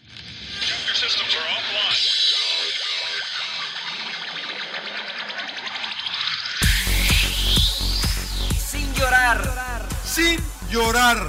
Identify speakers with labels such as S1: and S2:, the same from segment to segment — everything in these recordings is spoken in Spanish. S1: Your systems are offline.
S2: Sin llorar.
S3: sin llorar.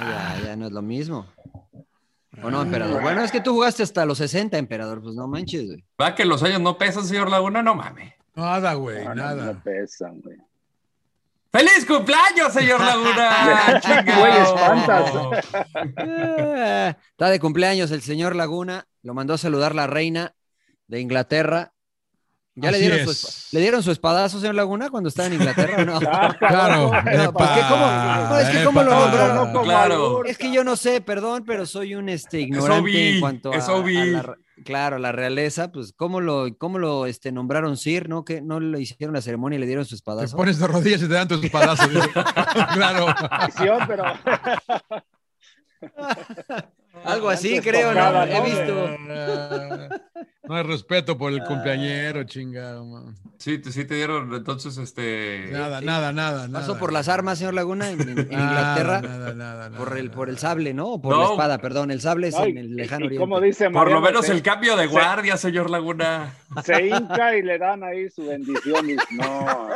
S4: Ya, ya no es lo mismo. ¿O no, emperador? Bueno, es que tú jugaste hasta los 60, emperador. Pues no manches, güey.
S5: Va que los años no pesan, señor Laguna, no mames.
S3: Nada, güey,
S4: Ah,
S3: nada.
S6: pesan, güey.
S5: ¡Feliz cumpleaños, señor Laguna! ¡Chingao!
S6: Güey, espantas.
S4: Ah, Está de cumpleaños el señor Laguna. Lo mandó a saludar la reina de Inglaterra. ¿Ya le
S3: Así
S4: dieron, su,
S3: es.
S4: espa- ¿le dieron su espadazo, señor Laguna, cuando estaba en Inglaterra o no?
S3: Claro.
S4: No, pues, ¿qué? ¿Cómo? No, es que ¿cómo lo nombraron?
S5: Claro.
S4: Es que yo no sé, perdón, pero soy un este, ignorante
S5: obi,
S4: en cuanto a,
S5: es obi.
S4: a la, re- claro, a la realeza, pues cómo lo, cómo lo este, nombraron Sir, ¿no? Que no le hicieron la ceremonia y le dieron su
S7: Te
S4: espadazo.
S7: pones de rodillas y te dan tus espadazos. dice. claro.
S6: pero
S4: Algo así,
S6: antes
S4: creo, ¿no?
S6: tocaba,
S4: He
S6: ¿no?
S4: visto.
S7: No hay respeto por el cumpleañero, chingado. man.
S5: Sí, te- sí te dieron entonces este.
S7: Nada, nada, nada, nada. Ah,
S4: Pasó por las armas, señor Laguna, en, en- en
S7: Nada,
S4: Inglaterra.
S7: nada, nada, nada,
S4: por el, por el
S7: nada.
S4: sable, ¿no? O por
S5: No.
S4: la espada, perdón. El sable es
S6: Ay,
S4: en el
S6: y-
S4: lejano
S6: y
S4: oriente.
S6: como dice
S5: Por lo
S6: Mariano,
S5: menos
S6: se-
S5: el cambio de guardia, señor Laguna.
S6: se hinca y le dan ahí su bendición y no.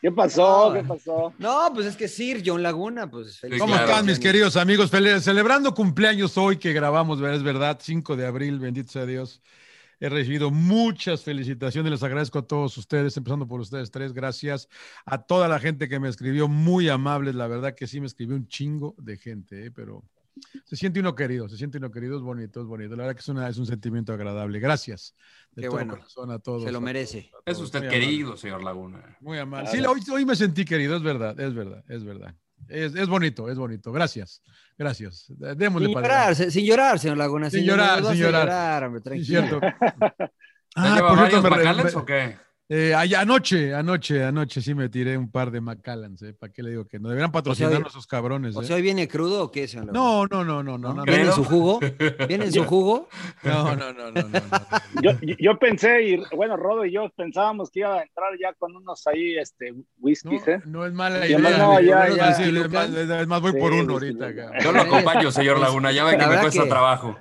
S6: ¿Qué pasó? ¿Qué pasó?
S4: No, pues es que Sir John Laguna, pues feliz
S7: ¿Cómo
S5: Claro,
S7: están mis
S4: cumpleaños.
S7: queridos amigos? Fele- Celebrando cumpleaños hoy que grabamos, ¿verdad? es verdad, 5 de abril, bendito sea Dios. He recibido muchas felicitaciones, les agradezco a todos ustedes, empezando por ustedes tres, gracias a toda la gente que me escribió, muy amables, la verdad que sí me escribió un chingo de gente, ¿eh? pero se siente uno querido, se siente uno querido, es bonito, es bonito, la verdad que es, una- es un sentimiento agradable, gracias de
S4: Qué
S7: todo
S4: bueno.
S7: corazón a todos.
S4: Se lo
S7: a
S4: merece.
S7: todos, a
S5: Es
S7: todos.
S5: usted
S7: Muy amables.
S5: querido, señor Laguna.
S7: Muy amable. Sí, hoy, hoy me sentí querido, es verdad, es verdad, es verdad. Es, es bonito, es bonito. Gracias, gracias. Eh, Démosle
S4: Sin
S7: para
S4: llorar, se- sin llorar, señor Laguna.
S7: Sin llorar,
S4: no vas
S7: sin
S4: a
S7: llorar.
S4: hombre,
S7: Sí,
S4: tranquilo.
S7: cierto.
S5: ¿Ya
S7: Ah,
S5: lleva
S7: por cierto,
S5: varios
S7: me, re-
S5: Macallans
S7: me-
S5: o qué?
S7: eh, ay- anoche, anoche, anoche sí me tiré un par de Macallans, ¿eh? ¿Para qué le digo que no? Deberían patrocinarnos esos cabrones,
S4: O
S7: ¿eh?
S4: sea, ¿hoy viene crudo o qué, señor Laguna?
S7: No, no, no, no, no, no, no,
S4: ¿Viene en
S5: creo.
S4: su jugo? ¿Viene en su jugo?
S7: no, no, no, no, no, no, no.
S6: Yo, yo pensé, y bueno, Rodo y yo pensábamos que iba a entrar ya con unos ahí, este, whiskies, ¿eh?
S7: No, no es mala
S6: Sí,
S7: idea.
S6: no,
S7: digo,
S6: ya,
S7: no, no,
S6: ya.
S7: sí, es más- es más voy
S6: Sí,
S7: por uno
S6: sí, sí.
S7: ahorita. cabrón.
S5: Yo lo acompaño, señor
S4: Es-
S5: Laguna, ya ve
S4: la
S5: que me
S4: verdad
S5: cuesta
S4: que-
S5: trabajo.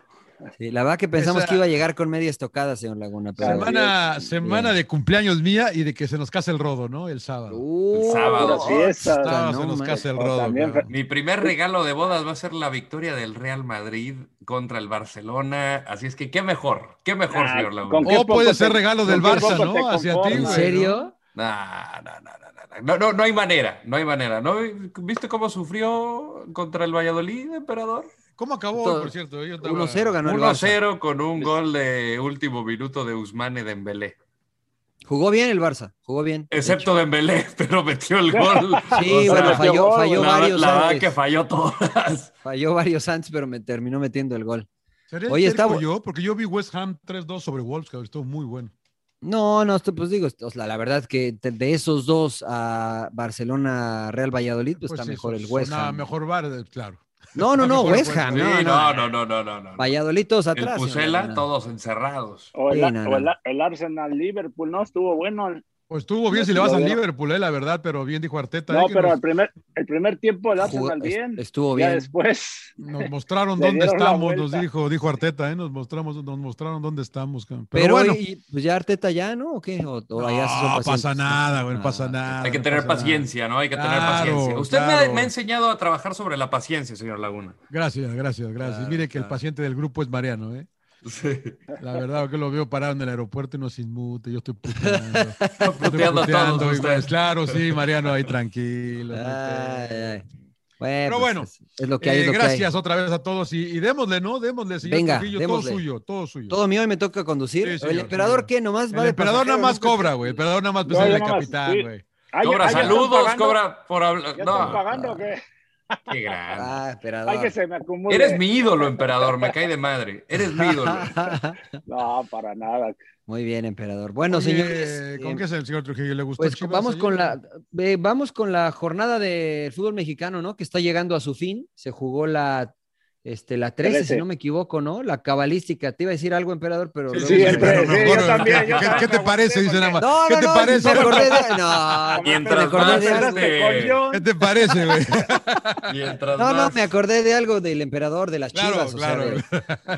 S4: Sí, la verdad que pensamos
S7: Esa-
S4: que iba a llegar con media estocada, señor Laguna. Pero...
S7: Semana,
S4: Bien.
S7: semana de cumpleaños mía y de que se nos case el rodo, ¿no? El sábado.
S4: Uh,
S5: El sábado.
S6: Puras fiestas.
S7: Sábado
S4: no,
S7: Ah, se nos
S4: man.
S7: casa el
S6: O
S7: rodo.
S6: también
S7: cabrón.
S5: Mi primer regalo de bodas va a ser la victoria del Real Madrid contra el Barcelona. Así es que qué mejor, qué mejor,
S6: Ah,
S5: señor
S6: con
S5: Laguna.
S6: qué
S7: O Oh, puede
S6: poco
S7: ser
S6: te-
S7: regalo
S6: con
S7: del
S6: qué
S7: Barça,
S6: poco te
S7: ¿no? Hacia ti,
S6: conformas.
S4: ¿En
S7: güey,
S4: serio?
S5: No, no, no, no, no, no, no, no hay manera, no hay manera. ¿No? ¿Viste cómo sufrió contra el Valladolid, emperador?
S7: ¿no? ¿Cómo acabó,
S4: Todo-
S7: por cierto? Yo estaba-
S4: 1-0 ganó el Barça.
S5: 1-0 con un gol de último minuto de Usmane Dembélé.
S4: Jugó bien el Barça, jugó bien. de hecho.
S5: Excepto Dembélé, pero metió el gol.
S4: Sí,
S5: O sea,
S4: bueno,
S6: metió
S4: falló,
S6: gol,
S4: falló
S5: la,
S4: varios
S5: la verdad
S4: antes.
S5: que falló todas.
S4: Falló varios antes, pero me terminó metiendo el gol.
S7: ¿Sería
S4: Oye,
S7: Oye,
S4: está
S7: está
S4: bu-
S7: yo? Porque yo vi West Ham 3-2 sobre Wolves, cabrón. Estuvo muy bueno.
S4: No, no, esto, pues digo, esto, la, la verdad que de, de esos dos a Barcelona, Real Valladolid, pues,
S7: Pues
S4: está
S7: sí,
S4: mejor
S7: son-
S4: el West
S7: son- ah,
S4: Ham.
S7: mejor bar, claro.
S4: No, no, no,
S7: mejor
S4: West
S7: West
S4: Ham.
S7: Ham.
S4: no,
S5: Sí,
S4: no.
S5: no, no, no, no, no. no.
S4: Valladolid todos
S5: El
S4: atrás. señor
S5: Pucela,
S4: Laguna.
S5: todos encerrados.
S6: O el,
S4: Sí, no,
S6: o el-
S4: no.
S6: el Arsenal Liverpool, no, estuvo bueno.
S7: Pues estuvo bien si le vas al Liverpool, eh, la verdad, pero bien dijo Arteta. eh,
S6: No,
S7: que
S6: pero
S7: nos-
S6: el primer, el primer tiempo el
S4: Jugó-
S6: Arsenal
S4: est-
S6: bien.
S4: Estuvo
S6: Ya
S4: bien.
S6: después.
S7: Nos mostraron
S6: Le
S7: dónde
S6: dieron la
S7: estamos, nos
S6: vuelta.
S7: dijo, dijo Arteta, ¿eh? nos mostramos, nos mostraron dónde estamos. cabrón. Pero,
S4: Pero,
S7: bueno,
S4: y- pues ya Arteta ya, ¿no? ¿O qué? ¿O, o allá sí son
S7: no pasa
S4: pacientes?
S7: nada, güey, no pasa nada.
S5: Hay que
S7: no
S5: tener
S7: pasa nada.
S5: paciencia, ¿no? Hay que tener
S7: Claro,
S5: paciencia. Usted me ha-
S7: claro.
S5: me, ha enseñado a trabajar sobre la paciencia, señor Laguna.
S7: Gracias, gracias, gracias.
S5: Claro,
S7: Mire que el
S5: claro.
S7: paciente del grupo es Mariano, ¿eh?
S5: Sí.
S7: La verdad que lo veo parado en el aeropuerto y no se inmute, yo estoy puteando. Estoy
S5: puteando a todos
S7: güey,
S5: ustedes.
S7: Claro, sí, Mariano ahí tranquilo. no hay
S4: Ay,
S7: pedo.
S4: ay.
S7: Pero
S4: pues,
S7: bueno,
S4: es, es lo que hay,
S7: Eh,
S4: es lo que hay.
S7: gracias otra vez a todos y, y démosle, ¿no? Démosle, señor
S4: Venga,
S7: Trujillo,
S4: démosle.
S7: todo suyo, todo suyo.
S4: Todo mío y me toca conducir.
S7: Sí,
S4: el
S7: señor,
S4: emperador
S7: señor.
S4: que nomás va
S7: el
S4: de
S7: emperador nada
S4: pasajero,
S7: más
S4: ¿no?
S7: cobra, güey. El emperador nada más pues,
S6: No,
S7: es
S6: yo
S7: el
S6: nada más,
S7: capitán,
S6: sí.
S7: güey.
S6: Ay,
S5: Cobra
S6: ay, ya están
S5: saludos,
S6: pagando,
S5: cobra por hablar.
S6: Ya están
S5: No,
S6: pagando o qué?
S5: qué grande.
S4: Ah,
S6: Ay, que
S4: emperador.
S6: se me acumule.
S5: Eres mi ídolo, emperador. Me cae de madre. Eres mi ídolo.
S6: No, para nada.
S4: Muy bien, emperador. Bueno,
S7: Oye,
S4: señores.
S7: ¿Con
S4: eh,
S7: qué es el señor Trujillo? ¿Le gustó
S4: Pues
S7: Chivas
S4: vamos
S7: ayer?
S4: con, la, eh, vamos con la jornada del fútbol mexicano, ¿no? Que está llegando a su fin. Se jugó la, este, la 13, si
S6: Trece.
S4: no me equivoco, ¿no? La cabalística. Te iba a decir algo, emperador, pero...
S7: Sí,
S4: luego
S7: sí,
S4: me-
S6: el
S7: pero
S6: sí, yo
S7: mejor,
S6: también,
S7: ¿qué-
S6: yo
S7: ¿Qué,
S6: también
S7: qué te
S6: me
S7: parece?
S6: aguanté
S7: Dice nada más.
S4: No,
S7: ¿Qué
S4: no,
S7: te
S4: no,
S7: parece?
S4: me acordé de- No,
S5: Ah, Mientras
S4: me acordé
S5: más,
S4: de algo.
S5: este,
S7: ¿Qué te parece, güey?
S5: mientras
S4: No, no,
S5: más-
S4: me acordé de algo del emperador, de las
S7: Claro,
S4: chivas, o sea,
S7: claro.
S4: de,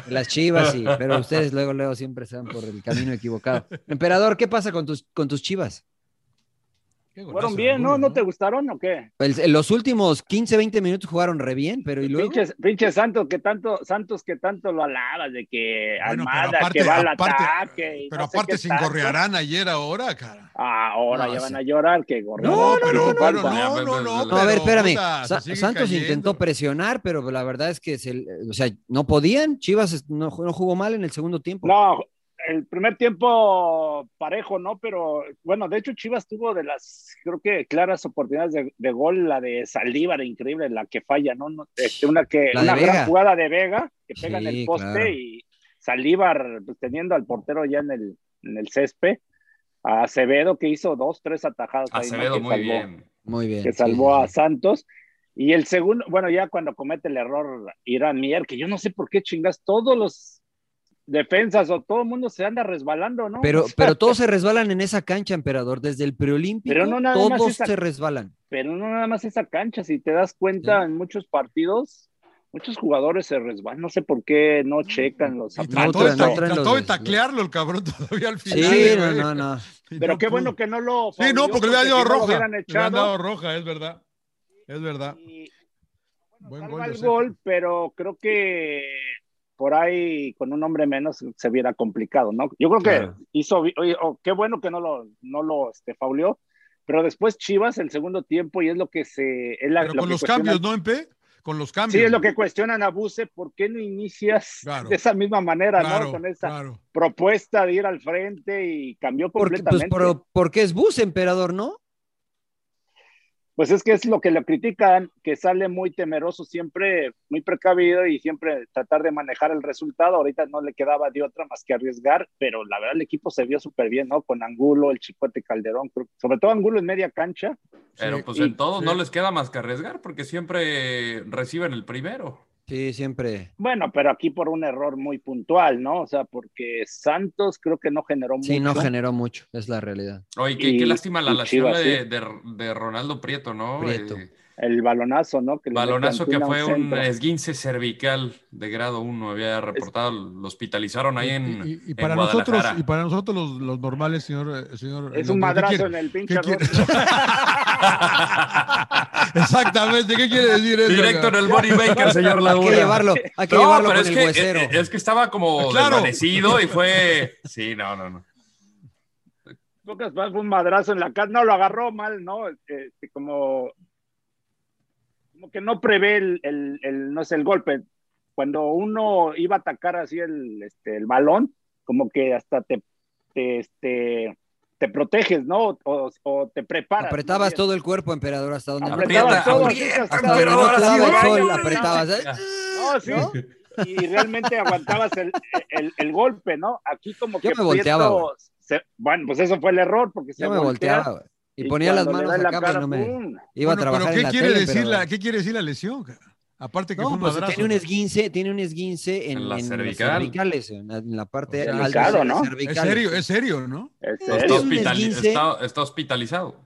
S4: de las chivas, sí, pero ustedes luego, luego siempre se van por el camino equivocado. Emperador, ¿qué pasa con tus, con tus chivas?
S6: Fueron bien, ¿no? ¿No te gustaron o qué?
S4: El- en los últimos 15, 20 minutos jugaron re bien, pero ¿y luego?
S6: Pinches, pinches Santos que tanto, Santos que tanto lo alabas de que
S7: Bueno, pero
S6: Almada,
S7: aparte-
S6: que va al
S7: aparte-
S6: ataque. y
S7: Pero
S6: no sé
S7: aparte
S6: qué
S7: sin
S6: tanto.
S7: gorrearán ayer ahora, cara.
S6: Ah, Ahora
S4: No,
S6: ya
S4: sí.
S6: van a llorar que gorrearán.
S4: No, no,
S7: pero,
S4: no, no,
S7: pero
S6: no.
S7: no, no, no.
S4: No, a ver,
S7: pero,
S4: espérame.
S7: puta, se
S4: Sa-
S7: sigue
S4: Santos
S7: cayendo.
S4: intentó presionar, pero la verdad es que se, le- o sea, no podían. Chivas es- no, ju- no jugó mal en el segundo tiempo.
S6: No, el primer tiempo parejo, ¿no? Pero bueno, de hecho Chivas tuvo de las, creo que claras oportunidades de, de gol, la de Saldívar, increíble, la que falla, ¿no? No, este, una que,
S4: La de
S6: una
S4: Vega.
S6: gran jugada de Vega, que pega en
S4: Sí,
S6: el poste
S4: claro.
S6: y Saldívar pues, teniendo al portero ya en el, en el césped, a Acevedo que hizo dos, tres atajadas. ahí, ¿no?
S5: Acevedo
S6: Que
S5: muy
S6: salvó-
S5: bien.
S4: Muy bien.
S6: que
S4: sí,
S6: salvó
S4: sí,
S6: a Santos. Y el segundo, bueno, ya cuando comete el error Irán Mier, que yo no sé por qué chingas todos los defensas o todo el mundo se anda resbalando, ¿no?
S4: Pero,
S6: O sea,
S4: pero todos se resbalan en esa cancha, emperador. Desde el preolímpico,
S6: Pero no nada más
S4: todos
S6: esa-
S4: se resbalan.
S6: pero no nada más esa cancha, si te das cuenta en muchos partidos, muchos jugadores se resbalan, no sé por qué no checan los
S7: Y
S6: zapatos.
S7: trató,
S4: traen-
S7: de,
S4: no traen los
S7: trató de
S4: dos.
S7: taclearlo el cabrón todavía al final.
S4: Sí, no,
S7: güey.
S4: no, no.
S7: Y
S6: Pero
S7: no
S6: qué
S7: pudo.
S6: bueno que no lo.
S7: Sí, no, porque le
S6: había
S7: había dado
S6: Lo
S7: roja.
S6: hubieran
S7: Le habían
S6: echado.
S7: dado roja, es verdad. Es verdad.
S6: Y, bueno,
S7: Buen
S6: salva
S7: gol de
S6: el
S7: Sergio.
S6: gol, pero creo que por ahí con un hombre menos se viera complicado, ¿no? Yo creo que
S4: Claro.
S6: hizo, bi- oye, oh, qué bueno que no lo, no lo este, fauleó, pero después Chivas el segundo tiempo y es lo que se... Es la-
S7: Pero
S6: lo
S7: con
S6: que
S7: los
S6: cuestionan-
S7: cambios, ¿no, Empe? Con los cambios.
S6: Sí, es lo que cuestionan a Buse, ¿por qué no inicias
S7: Claro.
S6: de esa misma manera,
S7: Claro,
S6: ¿no? Con esa
S7: claro.
S6: propuesta de ir al frente y cambió
S4: Porque, pues,
S6: completamente.
S4: por- porque es bus, emperador, ¿no?
S6: Pues es que es lo que le critican, que sale muy temeroso, siempre muy precavido y siempre tratar de manejar el resultado. Ahorita no le quedaba de otra más que arriesgar, pero la verdad el equipo se vio súper bien, ¿no? Con Angulo, el Chicote Calderón, creo- sobre todo Angulo en media cancha.
S5: Pero
S7: Sí,
S5: pues
S6: y-
S5: en todo
S7: sí.
S5: no les queda más que arriesgar porque siempre reciben el primero.
S4: Sí, siempre.
S6: Bueno, pero aquí por un error muy puntual, ¿no? O sea, porque Santos creo que no generó mucho.
S4: Sí, no generó mucho, es la realidad.
S5: Oye, qué,
S6: Y-
S5: qué lástima la
S6: y
S5: lesión
S6: Chivas,
S5: de,
S6: sí.
S5: de- de Ronaldo Prieto, ¿no?
S4: Prieto.
S5: Eh,
S6: El balonazo, ¿no? Que le
S5: balonazo
S6: mete
S5: que
S6: Antuna
S5: fue
S6: un
S5: un
S6: centro.
S5: esguince cervical de grado 1, había reportado, lo hospitalizaron ahí en,
S7: Y- y, y
S5: en
S7: para nosotros,
S5: Guadalajara.
S7: y para nosotros los, los normales, señor, eh, señor.
S6: Es
S7: eh, ¿qué quiere?
S6: un madrazo en el pinche
S7: ¿Qué quiere?
S6: rostro.
S7: Exactamente, ¿qué quiere decir eso?
S5: Directo en el Body Baker, señor
S4: Hay que
S5: Laguna.
S4: llevarlo, hay que
S5: No,
S4: llevarlo
S5: pero
S4: con
S5: es
S4: el
S5: que,
S4: huesero. Ah,
S5: eh, es que estaba como
S7: Claro.
S5: desvanecido y fue... Sí, no, no, no.
S6: Pocas palabras, fue un madrazo en la cara. No, lo agarró mal, ¿no? Este, como, como que no prevé el, el- el- no sé, el golpe. Cuando uno iba a atacar así el, este, el balón, como que hasta te, te, este, te proteges, ¿no? O, o te preparas.
S4: Apretabas
S6: ¿no?
S4: todo el cuerpo, emperador, hasta donde
S6: Apretabas
S5: Aprieta,
S6: todo,
S5: aprieta,
S6: hasta
S4: Hasta donde
S5: pero
S4: no
S5: ahora sí,
S4: quedaba el
S5: vaya,
S4: sol,
S5: vaya.
S4: apretabas. ¿eh?
S6: No, sí.
S4: ¿No?
S6: Y realmente aguantabas el, el- el golpe, ¿no? Aquí como
S4: Yo
S6: que
S4: me volteaba,
S6: Prieto
S4: güey.
S6: se- bueno, pues eso fue el error, porque se
S4: Yo me
S6: voltea,
S4: volteaba, güey. Y ponía las
S6: cuando le
S4: manos
S6: da en la
S4: acá, pero
S6: cara,
S4: no me.
S6: ¡pum!
S4: Iba a
S7: Bueno, pero
S4: trabajar
S7: ¿qué
S4: en la
S7: quiere
S4: tele,
S7: decir
S4: pero-
S7: la qué quiere decir la lesión? cara? Aparte que fue
S4: No,
S7: un
S4: pues
S7: madrazo.
S4: tiene un esguince, tiene un esguince en,
S7: En la
S4: en
S7: cervical.
S4: las cervicales, en la, en la parte
S7: sea,
S4: alta
S7: delicado,
S4: de las
S7: ¿no?
S4: cervicales.
S7: Es serio, es serio, ¿no?
S4: Es
S5: Está,
S4: un
S5: hospitali-
S4: esguince.
S5: está- está hospitalizado.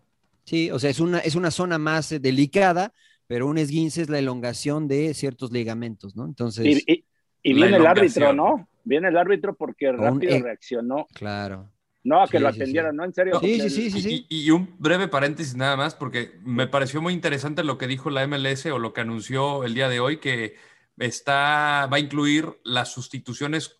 S4: Sí, o sea, es una, es una zona más eh, delicada, pero un esguince es la elongación de ciertos ligamentos, ¿no? Entonces,
S6: Y, y- y
S4: pues, La
S6: viene el árbitro,
S4: elongación.
S6: ¿no? Viene el árbitro porque
S4: Con un
S6: rápido
S4: e-
S6: reaccionó.
S4: claro.
S6: No, a que
S5: Sí,
S6: lo
S5: sí,
S6: atendieran, ¿no? En serio. porque el-
S5: Y, y- y un breve paréntesis nada más, porque me pareció muy interesante lo que dijo la MLS o lo que anunció el día de hoy, que está, va a incluir las sustituciones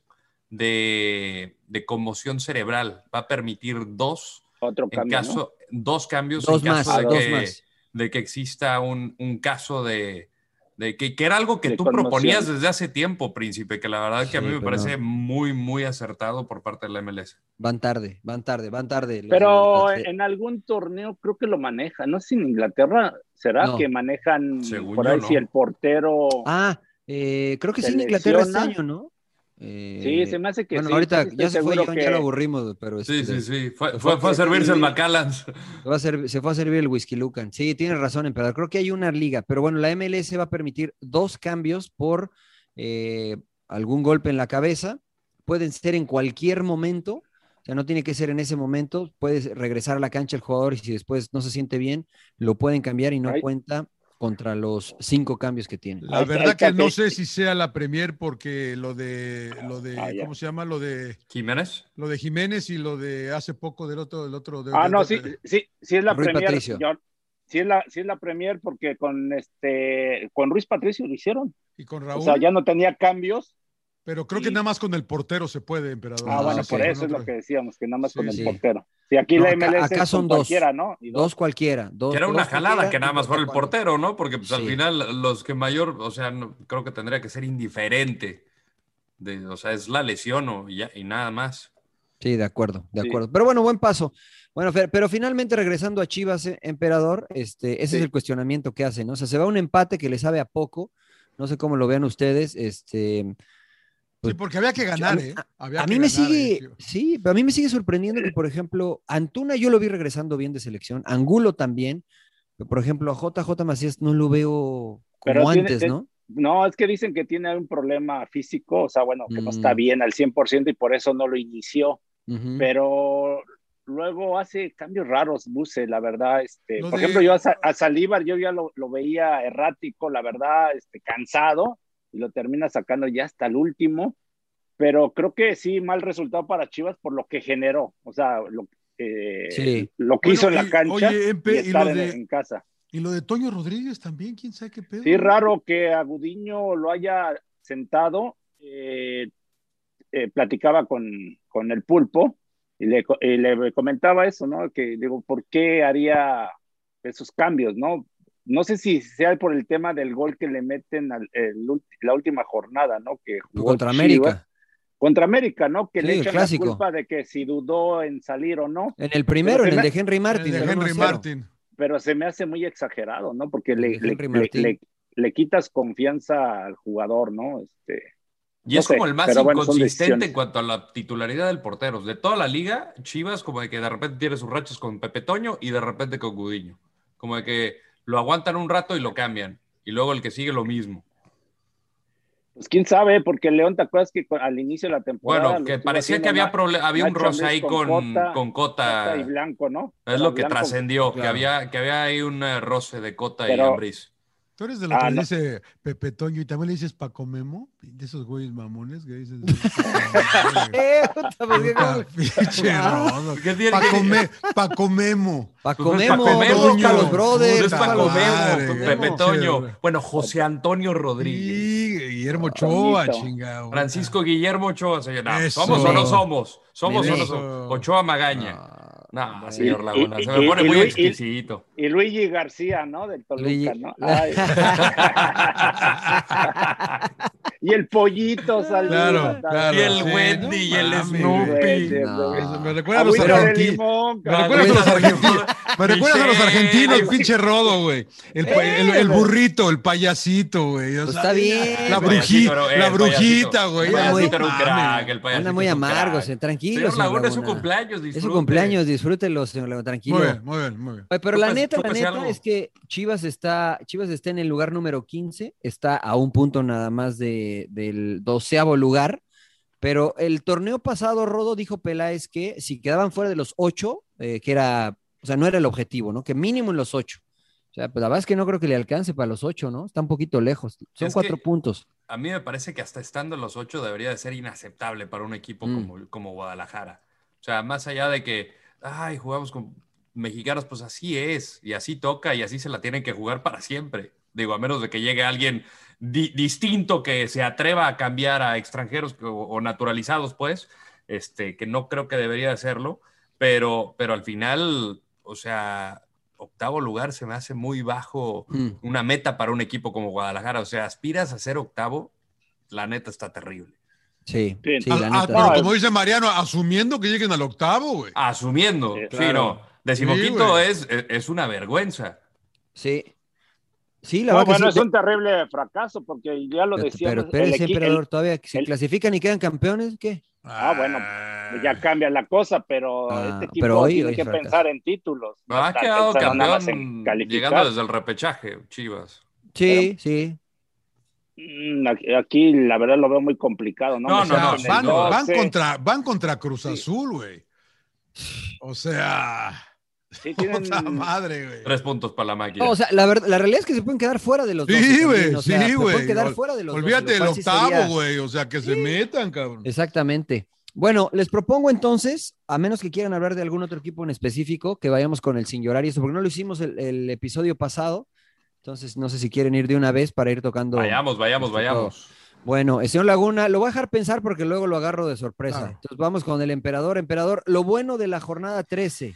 S5: de, de conmoción cerebral. Va a permitir dos.
S6: Otro
S5: en
S6: cambio, ¿no?
S5: caso, Dos cambios
S4: Dos
S5: en caso
S4: más,
S5: de,
S4: dos
S5: que,
S4: más.
S5: de que exista un, un caso de, de que, que era algo que
S6: De
S5: tú
S6: conmoción.
S5: proponías desde hace tiempo, Príncipe, que la verdad que a
S4: Sí,
S5: mí me
S4: pero-
S5: parece muy, muy acertado por parte de la MLS.
S4: van tarde, van tarde, van tarde. los
S6: Pero
S4: de-
S6: en algún torneo creo que lo maneja. No sé si en Inglaterra será
S4: No.
S6: que manejan
S4: Según
S6: por
S4: yo,
S6: ahí
S4: no.
S6: si el portero.
S4: Ah, eh, creo que
S6: se
S4: sí en Inglaterra este
S6: lesiona.
S4: año, ¿no?
S6: Sí, se me hace que
S4: eh, Bueno,
S6: sí,
S4: ahorita
S6: casi estoy
S4: ya se fue,
S6: seguro
S4: John,
S6: que-
S4: ya lo aburrimos, pero...
S5: Sí,
S4: este,
S5: sí, sí. Fue,
S4: se
S5: fue- fue a servirse el Macallan.
S4: Se, va a serv- se fue a servir el Whisky Lucan. Sí, tienes razón, emperador. Creo que hay una liga, pero bueno, la MLS va a permitir dos cambios por eh, algún golpe en la cabeza. Pueden ser en cualquier momento, o sea, no tiene que ser en ese momento. Puedes regresar a la cancha el jugador y si después no se siente bien, lo pueden cambiar y no cuenta contra los cinco cambios que tiene.
S7: La verdad que no sé si sea la Premier porque lo de lo de
S6: Ah,
S7: ¿cómo se llama? Lo de
S5: Jiménez.
S7: Lo de Jiménez y lo de hace poco del otro del otro de-
S6: Ah,
S7: del-
S6: no,
S7: del-
S6: sí, sí, sí es la
S7: Rui
S6: Premier.
S7: Patricio.
S6: yo- sí, es la, sí es la Premier porque con este con Ruiz Patricio lo hicieron.
S7: y con
S6: O
S7: Raúl.
S6: sea, ya no tenía cambios.
S7: Pero creo que nada más con el portero se puede, emperador.
S6: Ah,
S7: No sé
S6: bueno,
S7: si
S6: por
S7: con
S6: eso es
S7: otro.
S6: lo que decíamos, que nada más
S7: Sí,
S6: con el
S7: sí.
S6: portero. Si aquí
S7: No,
S6: la
S7: acá-
S6: MLS
S7: acá
S6: es
S7: son
S6: con
S4: dos.
S6: cualquiera, ¿no? Y
S4: Dos cualquiera. Dos,
S5: Que era una
S4: dos
S5: jalada
S4: cualquiera
S5: que
S4: y
S5: nada más fuera el
S4: cualquiera.
S5: portero, ¿no? Porque pues, al
S4: Sí.
S5: final los que mayor, o sea, no- creo que tendría que ser indiferente. De, o sea, es la lesión o ya, y nada más.
S4: Sí, de acuerdo, de acuerdo. Pero bueno, buen paso. Bueno, Fer, pero finalmente regresando a Chivas, eh, emperador, este, ese es el cuestionamiento que hacen, ¿no? O sea, se va un empate que le sabe a poco, no sé cómo lo vean ustedes, este...
S6: pues,
S7: Sí, porque había que ganar, ¿eh? Había
S4: a
S7: que
S4: mí me
S7: ganar,
S4: sigue,
S7: eh, tío.
S4: sí, pero a mí me sigue sorprendiendo que, por ejemplo, Antuna yo lo vi regresando bien de selección, Angulo también, pero por ejemplo, a JJ Macías no lo veo como
S6: tiene-
S4: antes,
S6: te-
S4: ¿no?
S6: No, es que dicen que tiene un problema físico, o sea, bueno, que no está
S4: Mm.
S6: bien al 100% y por eso no lo inició,
S7: Mm.
S4: Ujú.
S6: pero luego hace cambios raros, Buse, la verdad, este,
S4: Lo
S6: por
S4: de-
S6: ejemplo, yo a, Sa- a Saldívar, yo ya lo, lo veía errático, la verdad, este, cansado, y lo termina sacando ya hasta el último, pero creo que sí, mal resultado para Chivas por lo que generó, o sea, lo, eh,
S7: Sí.
S6: lo que hizo en
S7: Bueno,
S6: la
S7: y-
S6: cancha
S7: oye, Empe,
S6: y
S7: y lo
S6: estar en-
S7: de-
S6: en casa.
S7: Y lo de Toño Rodríguez también, quién sabe qué pedo.
S6: Sí, raro que Agudiño lo haya sentado. eh, eh, platicaba con, con el pulpo y le, co- y le comentaba eso, ¿no? Que digo, ¿por qué haría esos cambios, no? No sé si sea por el tema del gol que le meten al- el ul- la última jornada, ¿no? Que jugó
S4: Contra
S6: Chivas.
S4: América.
S6: Contra América, ¿no? Que
S4: Sí,
S6: le
S4: el
S6: echan
S4: clásico.
S6: la culpa de que si dudó en salir o no.
S4: En el primero, en
S6: Pero
S4: el
S6: se
S4: de Henry Martin. el 1-0.
S6: pero se me hace muy exagerado, ¿no? Porque le, le,
S4: Henry
S6: le-
S4: Martín.
S6: le- le quitas confianza al jugador, ¿no? Este,
S5: Y
S6: no
S5: es
S6: sé,
S5: como el más
S6: pero bueno, son
S5: inconsistente en
S6: decisiones.
S5: cuanto a la titularidad del portero. De toda la liga, Chivas como de que de repente tiene sus rachas con Pepe Toño y de repente con Gudiño. Como de que lo aguantan un rato y lo cambian. Y luego el que sigue lo mismo.
S6: Pues quién sabe, porque León, ¿te acuerdas que cu- al inicio de la temporada.
S5: Bueno,
S6: lo
S5: que
S6: estuvo
S5: parecía
S6: haciendo
S5: que había,
S6: Ma-
S5: prole- había un
S6: Nacho
S5: roce
S6: Ambriz
S5: ahí con,
S6: Cota,
S5: con Cota.
S6: y Blanco, ¿no?
S5: Es
S6: Pero
S5: lo que
S6: Blanco-
S5: trascendió, que
S6: Claro.
S5: había, que había ahí un eh, roce de Cota y
S6: Pero-
S5: Ambriz.
S7: Tú eres de lo
S5: Ah,
S7: que le
S5: no.
S7: dice Pepe Toño y también le dices Paco Memo, de esos güeyes mamones que dices.
S4: Eh, puta, pues, qué
S7: Puta,
S4: gol.
S7: pinche rodo.
S5: ¿Qué tiene
S7: Paco,
S5: que- Pues
S7: Me- Paco Memo.
S4: Paco Memo, busca a los brothers,
S5: No es
S4: busca a
S5: Paco
S4: los
S5: Memo,
S4: madres.
S5: Pepe
S7: Memo.
S5: Toño. Bueno, José Antonio Rodríguez.
S7: Guillermo Ochoa, chingado.
S5: Francisco Guillermo Ochoa, señor. No,
S7: Eso.
S5: ¿Somos o no somos? ¿Somos o no
S7: Eso.
S5: somos? Ochoa Magaña. No, señor
S6: Y-
S5: Laguna,
S6: y-
S5: se me
S6: y-
S5: pone
S6: y
S5: muy
S6: Luis- y-
S5: exquisito.
S6: Y Luigi García, ¿no? Del Toluca,
S4: Luigi-
S6: ¿no? Ay. y el pollito salió.
S7: Claro, claro.
S5: Y el
S7: sí,
S5: Wendy
S7: no
S5: y el
S7: mames,
S5: Snoopy.
S7: güey.
S5: No.
S7: Eso Me recuerda a los
S6: Agüita de
S7: argentinos.
S6: limón,
S7: Me recuerdas a los
S5: cabrón.
S7: argentinos. Me recuerdas a los
S5: Michelle.
S7: argentinos, el pinche rodo, güey. El, pa-
S6: Eh,
S7: el- el
S6: güey.
S7: burrito, el payasito, güey. O
S4: Pues
S7: sea,
S4: está bien.
S7: La
S4: güey.
S7: brujita,
S5: Payasito, eh,
S7: la
S5: el
S7: brujita,
S5: payasito.
S7: güey.
S5: El
S7: Ya,
S5: payasito era
S7: no
S5: un
S7: mames.
S5: crack, el payasito
S4: Anda muy
S5: es un
S4: amargos,
S5: crack.
S4: eh, tranquilos.
S5: Señor Laguna, es su
S4: señor Laguna.
S5: cumpleaños,
S4: Es su
S5: disfrute.
S4: cumpleaños, disfrútelo, señor Laguna, tranquilo.
S7: Muy bien, muy bien, muy bien.
S4: Oye, pero
S5: Tú
S4: la
S5: pas-
S4: neta,
S5: tú
S4: la
S5: pase
S4: neta
S5: algo.
S4: es que Chivas está, Chivas está en el lugar número 15, está a un punto nada más de- del doceavo lugar, pero el torneo pasado, Rodo dijo Peláez que si quedaban fuera de los ocho, eh, que era, o sea, no era el objetivo, ¿no? Que mínimo en los ocho. O sea, pues la verdad es que no creo que le alcance para los ocho, ¿no? Está un poquito lejos, son
S5: Es que-
S4: cuatro puntos.
S5: A mí me parece que hasta estando en los ocho debería de ser inaceptable para un equipo
S4: Mm.
S5: como, como Guadalajara. O sea, más allá de que, ay, jugamos con mexicanos, pues así es, y así toca, y así se la tienen que jugar para siempre. Digo, a menos de que llegue alguien di- distinto que se atreva a cambiar a extranjeros que- o, o naturalizados, pues, este, que no creo que debería hacerlo, pero, pero al final, o sea, octavo lugar se me hace muy bajo
S4: Mm.
S5: una meta para un equipo como Guadalajara. O sea, aspiras a ser octavo, la neta está terrible.
S4: Sí,
S6: Bien.
S4: sí,
S7: Ah,
S4: la
S7: ah,
S4: neta.
S7: pero
S6: No,
S7: como dice Mariano, asumiendo que lleguen al octavo, güey.
S5: Asumiendo,
S6: Sí,
S5: sí,
S6: claro.
S5: no. Decimoquinto
S7: güey.
S5: es, es una vergüenza.
S4: Sí. Sí, la
S6: No,
S4: verdad que
S6: bueno, es
S4: sí.
S6: un terrible fracaso porque ya lo
S4: Pero,
S6: decíamos.
S4: pero
S6: el
S4: espérese,
S6: equi- el-
S4: emperador, todavía que se
S6: el-
S4: clasifican y quedan campeones, ¿qué?
S6: Ah, bueno, ya cambia la cosa, pero
S4: Ah,
S6: este equipo
S4: pero hoy-
S6: tiene
S4: hoy
S6: que
S4: es fracaso.
S6: pensar en títulos. No
S5: Ha
S6: está
S5: Ah, quedado
S6: pensando nada más en
S5: campeón
S6: calificar.
S5: llegando desde el repechaje, Chivas.
S4: Sí, sí.
S6: Mm, aquí- Aquí la verdad lo veo muy complicado, ¿no?
S5: No,
S6: Me
S7: O sea,
S5: no,
S6: siento en el
S7: van,
S5: no
S7: van
S6: 12.
S7: contra, van contra Cruz Azul, güey. O sea,
S6: Sí, tienen-
S7: puta madre, güey.
S5: Tres puntos para la máquina.
S4: No, o sea, la, verdad, la realidad es que se pueden quedar fuera de los
S7: Sí,
S4: 12
S7: güey,
S4: también, o sea,
S7: sí,
S4: se
S7: güey.
S4: Pueden quedar
S7: Ol-
S4: fuera de los 12,
S7: Olvídate
S4: lo
S7: del
S4: cual sí sería-
S7: octavo, güey. O sea, que se metan, cabrón.
S4: Exactamente. Bueno, les propongo entonces, a menos que quieran hablar de algún otro equipo en específico, que vayamos con el sin llorar y eso, porque no lo hicimos el, el episodio pasado. Entonces, no sé si quieren ir de una vez para ir tocando.
S5: Vayamos, vayamos,
S4: Este,
S5: vayamos.
S4: Bueno, el señor Laguna, lo voy a dejar pensar porque luego lo agarro de sorpresa.
S7: Claro.
S4: Entonces, vamos con el emperador. Emperador, lo bueno de la jornada 13,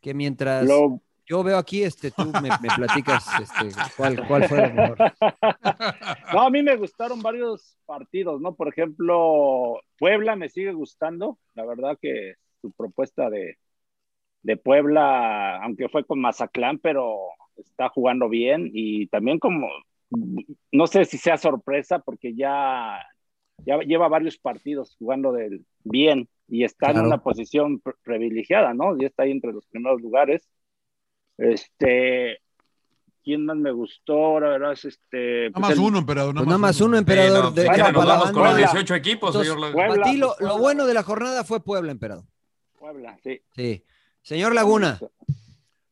S4: que mientras.
S6: Lo-
S4: Yo veo aquí, este, tú me, me platicas este, cuál, cuál fue lo mejor.
S6: No, a mí me gustaron varios partidos, ¿no? Por ejemplo, Puebla me sigue gustando. La verdad que su propuesta de, de Puebla, aunque fue con Mazatlán, pero está jugando bien y también como, no sé si sea sorpresa porque ya, ya lleva varios partidos jugando del bien y está en
S4: Claro.
S6: una posición pr- privilegiada, ¿no? Ya está ahí entre los primeros lugares. Este, ¿quién más me gustó? La verdad es este...
S7: Nada más
S6: el-
S7: uno, emperador.
S4: Pues nada más uno,
S5: Sí,
S4: emperador.
S5: no,
S4: de
S5: si
S6: deja
S5: quieren nos
S6: para
S5: vamos con
S6: la
S5: los
S6: banda.
S5: 18 equipos,
S4: Entonces,
S5: señor Laguna.
S6: Puebla,
S4: Para ti lo,
S6: pues,
S4: lo
S6: Puebla.
S4: bueno de la jornada fue Puebla, emperador.
S6: Puebla, sí.
S4: Sí. Señor Laguna,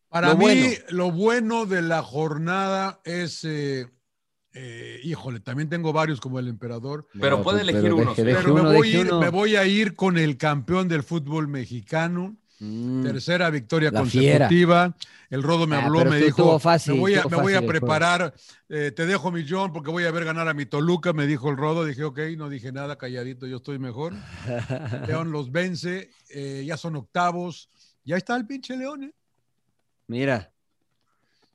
S7: Para
S4: Lo
S7: mí,
S4: bueno.
S7: lo bueno de la jornada es. eh, eh, híjole, también tengo varios como el emperador.
S5: Pero puede elegir uno, sí.
S4: deje
S7: Pero me
S4: uno,
S7: voy,
S4: deje
S7: a ir-
S4: uno.
S7: me voy a ir con el campeón del fútbol mexicano.
S4: Mm,
S7: Tercera victoria
S4: La
S7: consecutiva. El Rodo me
S4: Ah,
S7: habló,
S4: pero
S7: me
S4: estuvo-
S7: dijo,
S4: estuvo fácil,
S7: me voy a,
S4: estuvo
S7: me voy a
S4: fácil el
S7: preparar, eh, te dejo mi John porque voy a ver ganar a mi Toluca, me dijo el Rodo, dije, ok, no dije nada, calladito, yo estoy mejor. León los vence, eh, ya son octavos, ya está el pinche León. ¿eh?
S4: Mira.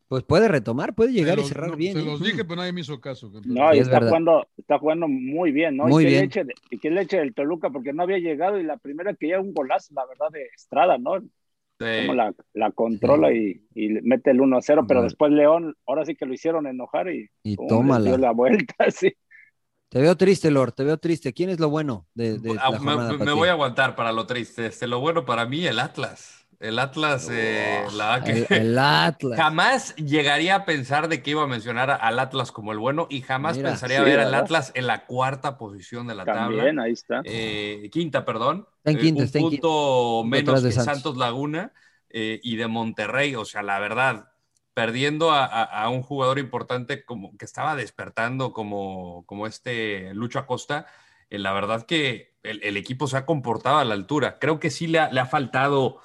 S4: Pues puede retomar, puede
S7: Se
S4: llegar y
S7: los-
S4: cerrar
S7: no,
S4: bien.
S7: Se
S4: ¿eh?
S7: los dije, pero nadie me hizo caso. campeón.
S6: No, y
S4: Sí, es
S6: está
S4: verdad.
S6: jugando, está jugando muy bien, ¿no?
S4: Muy
S6: y qué
S4: bien.
S6: leche, de- y qué leche del Toluca, porque no había llegado y la primera que llega un golazo, la verdad, de Estrada, ¿no?
S5: Sí.
S6: Como la, la controla y, y le mete el 1 0, pero
S4: Bueno.
S6: después León, ahora sí que lo hicieron enojar y,
S4: Y
S6: pum,
S4: tómala.
S6: les dio la vuelta, sí.
S4: Te veo triste, Lord, te veo triste. ¿Quién es lo bueno de, de la
S5: Ah, me,
S4: jornada?
S5: me-
S4: para
S5: me
S4: ti?
S5: voy a aguantar para lo triste. Este, lo bueno para mí, el Atlas. El Atlas, eh, la verdad que
S4: El, el Atlas.
S5: jamás llegaría a pensar de que iba a mencionar a- al Atlas como el bueno y jamás
S4: Mira.
S5: pensaría
S6: Sí,
S5: ver al
S6: ¿verdad?
S5: Atlas en la cuarta posición de la
S6: También,
S5: tabla.
S6: ahí está.
S5: Eh, quinta, perdón.
S4: Está en
S5: Eh,
S4: quinta,
S5: un
S4: está en quinta.
S5: punto menos
S4: Detrás de
S5: que
S4: Santos.
S5: Santos, Laguna eh, y de Monterrey. O sea, la verdad, perdiendo a, a- a un jugador importante como que estaba despertando como, como este Lucho Acosta, eh, la verdad que el, el equipo se ha comportado a la altura. Creo que sí le ha, le ha faltado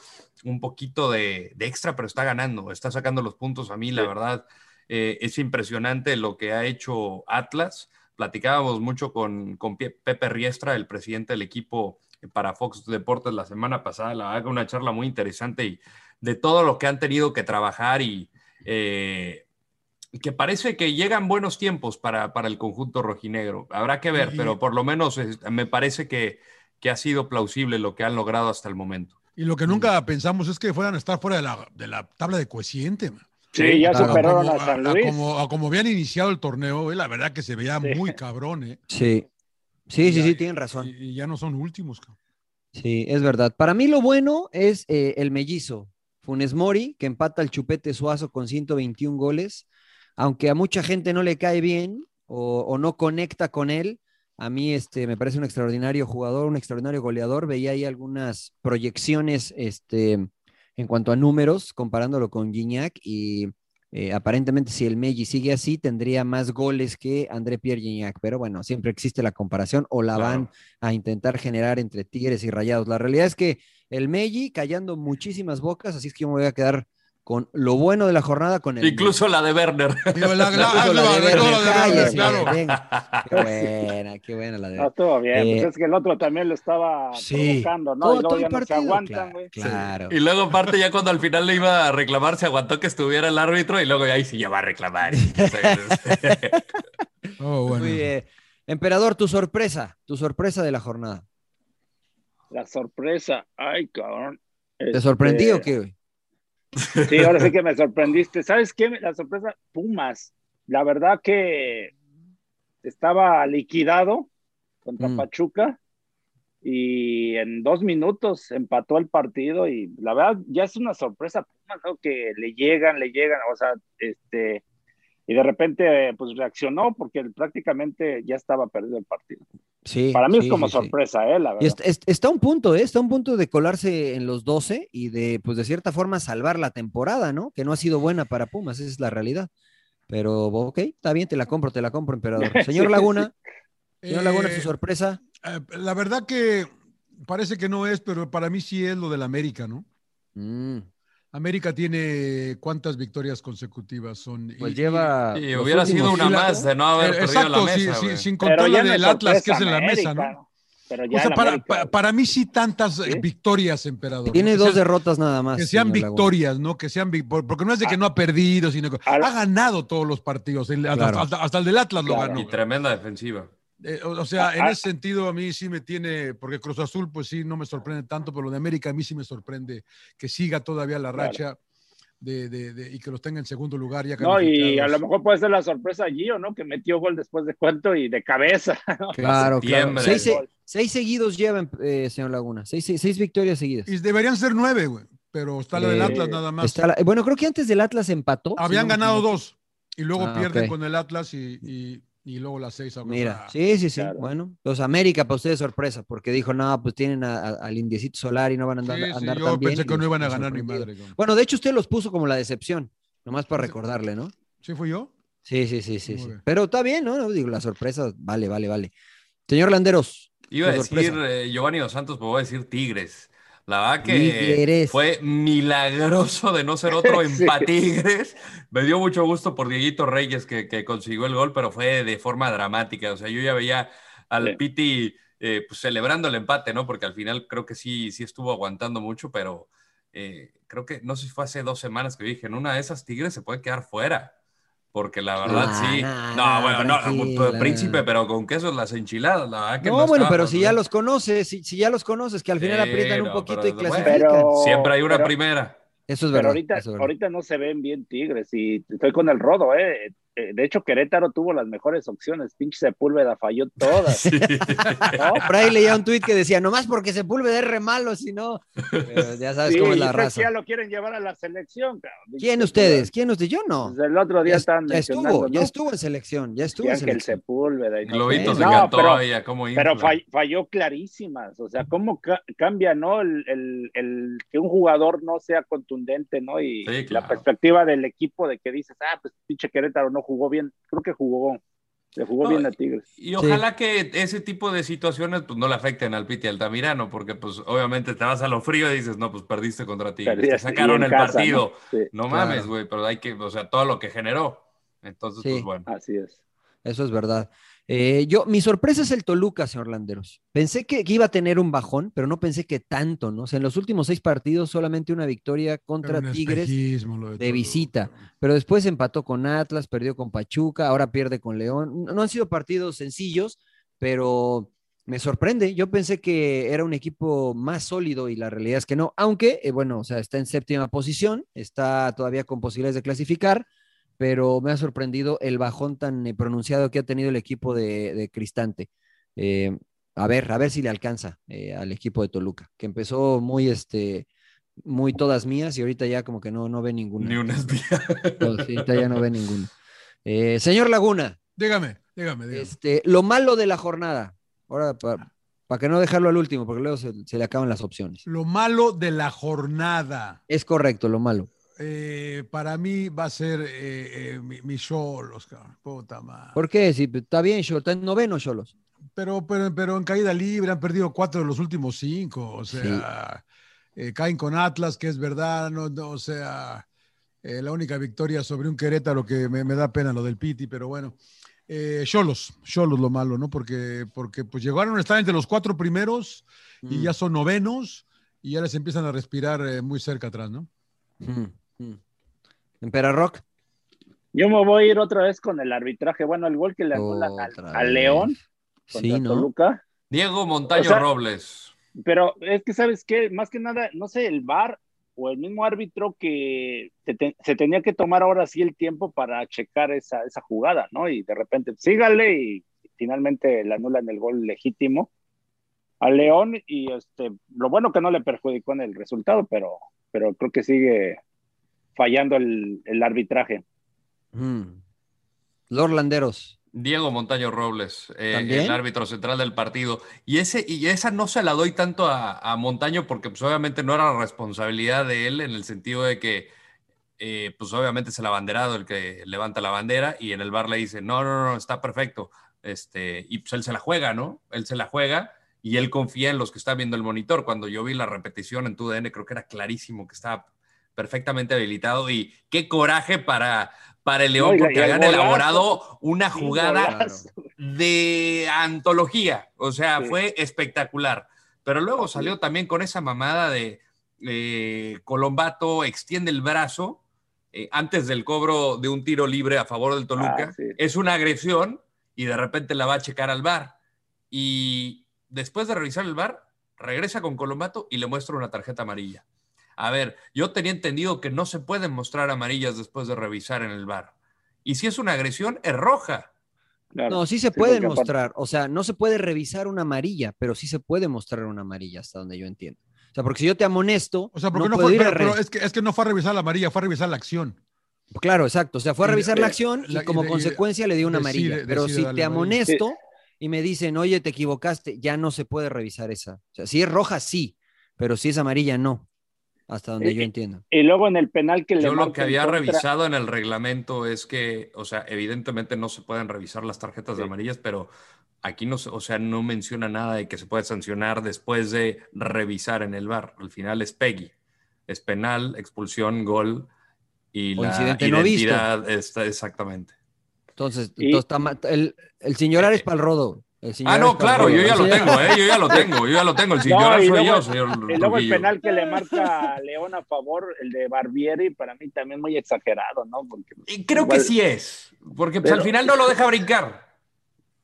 S5: un poquito de, de extra, pero está ganando, está sacando los puntos a mí, la
S6: Sí.
S5: verdad. eh, es impresionante lo que ha hecho Atlas platicábamos mucho con, con Pie- Pepe Riestra, el presidente del equipo para Fox Deportes la semana pasada, la haga una charla muy interesante y de todo lo que han tenido que trabajar y eh, que parece que llegan buenos tiempos para, para el conjunto rojinegro. Habrá que ver,
S7: Y-
S5: pero por lo menos es- me parece que, que ha sido plausible lo que han logrado hasta el momento.
S7: Y lo que nunca pensamos es que fueran a estar fuera de la, de la tabla de cociente. man.
S6: Sí, ya
S7: Claro.
S6: superaron
S7: Como-
S6: a San
S7: a-
S6: Luis.
S7: como, a como habían iniciado el torneo, güey, la verdad que se veía muy cabrón, ¿eh?
S4: Sí. Sí, sí,
S7: Ya-
S4: sí, tienen razón.
S7: Y, y ya no son últimos, cabrón.
S4: Sí, es verdad. Para mí lo bueno es eh, el mellizo, Funes Mori, que empata el chupete suazo con 121 goles. Aunque a mucha gente no le cae bien o, o no conecta con él, a mí este, me parece un extraordinario jugador, un extraordinario goleador. Veía ahí algunas proyecciones este, en cuanto a números, comparándolo con Gignac y eh, aparentemente si el Melli sigue así, tendría más goles que André Pierre Gignac, pero bueno, siempre existe la comparación o la van a intentar generar entre Tigres y Rayados. La realidad es que el Melli callando muchísimas bocas, así es que yo me voy a quedar con lo bueno de la jornada con el
S5: Incluso la de Werner.
S7: Digo, la- la-
S4: Incluso la ah, de
S7: la-
S4: Werner.
S7: la- la-
S4: Cállese,
S7: claro.
S4: venga. Qué buena, qué buena la de
S6: No, estuvo bien.
S4: Eh,
S6: pues es que el otro también lo estaba
S4: sí.
S6: provocando, ¿no?
S4: Todo-
S6: y luego
S4: todo
S6: ya
S4: el
S6: no se
S4: partido,
S6: aguantan, güey.
S4: Claro.
S5: Y luego, aparte, ya cuando al final le iba a reclamar, se aguantó que estuviera el árbitro y luego ahí sí ya va a reclamar.
S7: Oh, bueno.
S4: Muy bien. Emperador, tu sorpresa, tu sorpresa de la jornada.
S6: La sorpresa. Ay, cabrón. Este,
S4: ¿Te sorprendí o qué? güey?
S6: Sí, ahora sí que me sorprendiste. ¿Sabes qué? La sorpresa, Pumas. La verdad que estaba liquidado contra
S4: Mm.
S6: Pachuca y en dos minutos empató el partido y la verdad ya es una sorpresa Pumas, ¿no? Que le llegan, le llegan, o sea, este, y de repente eh, pues reaccionó porque prácticamente ya estaba perdido el partido.
S4: Sí,
S6: Para mí
S4: sí,
S6: es como
S4: sí, sí.
S6: sorpresa, ¿eh? La
S4: Y
S6: verdad.
S4: est- est- está a un punto, ¿eh? está a un punto de colarse en los 12 y de, pues de cierta forma, salvar la temporada, ¿no? Que no ha sido buena para Pumas, esa es la realidad. Pero, ok, está bien, te la compro, te la compro, emperador. Señor
S7: Sí,
S4: Laguna,
S7: sí.
S4: señor Laguna,
S7: Eh,
S4: su sorpresa.
S7: Eh, la verdad que parece que no es, pero para mí sí es lo del América, ¿no?
S4: Mm,
S7: América tiene cuántas victorias consecutivas son. Y-
S4: Pues lleva
S5: Y
S7: los
S5: hubiera sido
S7: últimos-
S5: una
S7: y la-
S5: más de no haber
S7: Eh,
S5: perdido
S7: exacto,
S5: la
S7: sí,
S5: mesa,
S7: sí,
S5: güey.
S7: sin
S6: Pero
S7: contar
S6: ya
S7: la
S6: no es
S7: del Atlas que es en
S6: sorpresa,
S7: la mesa,
S6: América,
S7: ¿no?
S6: Pero ya
S7: O sea,
S6: en
S7: para,
S6: América,
S7: pa- para mí sí tantas eh, victorias, emperador.
S4: tiene
S7: ¿no? Que
S4: dos
S7: sean-
S4: derrotas nada Ah. más.
S7: Que sean
S4: señor Laguna.
S7: victorias, ¿no? Que sean vic- por- porque no es de que no ha perdido, sino que
S6: Al-
S7: ha ganado todos los partidos. El- hasta,
S4: Claro.
S7: hasta- hasta el del Atlas lo
S6: Claro.
S7: ganó.
S5: Y tremenda defensiva.
S7: Eh, o, o sea, en
S6: Ah.
S7: ese sentido a mí sí me tiene, porque Cruz Azul pues sí no me sorprende tanto, pero lo de América a mí sí me sorprende que siga todavía la
S6: Claro.
S7: racha de, de- de- y que los tenga en segundo lugar. Ya
S6: No, y a
S7: calificados.
S6: lo mejor puede ser la sorpresa allí o no, que metió gol después de cuánto y de cabeza. ¿no?
S4: Claro, claro.
S5: Septiembre.
S4: Seis, se- seis seguidos llevan, eh, señor Laguna, seis, seis- seis victorias seguidas.
S7: Y deberían ser nueve, güey, pero está la del
S4: Eh,
S7: Atlas nada más.
S4: Está la- bueno, creo que antes del Atlas empató. si no
S7: Habían
S4: me
S7: ganado
S4: equivoco.
S7: dos y luego
S4: Ah,
S7: pierden
S4: ok.
S7: con el Atlas y, y- y luego las seis. o
S4: Mira,
S7: sea,
S4: sí, sí, sí.
S6: claro.
S4: Bueno, los América para ustedes sorpresa, porque dijo, no, pues tienen a- a- al Indiecito Solar y no van a andar,
S7: sí, sí,
S4: andar
S7: yo
S4: tan bien",
S7: pensé
S4: y
S7: que
S4: los-
S7: no iban a
S4: los
S7: ganar ni
S4: sorprendió.
S7: madre. güey.
S4: Bueno, de hecho usted los puso como la decepción, nomás para recordarle, ¿no?
S7: ¿Sí fui yo?
S4: Sí, sí, sí, sí.
S7: Muy
S4: sí.
S7: bien.
S4: Pero está bien, ¿no? No, Digo, la sorpresa, vale, vale, vale. Señor Landeros.
S5: Iba a
S4: su
S5: decir
S4: sorpresa.
S5: eh, Giovanni Dos Santos, pero voy a decir Tigres. La verdad que
S4: Tigres.
S5: fue milagroso de no ser otro
S6: Sí.
S5: empatigres. Me dio mucho gusto por Dieguito Reyes que, que consiguió el gol, pero fue de forma dramática. O sea, yo ya veía al
S6: Sí.
S5: Piti eh, pues, celebrando el empate, ¿no? Porque al final creo que sí, sí estuvo aguantando mucho, pero eh, creo que no sé si fue hace dos semanas que dije, en una de esas Tigres se puede quedar fuera. Porque la verdad
S4: Ah,
S5: sí.
S4: no,
S5: No,
S4: no,
S5: bueno,
S4: tranquila.
S5: no, príncipe, pero con quesos las enchiladas, la
S7: Ah,
S5: verdad que
S4: No, bueno,
S5: estaba
S4: pero si ya
S5: tan-
S4: los conoces, si, si ya los conoces, que al final
S5: Sí,
S4: aprietan un
S5: no,
S4: poquito
S5: pero
S4: y
S5: bueno.
S4: clasifican.
S6: Pero,
S5: Siempre hay una
S6: pero-
S5: primera.
S4: eso es
S6: pero
S4: verdad.
S6: ahorita,
S4: eso es verdad.
S6: ahorita no se ven bien Tigres y estoy con el rodo, ¿eh? Eh, De hecho, Querétaro tuvo las mejores opciones. Pinche Sepúlveda falló todas. ¿no?
S4: Por ahí leía un tuit que decía, nomás porque Sepúlveda es re malo, si no. Pero ya sabes
S6: Sí,
S4: cómo es
S6: yo
S4: la
S6: sé que
S4: raza.
S6: Ya lo quieren llevar a la selección. cabrón. Pinche
S4: ¿Quién
S6: Sepúlveda.
S4: ustedes? ¿Quién ustedes? Yo no.
S6: Desde pues el otro día
S4: Ya,
S6: estaban
S4: ya estuvo,
S6: mencionando,
S4: ya
S6: ¿no?
S4: estuvo en selección, ya estuvo
S6: Y
S4: en
S6: Ángel
S4: selección.
S6: Sepúlveda. y no sé
S5: Globitos
S6: qué.
S5: de
S4: No,
S5: Cantoya, cómo infla.
S6: Pero fall- falló clarísimas, o sea, cómo ca- cambia, ¿no? El, el- el que un jugador no sea contundente, ¿no? Y
S5: Sí,
S6: la
S5: claro.
S6: perspectiva del equipo de que dices, ah, pues pinche Querétaro no jugó bien, creo que jugó, le jugó
S5: No,
S6: bien
S5: y-
S6: a Tigres.
S5: Y ojalá que ese tipo de situaciones pues, no le afecten al Piti Altamirano, porque pues obviamente te vas a lo frío y dices, no, pues perdiste contra ti,
S6: Perdí
S5: te
S6: así
S5: sacaron
S6: en
S5: el
S6: casa,
S5: partido.
S6: ¿no? Sí,
S5: No
S4: Claro.
S5: mames, güey, pero hay que, o sea, todo lo que generó. Entonces,
S4: Sí.
S5: pues bueno.
S6: así es.
S4: Eso es verdad. Eh, yo, mi sorpresa es el Toluca, señor Landeros. Pensé que, que iba a tener un bajón, pero no pensé que tanto, ¿no? O sea, en los últimos seis partidos solamente una victoria contra
S7: Era un
S4: Tigres
S7: espejismo lo de
S4: de,
S7: Toluca.
S4: visita, pero después empató con Atlas, perdió con Pachuca, ahora pierde con León. No no han sido partidos sencillos, pero me sorprende. Yo pensé que era un equipo más sólido y la realidad es que no, aunque, eh, bueno, o sea, está en séptima posición, está todavía con posibilidades de clasificar, pero me ha sorprendido el bajón tan eh, pronunciado que ha tenido el equipo de, de Cristante. Eh, a ver, a ver si le alcanza eh, al equipo de Toluca, que empezó muy, este, muy todas mías y ahorita ya como que no, no ve ninguna.
S5: Ni una espía.
S4: No, Pues, sí, ahorita ya no ve ninguna. Eh, señor Laguna,
S7: Dígame, dígame, dígame.
S4: este, lo malo de la jornada. Ahora, para que no dejarlo al último, porque luego se, se le acaban las opciones.
S7: Lo malo de la jornada.
S4: Es correcto, lo malo.
S7: eh, para mí va a ser eh, eh, mi, mi Xolos, cabrón. Puta madre.
S4: ¿Por qué? Si está bien, Xolo, está en noveno, Cholos.
S7: Pero, pero, pero en caída libre han perdido cuatro de los últimos cinco. O sea, eh, caen con Atlas, que es verdad. No, no, o sea, eh, la única victoria sobre un Querétaro que me, me da pena lo del Piti, pero bueno. Eh, Cholos, Cholos lo malo, ¿no? Porque, porque pues llegaron a estar entre los cuatro primeros y ya son novenos y ya les empiezan a respirar eh, muy cerca atrás, ¿no?
S4: Mm, Empera Rock.
S6: Yo me voy a ir otra vez con el arbitraje. Bueno, el gol que le anulan
S4: Otra
S6: al, al
S4: vez.
S6: León contra
S4: Sí, ¿no?
S6: Toluca.
S5: Diego Montaño
S6: O sea-
S5: Robles.
S6: Pero es que, ¿sabes qué? Más que nada, no sé, el VAR o el mismo árbitro que te- te- se tenía que tomar ahora sí el tiempo para checar esa, esa jugada, ¿no? Y de repente, pues, sígale y finalmente le anulan el gol legítimo a León y este, lo bueno que no le perjudicó en el resultado, pero, pero creo que sigue fallando el, el arbitraje.
S4: Mm. Lord Landeros.
S5: Diego Montaño Robles, eh,
S4: ¿También?
S5: el árbitro central del partido. Y, ese, y esa no se la doy tanto a, a Montaño porque pues, obviamente no era responsabilidad de él en el sentido de que eh, pues obviamente es el abanderado el que levanta la bandera y en el bar le dice, no, no, no, está perfecto. Este, y pues él se la juega, ¿no? Él se la juega y él confía en los que están viendo el monitor. Cuando yo vi la repetición en TUDN creo que era clarísimo que estaba perfectamente habilitado y qué coraje para, para el León
S6: No, y la- y
S5: porque
S6: el
S5: habían
S6: golazo.
S5: elaborado una
S6: Sí,
S5: jugada
S6: golazo.
S5: de antología, o sea,
S6: Sí.
S5: fue espectacular. Pero luego salió también con esa mamada de eh, Colombato extiende el brazo eh, antes del cobro de un tiro libre a favor del Toluca.
S6: Ah, sí.
S5: Es una agresión y de repente la va a checar al bar. Y después de revisar el bar, regresa con Colombato y le muestra una tarjeta amarilla. A ver, yo tenía entendido que no se pueden mostrar amarillas después de revisar en el bar. Y si es una agresión, es roja.
S6: Claro.
S4: No, sí se
S6: Sí,
S4: pueden
S6: porque aparte-
S4: mostrar. O sea, no se puede revisar una amarilla, pero sí se puede mostrar una amarilla, hasta donde yo entiendo. O sea, porque si yo te amonesto,
S7: O sea, porque
S4: no,
S7: no,
S4: puedo
S7: fue,
S4: ir a
S7: pero, pero
S4: res-
S7: es, que, es que no fue a revisar la amarilla, fue a revisar la acción.
S4: Claro, exacto. O sea, fue a
S7: Y-
S4: revisar la
S7: eh,
S4: acción y
S7: la- y
S4: como
S7: de- y
S4: consecuencia le dio una
S7: decide-
S4: amarilla. Pero
S7: decide
S4: si
S7: darle
S4: te
S7: amarilla.
S4: amonesto y me dicen, oye, te equivocaste, ya no se puede revisar esa. O sea, si es roja, sí, pero si es amarilla, no. Hasta donde
S6: Eh,
S4: yo entiendo.
S6: Y luego en el penal que le
S5: Yo lo que
S6: marcan
S5: había
S6: contra-
S5: revisado en el reglamento es que, o sea, evidentemente no se pueden revisar las tarjetas de
S6: Sí.
S5: amarillas, pero aquí no, se- o sea, no menciona nada de que se puede sancionar después de revisar en el bar. Al final es Peggy, es penal, expulsión, gol y
S4: O
S5: la
S4: incidente no visto.
S5: identidad está exactamente.
S4: Entonces,
S6: Y- Eh,
S4: entonces está ma- el, el señor es para el rodo. El señor
S5: Ah,
S4: Ara
S5: no,
S4: es pa'l
S5: claro,
S4: rodo.
S5: yo ya lo
S4: Sí,
S5: tengo, ¿eh? Yo ya lo tengo, yo ya lo tengo. El
S6: No,
S5: señor
S6: y
S5: soy
S6: luego-
S5: yo, señor
S6: Y luego el
S5: Trujillo.
S6: penal que le marca a León a favor, el de Barbieri, para mí también muy exagerado, ¿no? Porque
S5: Y Creo
S6: Igual-
S5: que sí es, porque pues,
S6: Pero-
S5: al final no lo deja brincar.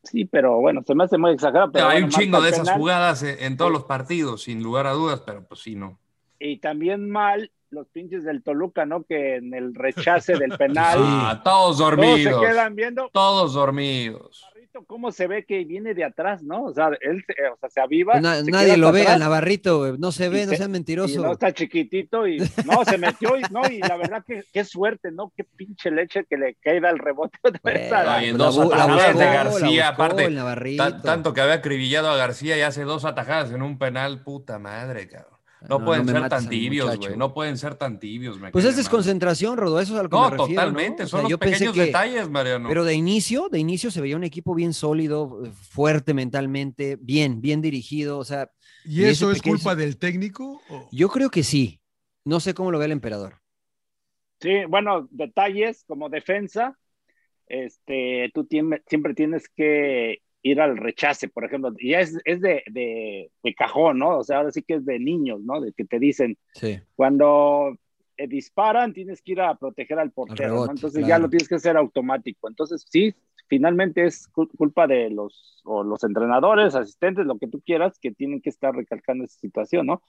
S6: sí, pero bueno, se me hace muy exagerado. Pero
S5: Hay
S6: bueno,
S5: un
S6: marca
S5: chingo
S6: el
S5: de esas
S6: penal.
S5: jugadas en, en todos los partidos, sin lugar a dudas, pero pues sí, no.
S6: Y también mal los pinches del Toluca, ¿no? Que en el rechace del penal.
S5: Ah, todos
S6: Todos se
S5: dormidos.
S6: quedan viendo
S5: Todos dormidos.
S6: Barrito, cómo se ve que viene de atrás, ¿no? O sea, él se- o sea, se aviva.
S4: Na-
S6: se queda
S4: nadie lo
S6: hasta
S4: ve, a
S6: atrás,
S4: Navarrito, güey. no se ve,
S6: Y
S4: no
S6: se-
S4: sea
S6: Y
S4: mentiroso.
S6: no está chiquitito y no, se metió y no, y la verdad que qué suerte, ¿no? Qué pinche leche que le cae al rebote otra vez a-
S5: Ay, en
S4: la
S5: dos
S4: bu- la
S5: atajadas de
S4: buscó, la
S5: García,
S4: buscó
S5: aparte,
S4: el Navarrito.
S5: Ta- tanto que había acribillado a García y hace dos atajadas en un penal, puta madre, cabrón. No,
S4: No,
S5: pueden
S4: no me
S5: ser
S4: mates
S5: tan
S4: al
S5: tibios,
S4: muchacho.
S5: güey. No pueden ser tan tibios, me
S4: Pues
S5: cae
S4: es
S5: de madre.
S4: desconcentración, Rodo, eso es a lo que
S5: No,
S4: me refiero,
S5: totalmente.
S4: ¿no? O
S5: Son
S4: sea,
S5: los
S4: yo pensé
S5: pequeños
S4: que-
S5: detalles, Mariano.
S4: Pero de inicio, de inicio se veía un equipo bien sólido, eh, fuerte mentalmente, bien, bien dirigido. O sea,
S7: ¿Y,
S4: Y ese
S7: eso es
S4: pequeño-
S7: culpa del técnico? o-
S4: yo creo que sí. No sé cómo lo ve el emperador.
S6: Sí, bueno, detalles como defensa. este, tú tiene- siempre tienes que ir al rechace, por ejemplo, y ya es, es de, de- de cajón, ¿no? O sea, ahora sí que es de niños, ¿no? De que te dicen,
S4: Sí.
S6: cuando eh, disparan tienes que ir a proteger al portero, ¿no?
S4: rebote,
S6: entonces ya
S4: claro.
S6: lo tienes que hacer automático. Entonces, sí, finalmente es cul- culpa de los, o los entrenadores, asistentes, lo que tú quieras, que tienen que estar recalcando esa situación, ¿no?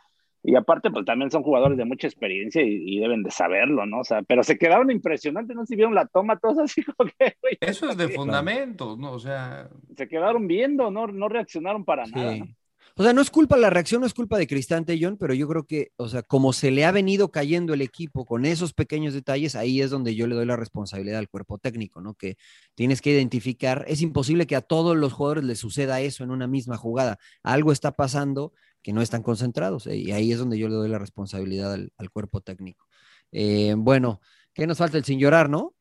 S6: Y aparte, pues también son jugadores de mucha experiencia y, y deben de saberlo, ¿no? O sea, pero se quedaron impresionantes, ¿no? Si vieron la toma, todos así como que, güey,
S5: Eso es de fundamentos, ¿no? O sea,
S6: se quedaron viendo, no, no reaccionaron para nada. ¿no?
S4: O sea, no es culpa, la reacción no es culpa de Cristante, John, pero yo creo que, o sea, como se le ha venido cayendo el equipo con esos pequeños detalles, ahí es donde yo le doy la responsabilidad al cuerpo técnico, ¿no? Que tienes que identificar, es imposible que a todos los jugadores les suceda eso en una misma jugada. Algo está pasando que no están concentrados, eh, y ahí es donde yo le doy la responsabilidad al, al cuerpo técnico. Eh, bueno, ¿qué nos falta el sin llorar, no?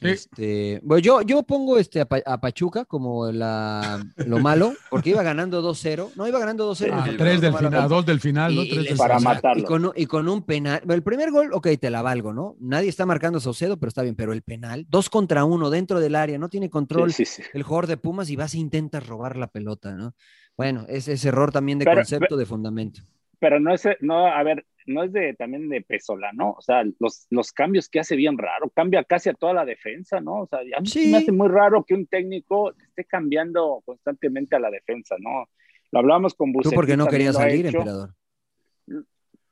S4: Este, bueno, yo, yo pongo este a, Pa- a Pachuca como la, lo malo, porque iba ganando 2-0. No, iba ganando 2-0.
S7: Ah,
S4: resultado
S7: tres del
S4: malo.
S7: final, a dos del final, ¿no?
S4: Y- y
S7: Tres
S4: les-
S7: del
S4: o sea,
S7: final.
S4: Y con, un- y con un penal. El primer gol, ok, te la valgo, ¿no? Nadie está marcando a Saucedo, pero está bien. Pero el penal, dos contra uno dentro del área, no tiene control
S6: Sí, sí, sí.
S4: el jugador de Pumas y vas e intentas robar la pelota, ¿no? Bueno, es ese error también de
S6: Pero-
S4: concepto,
S6: pero-
S4: de fundamento.
S6: Pero no es, eh, no, a ver, no es de también de Pesola, ¿no? O sea, los, los cambios que hace bien raro, cambia casi a toda la defensa, ¿no? O sea, a mí se me hace muy raro que un técnico esté cambiando constantemente a la defensa, ¿no? Lo hablábamos con
S4: Tú
S6: Bucetich.
S4: porque no
S6: pues también
S4: querías
S6: lo ha
S4: salir,
S6: hecho.
S4: emperador.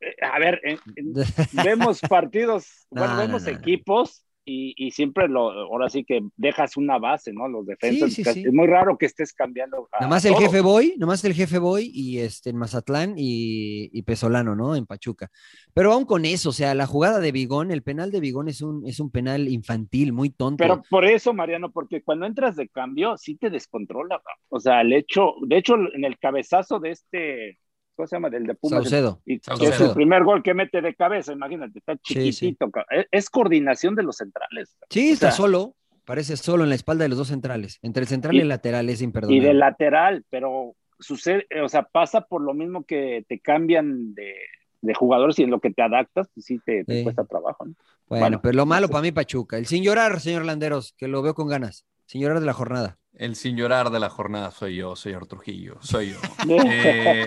S6: Eh, A ver, en- en- vemos partidos,
S4: No,
S6: bueno,
S4: no,
S6: vemos
S4: no, no.
S6: equipos y, y siempre lo, ahora sí que dejas una base, ¿no? Los defensas.
S4: Sí, sí,
S6: casi-
S4: sí.
S6: Es muy raro que estés cambiando. a
S4: Nada más el
S6: todos.
S4: jefe Boy, nada más el jefe Boy y este en Mazatlán y, y Pesolano, ¿no? En Pachuca. Pero aún con eso, o sea, la jugada de Bigón, el penal de Bigón es un, es un penal infantil, muy tonto.
S6: Pero por eso, Mariano, porque cuando entras de cambio, sí te descontrola. pa. O sea, el hecho, de hecho, en el cabezazo de este, ¿cómo se llama? Del de Pumas.
S4: Saucedo.
S6: Y, que
S4: Saucedo.
S6: es el primer gol que mete de cabeza, imagínate, está
S4: Sí, sí.
S6: chiquitito. ca- Es, es coordinación de los centrales.
S4: sí,
S6: O
S4: está
S6: sea,
S4: solo, parece solo en la espalda de los dos centrales. Entre el central y,
S6: Y-
S4: el lateral es imperdonable.
S6: Y de lateral, pero sucede, eh, o sea, pasa por lo mismo que te cambian de, de jugadores y en lo que te adaptas, pues sí te, te
S4: Sí.
S6: cuesta trabajo. ¿no?
S4: Bueno,
S6: Bueno,
S4: pero lo malo para mí, Pachuca. El sin llorar, señor Landeros, que lo veo con ganas. Sin llorar de la jornada.
S5: el sin llorar de la jornada soy yo, señor Trujillo, soy yo. Eh,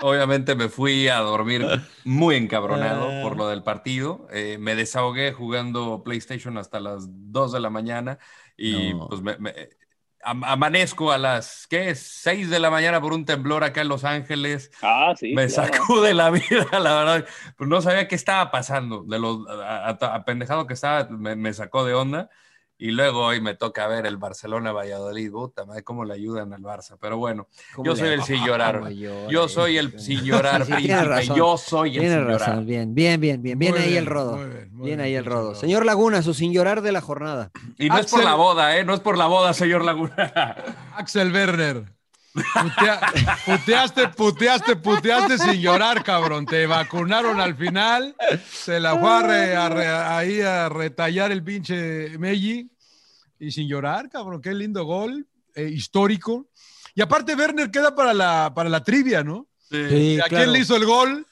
S5: obviamente me fui a dormir muy
S6: Ah.
S5: encabronado por lo del partido. Eh, me desahogué jugando PlayStation hasta las 2 de la mañana y
S4: No.
S5: pues me- me- am- amanezco a las, ¿qué? 6 de la mañana por un temblor acá en Los Ángeles.
S6: Ah, sí.
S5: me
S6: claro.
S5: sacude la vida, la verdad. Pues no sabía qué estaba pasando. De los a- a- apendejado que estaba, me, me sacó de onda. Y luego hoy me toca ver el Barcelona-Valladolid. Puta madre, cómo le ayudan al Barça. Pero bueno,
S4: ¿Cómo
S5: yo
S4: le- Ah,
S5: soy el sin llorar.
S4: ¿Cómo llora,
S5: Yo soy el sin llorar,
S4: eh, este, Sí, sí, tiene
S5: príncipe.
S4: razón.
S5: Yo soy el
S4: Tiene
S5: sin llorar.
S4: razón. Bien, bien, bien, bien. Bien
S7: Muy
S4: ahí
S7: bien,
S4: el rodo.
S7: muy
S4: Bien,
S7: bien, muy
S4: ahí
S7: bien,
S4: el
S7: señor
S4: rodo.
S7: Rodo.
S4: Señor Laguna, su sin llorar de la jornada.
S5: Y
S4: Ah,
S5: no es por
S7: Axel-
S5: la boda, ¿eh? No es por la boda, señor Laguna.
S7: Axel Werner. putea- puteaste, puteaste, puteaste sin llorar, cabrón. Te vacunaron al final. Se la fue a re- a re- ahí a retallar el pinche Meji. Y sin llorar, cabrón. Qué lindo gol. eh, histórico. Y aparte, Werner queda para la, para la trivia, ¿no?
S4: Sí,
S7: ¿A
S4: claro.
S7: quién le hizo el gol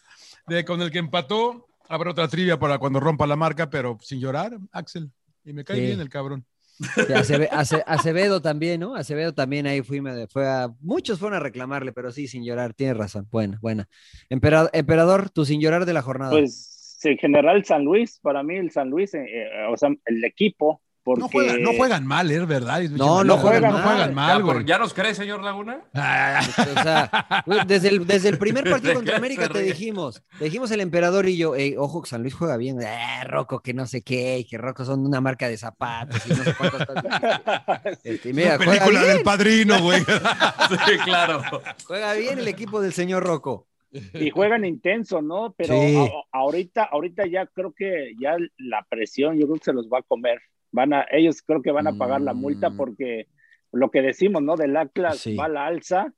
S7: de, con el que empató? Habrá otra trivia para cuando rompa la marca, pero sin llorar, Axel. Y me cae
S4: Sí.
S7: bien el cabrón.
S4: Sí, Aceve- Ace- Acevedo también, ¿no? Acevedo también ahí fui, me- fue a- muchos fueron a reclamarle, pero sí, sin llorar, tiene razón. Buena, buena. Empera- emperador, tu sin llorar de la jornada.
S6: Pues en general San Luis, para mí el San Luis, eh, eh, o sea, el equipo, porque
S7: No juegan, no juegan mal, es verdad. Es
S4: No, no juegan
S7: no juegan
S4: Ah,
S5: ¿Ya,
S7: mal,
S5: por-
S7: güey.
S5: ¿Ya nos cree, señor Laguna?
S7: Ah,
S4: Este, O sea, güey, desde el, desde el primer partido
S5: Desde
S4: contra
S5: que
S4: América
S5: se
S4: te
S5: ríe.
S4: dijimos, te dijimos el emperador y yo, "Ey, ojo que San Luis juega bien, Ah, Rocco que no sé qué, y que Rocco son una marca de zapatos y no sé cuántas cosas". Este, y mira,
S7: la
S4: juega
S7: película
S4: bien,
S7: del padrino, güey.
S5: Sí, claro.
S4: juega bien el equipo del señor Rocco.
S6: y juegan intenso, ¿no? Pero
S4: Sí.
S6: a- ahorita, ahorita ya creo que ya la presión, yo creo que se los va a comer. Van a, ellos creo que van a pagar la multa
S4: Mm.
S6: porque lo que decimos, ¿no? Del Atlas
S4: Sí.
S6: va a la alza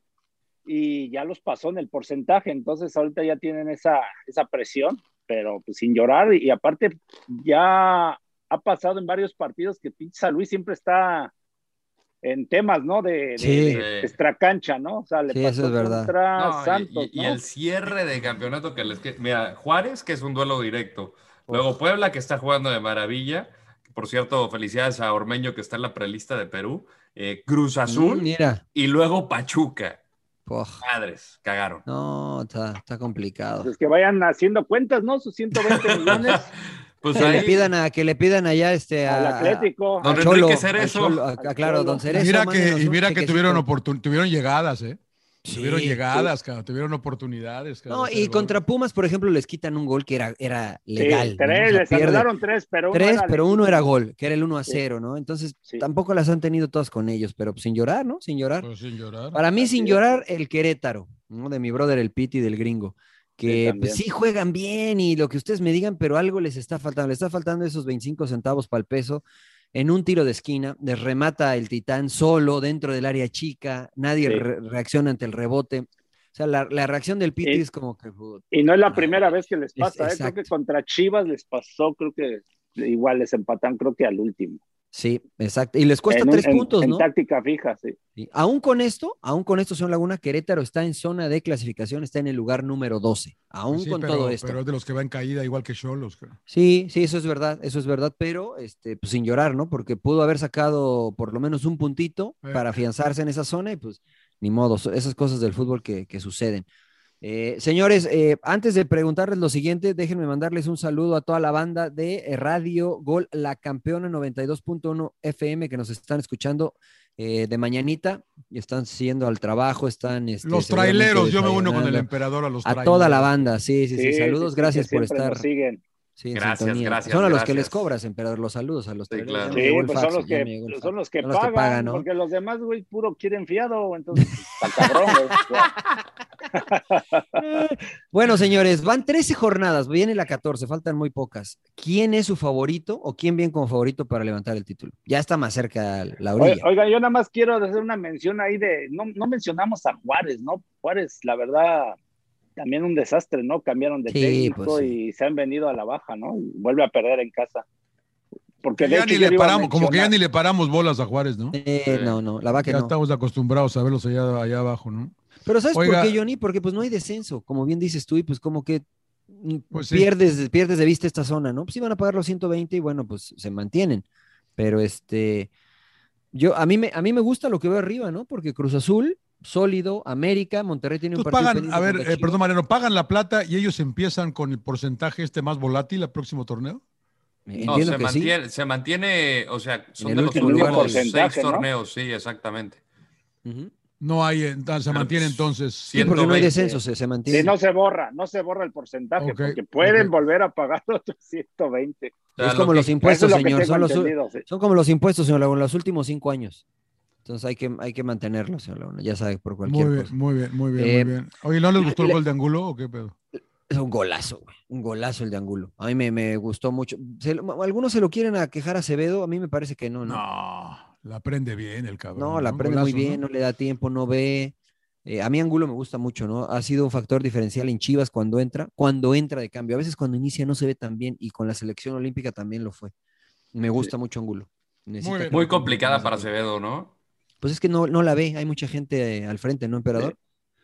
S6: y ya los pasó en el porcentaje, entonces ahorita ya tienen esa, esa presión, pero pues sin llorar y aparte ya ha pasado en varios partidos que pinche San Luis siempre está en temas, ¿no? De, de,
S4: Sí.
S6: de extracancha, ¿no? O sea, le
S4: Sí,
S6: pasó
S4: eso es verdad.
S6: contra
S5: No, y-
S6: Santos,
S5: y, y
S6: ¿no?
S5: el cierre de campeonato que les que- Mira, Juárez, que es un duelo directo. Luego Puebla, que está jugando de maravilla. Por cierto, felicidades a Ormeño que está en la prelista de Perú. eh,
S4: Mm,
S5: Cruz Azul
S4: Mira.
S5: y luego Pachuca.
S4: Poj.
S5: Madres, cagaron.
S4: No, está, está complicado.
S6: Pues que vayan haciendo cuentas, ¿no? Sus 120 millones.
S5: Pues
S4: que, le
S5: ahí-
S4: pidan a, que le pidan allá este, a,
S6: Al Atlético.
S4: a
S6: Don
S4: Cholo,
S5: Enrique
S4: al
S5: Cerezo.
S4: Cholo, a- a- claro, don Cerezo.
S7: mira
S4: mándenos
S7: que, y
S4: un
S7: mira que
S4: chequecito.
S7: tuvieron, oportun- tuvieron llegadas, ¿eh?
S4: Sí,
S7: tuvieron llegadas,
S4: sí.
S7: cabrón, tuvieron oportunidades. cabrón,
S4: No,
S7: de
S4: y
S7: hacer
S4: contra Pumas, por ejemplo, les quitan un gol que era, era
S6: Sí,
S4: legal. ¿no? O
S6: tres,
S4: sea,
S6: les
S4: pierde.
S6: anularon tres, pero uno
S4: Tres,
S6: era
S4: pero uno
S6: legítimo.
S4: era gol, que era el 1 a
S6: Sí.
S4: 0, ¿no? Entonces, tampoco las han tenido todas con ellos, pero sin llorar, ¿no? Sin llorar.
S7: Pero pues, sin llorar.
S4: Para mí, sin
S6: es.
S4: llorar, el Querétaro, ¿no? De mi brother, el Piti del gringo.
S6: Sí,
S4: Que
S6: también.
S4: pues, sí juegan bien y lo que ustedes me digan, pero algo les está faltando. Les está faltando esos 25 centavos para el peso. En un tiro de esquina, les remata el Titán solo dentro del área chica. Nadie
S6: Sí.
S4: re- reacciona ante el rebote. O sea, la, la reacción del Piti
S6: Y-
S4: es como que. uh, puta,
S6: Y no es la primera vez que les pasa,
S4: Ah, Es-
S6: ¿eh? Creo que
S4: exacto.
S6: contra Chivas les pasó, creo que igual les empatan, creo que al último.
S4: Sí, exacto. Y les cuesta
S6: En un-
S4: tres
S6: en-
S4: puntos,
S6: en
S4: ¿no?
S6: táctica fija, sí.
S4: Sí. Aún con esto, aún con esto, Señor Laguna, Querétaro está en zona de clasificación, está en el lugar número 12, aún
S7: Sí,
S4: con
S7: pero-
S4: todo esto.
S7: Pero es de los que va en caída, igual que Cholos. cabrón.
S4: Sí, sí, eso es verdad, eso es verdad, pero este, pues, sin llorar, ¿no? Porque pudo haber sacado por lo menos un puntito
S7: Eh.
S4: para afianzarse en esa zona y pues ni modo, so- esas cosas del fútbol que, que suceden. Eh, señores, eh, antes de preguntarles lo siguiente, déjenme mandarles un saludo a toda la banda de eh, Radio Gol La Campeona 92.1 FM que nos están escuchando eh, de mañanita y están siendo al trabajo, están... este,
S7: Los
S4: seguramente
S7: traileros, yo me uno con el
S4: desayunando.
S7: emperador a los
S4: A
S7: traileros.
S4: toda la banda, sí, sí, sí.
S6: Sí,
S4: Saludos,
S6: sí, sí,
S4: gracias
S6: que
S4: por
S6: siempre
S4: estar.
S6: nos siguen.
S4: Sí, en
S5: Gracias,
S4: sintonía.
S5: gracias,
S4: Son a los que
S5: gracias.
S4: les cobras, emperador, los saludos a los
S5: Sí,
S4: traileros.
S5: claro.
S4: Ya
S6: Sí,
S4: me llegó el
S6: pues
S4: fax,
S6: son los
S4: Ah, ya
S6: que,
S4: me llegó el fax.
S6: son los que
S4: Son
S6: pagan,
S4: ¿no?
S6: porque los demás, güey, puro quieren fiado, entonces, está cabrón, güey. O sea,
S4: Bueno, señores, van 13 jornadas, viene la 14, faltan muy pocas. ¿Quién es su favorito o quién viene como favorito para levantar el título? Ya está más cerca la
S6: oye,
S4: orilla.
S6: Oiga, yo nada más quiero hacer una mención ahí de, no, no mencionamos a Juárez, ¿no? Juárez, la verdad, también un desastre, ¿no? Cambiaron de
S4: Sí,
S6: técnico
S4: pues, sí.
S6: y se han venido a la baja, ¿no? Y vuelve a perder en casa. Porque de
S7: Ya
S6: hecho,
S7: ni
S6: yo
S7: le
S6: iba a
S7: paramos, como que ya
S6: mencionar-
S7: ni le paramos bolas a Juárez, ¿no?
S4: Eh, no, no, la vaca
S7: Ya
S4: no.
S7: estamos acostumbrados a verlos allá, allá abajo, ¿no?
S4: Pero ¿sabes
S7: Oiga.
S4: por qué, Johnny? Porque pues no hay descenso, como bien dices tú, y pues como que mm,
S7: Pues sí.
S4: pierdes, pierdes de vista esta zona, ¿no? Pues iban a pagar los 120 y bueno, pues se mantienen. Pero este, yo, a mí me, a mí me gusta lo que veo arriba, ¿no? Porque Cruz Azul, sólido, América, Monterrey tiene un
S7: Entonces
S4: partido
S7: pagan,
S4: pendiente
S7: a ver,
S4: contra
S7: eh,
S4: Chivas.
S7: perdón, Mariano, pagan la plata y ellos empiezan con el porcentaje este más volátil al próximo torneo.
S5: No,
S4: Entiendo
S5: se,
S4: que sí.
S5: mantiene, se mantiene, o sea, son
S4: el
S5: de los
S4: último
S6: lugar.
S5: últimos seis
S6: Porcentaje, ¿no?
S5: torneos, sí, exactamente.
S4: Ujú.
S7: No hay, eh, se mantiene entonces.
S4: Sí, porque no hay
S5: 120.
S4: descenso, se, se mantiene.
S6: Sí, no se borra, no se borra el porcentaje,
S7: Ok,
S6: porque pueden
S7: ok.
S6: volver a pagar otros 120.
S5: O sea,
S4: es como
S5: lo
S4: los
S5: que-
S6: Eso
S4: impuestos,
S6: es lo
S4: Pues, señor.
S6: que tengo
S4: Son los,
S6: entendido, sí.
S4: son como los impuestos, señor Laguna, los últimos cinco años. Entonces hay que, hay que mantenerlos, señor Laguna, ya sabe, por
S7: Muy
S4: cualquier
S7: bien,
S4: cosa.
S7: muy bien, muy bien,
S4: Eh,
S7: muy bien. Oye, ¿no les gustó el
S4: le-
S7: gol de Angulo o qué pedo?
S4: Es un golazo, güey. Un golazo el de Angulo. A mí me, me gustó mucho. Se lo- algunos se lo quieren a quejar a Acevedo, a mí me parece que no, ¿no?
S7: No, la prende bien el cabrón.
S4: No, la
S7: Un
S4: aprende muy
S7: golazo,
S4: bien,
S7: ¿no?
S4: ¿no? le da tiempo, no ve. Eh, a mí Angulo me gusta mucho, ¿no? Ha sido un factor diferencial en Chivas cuando entra, cuando entra de cambio. A veces cuando inicia no se ve tan bien y con la selección olímpica también lo fue. Me gusta mucho Angulo. Necesita
S7: bien.
S4: que-
S5: Muy complicada para Acevedo, ¿no?
S4: Pues es que no, no la ve, hay mucha gente eh, al frente, ¿no, emperador?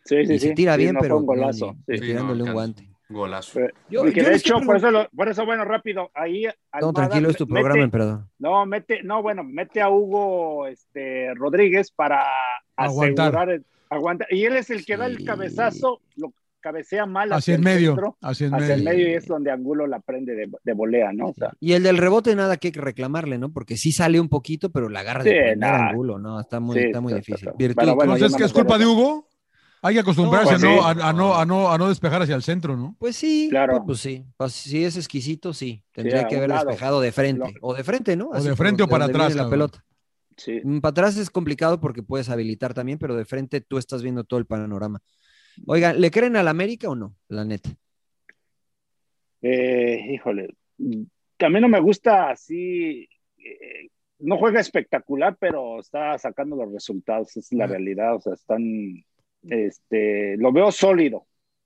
S6: Sí,
S4: y
S6: sí,
S4: se
S6: sí.
S4: tira
S6: Sí,
S4: bien,
S6: no fue
S4: pero
S6: un
S4: no,
S6: golazo.
S4: ni-
S6: sí.
S5: Sí, no
S4: tirándole un
S5: alcanza.
S4: guante.
S5: Golazo.
S6: Pero-
S4: Yo-
S6: y que
S4: yo
S6: de
S4: les quiero
S6: hecho, por
S4: pregun-
S6: eso, lo- por eso, bueno, rápido, ahí
S4: No,
S6: Almada
S4: tranquilo, es tu
S6: mete-
S4: programa, emperador.
S6: no, mete, no, bueno, mete a Hugo este, Rodríguez para
S7: Aguantar.
S6: asegurar, el- aguantar. Y él es el que da el
S4: Sí.
S6: cabezazo, lo cabecea mal
S7: Hacia el medio, hacia el
S6: hacia el
S7: medio.
S6: medio y es donde Angulo la prende de, de volea, ¿no? O sea,
S4: Y el del rebote, nada que reclamarle, ¿no? Porque sí sale un poquito, pero la agarra de
S6: Sí,
S4: primer
S6: nah.
S4: ángulo, ¿no? Está muy,
S6: Sí,
S4: está muy
S6: está-
S4: difícil.
S6: está-
S4: Virtud.
S6: Pero bueno, yo
S7: Entonces,
S6: no
S7: ¿qué
S6: me
S7: Pues es culpa de
S6: acuerdo.
S7: Hugo? Hay que acostumbrarse a,
S6: No,
S7: no,
S6: pues
S7: a, a no, a, no, a no despejar hacia el centro, ¿no?
S4: Pues sí,
S6: Claro.
S4: pues, pues sí. Pues si es exquisito, sí. Tendría
S6: a
S4: que
S6: un
S4: haber
S6: lado.
S4: despejado de frente.
S6: Lo-
S4: O de frente, ¿no?
S7: O de frente o
S4: por
S7: para
S4: donde viene
S7: atrás,
S4: La
S7: cabrón.
S4: pelota.
S6: sí.
S4: Mm, Para atrás es complicado porque puedes habilitar también, pero de frente tú estás viendo todo el panorama. Oigan, ¿le creen al América o no? La neta.
S6: Eh, híjole, que a mí no me gusta así, eh, no juega espectacular, pero está sacando los resultados, es la
S7: Mm.
S6: realidad, o sea, están, este, lo veo sólido,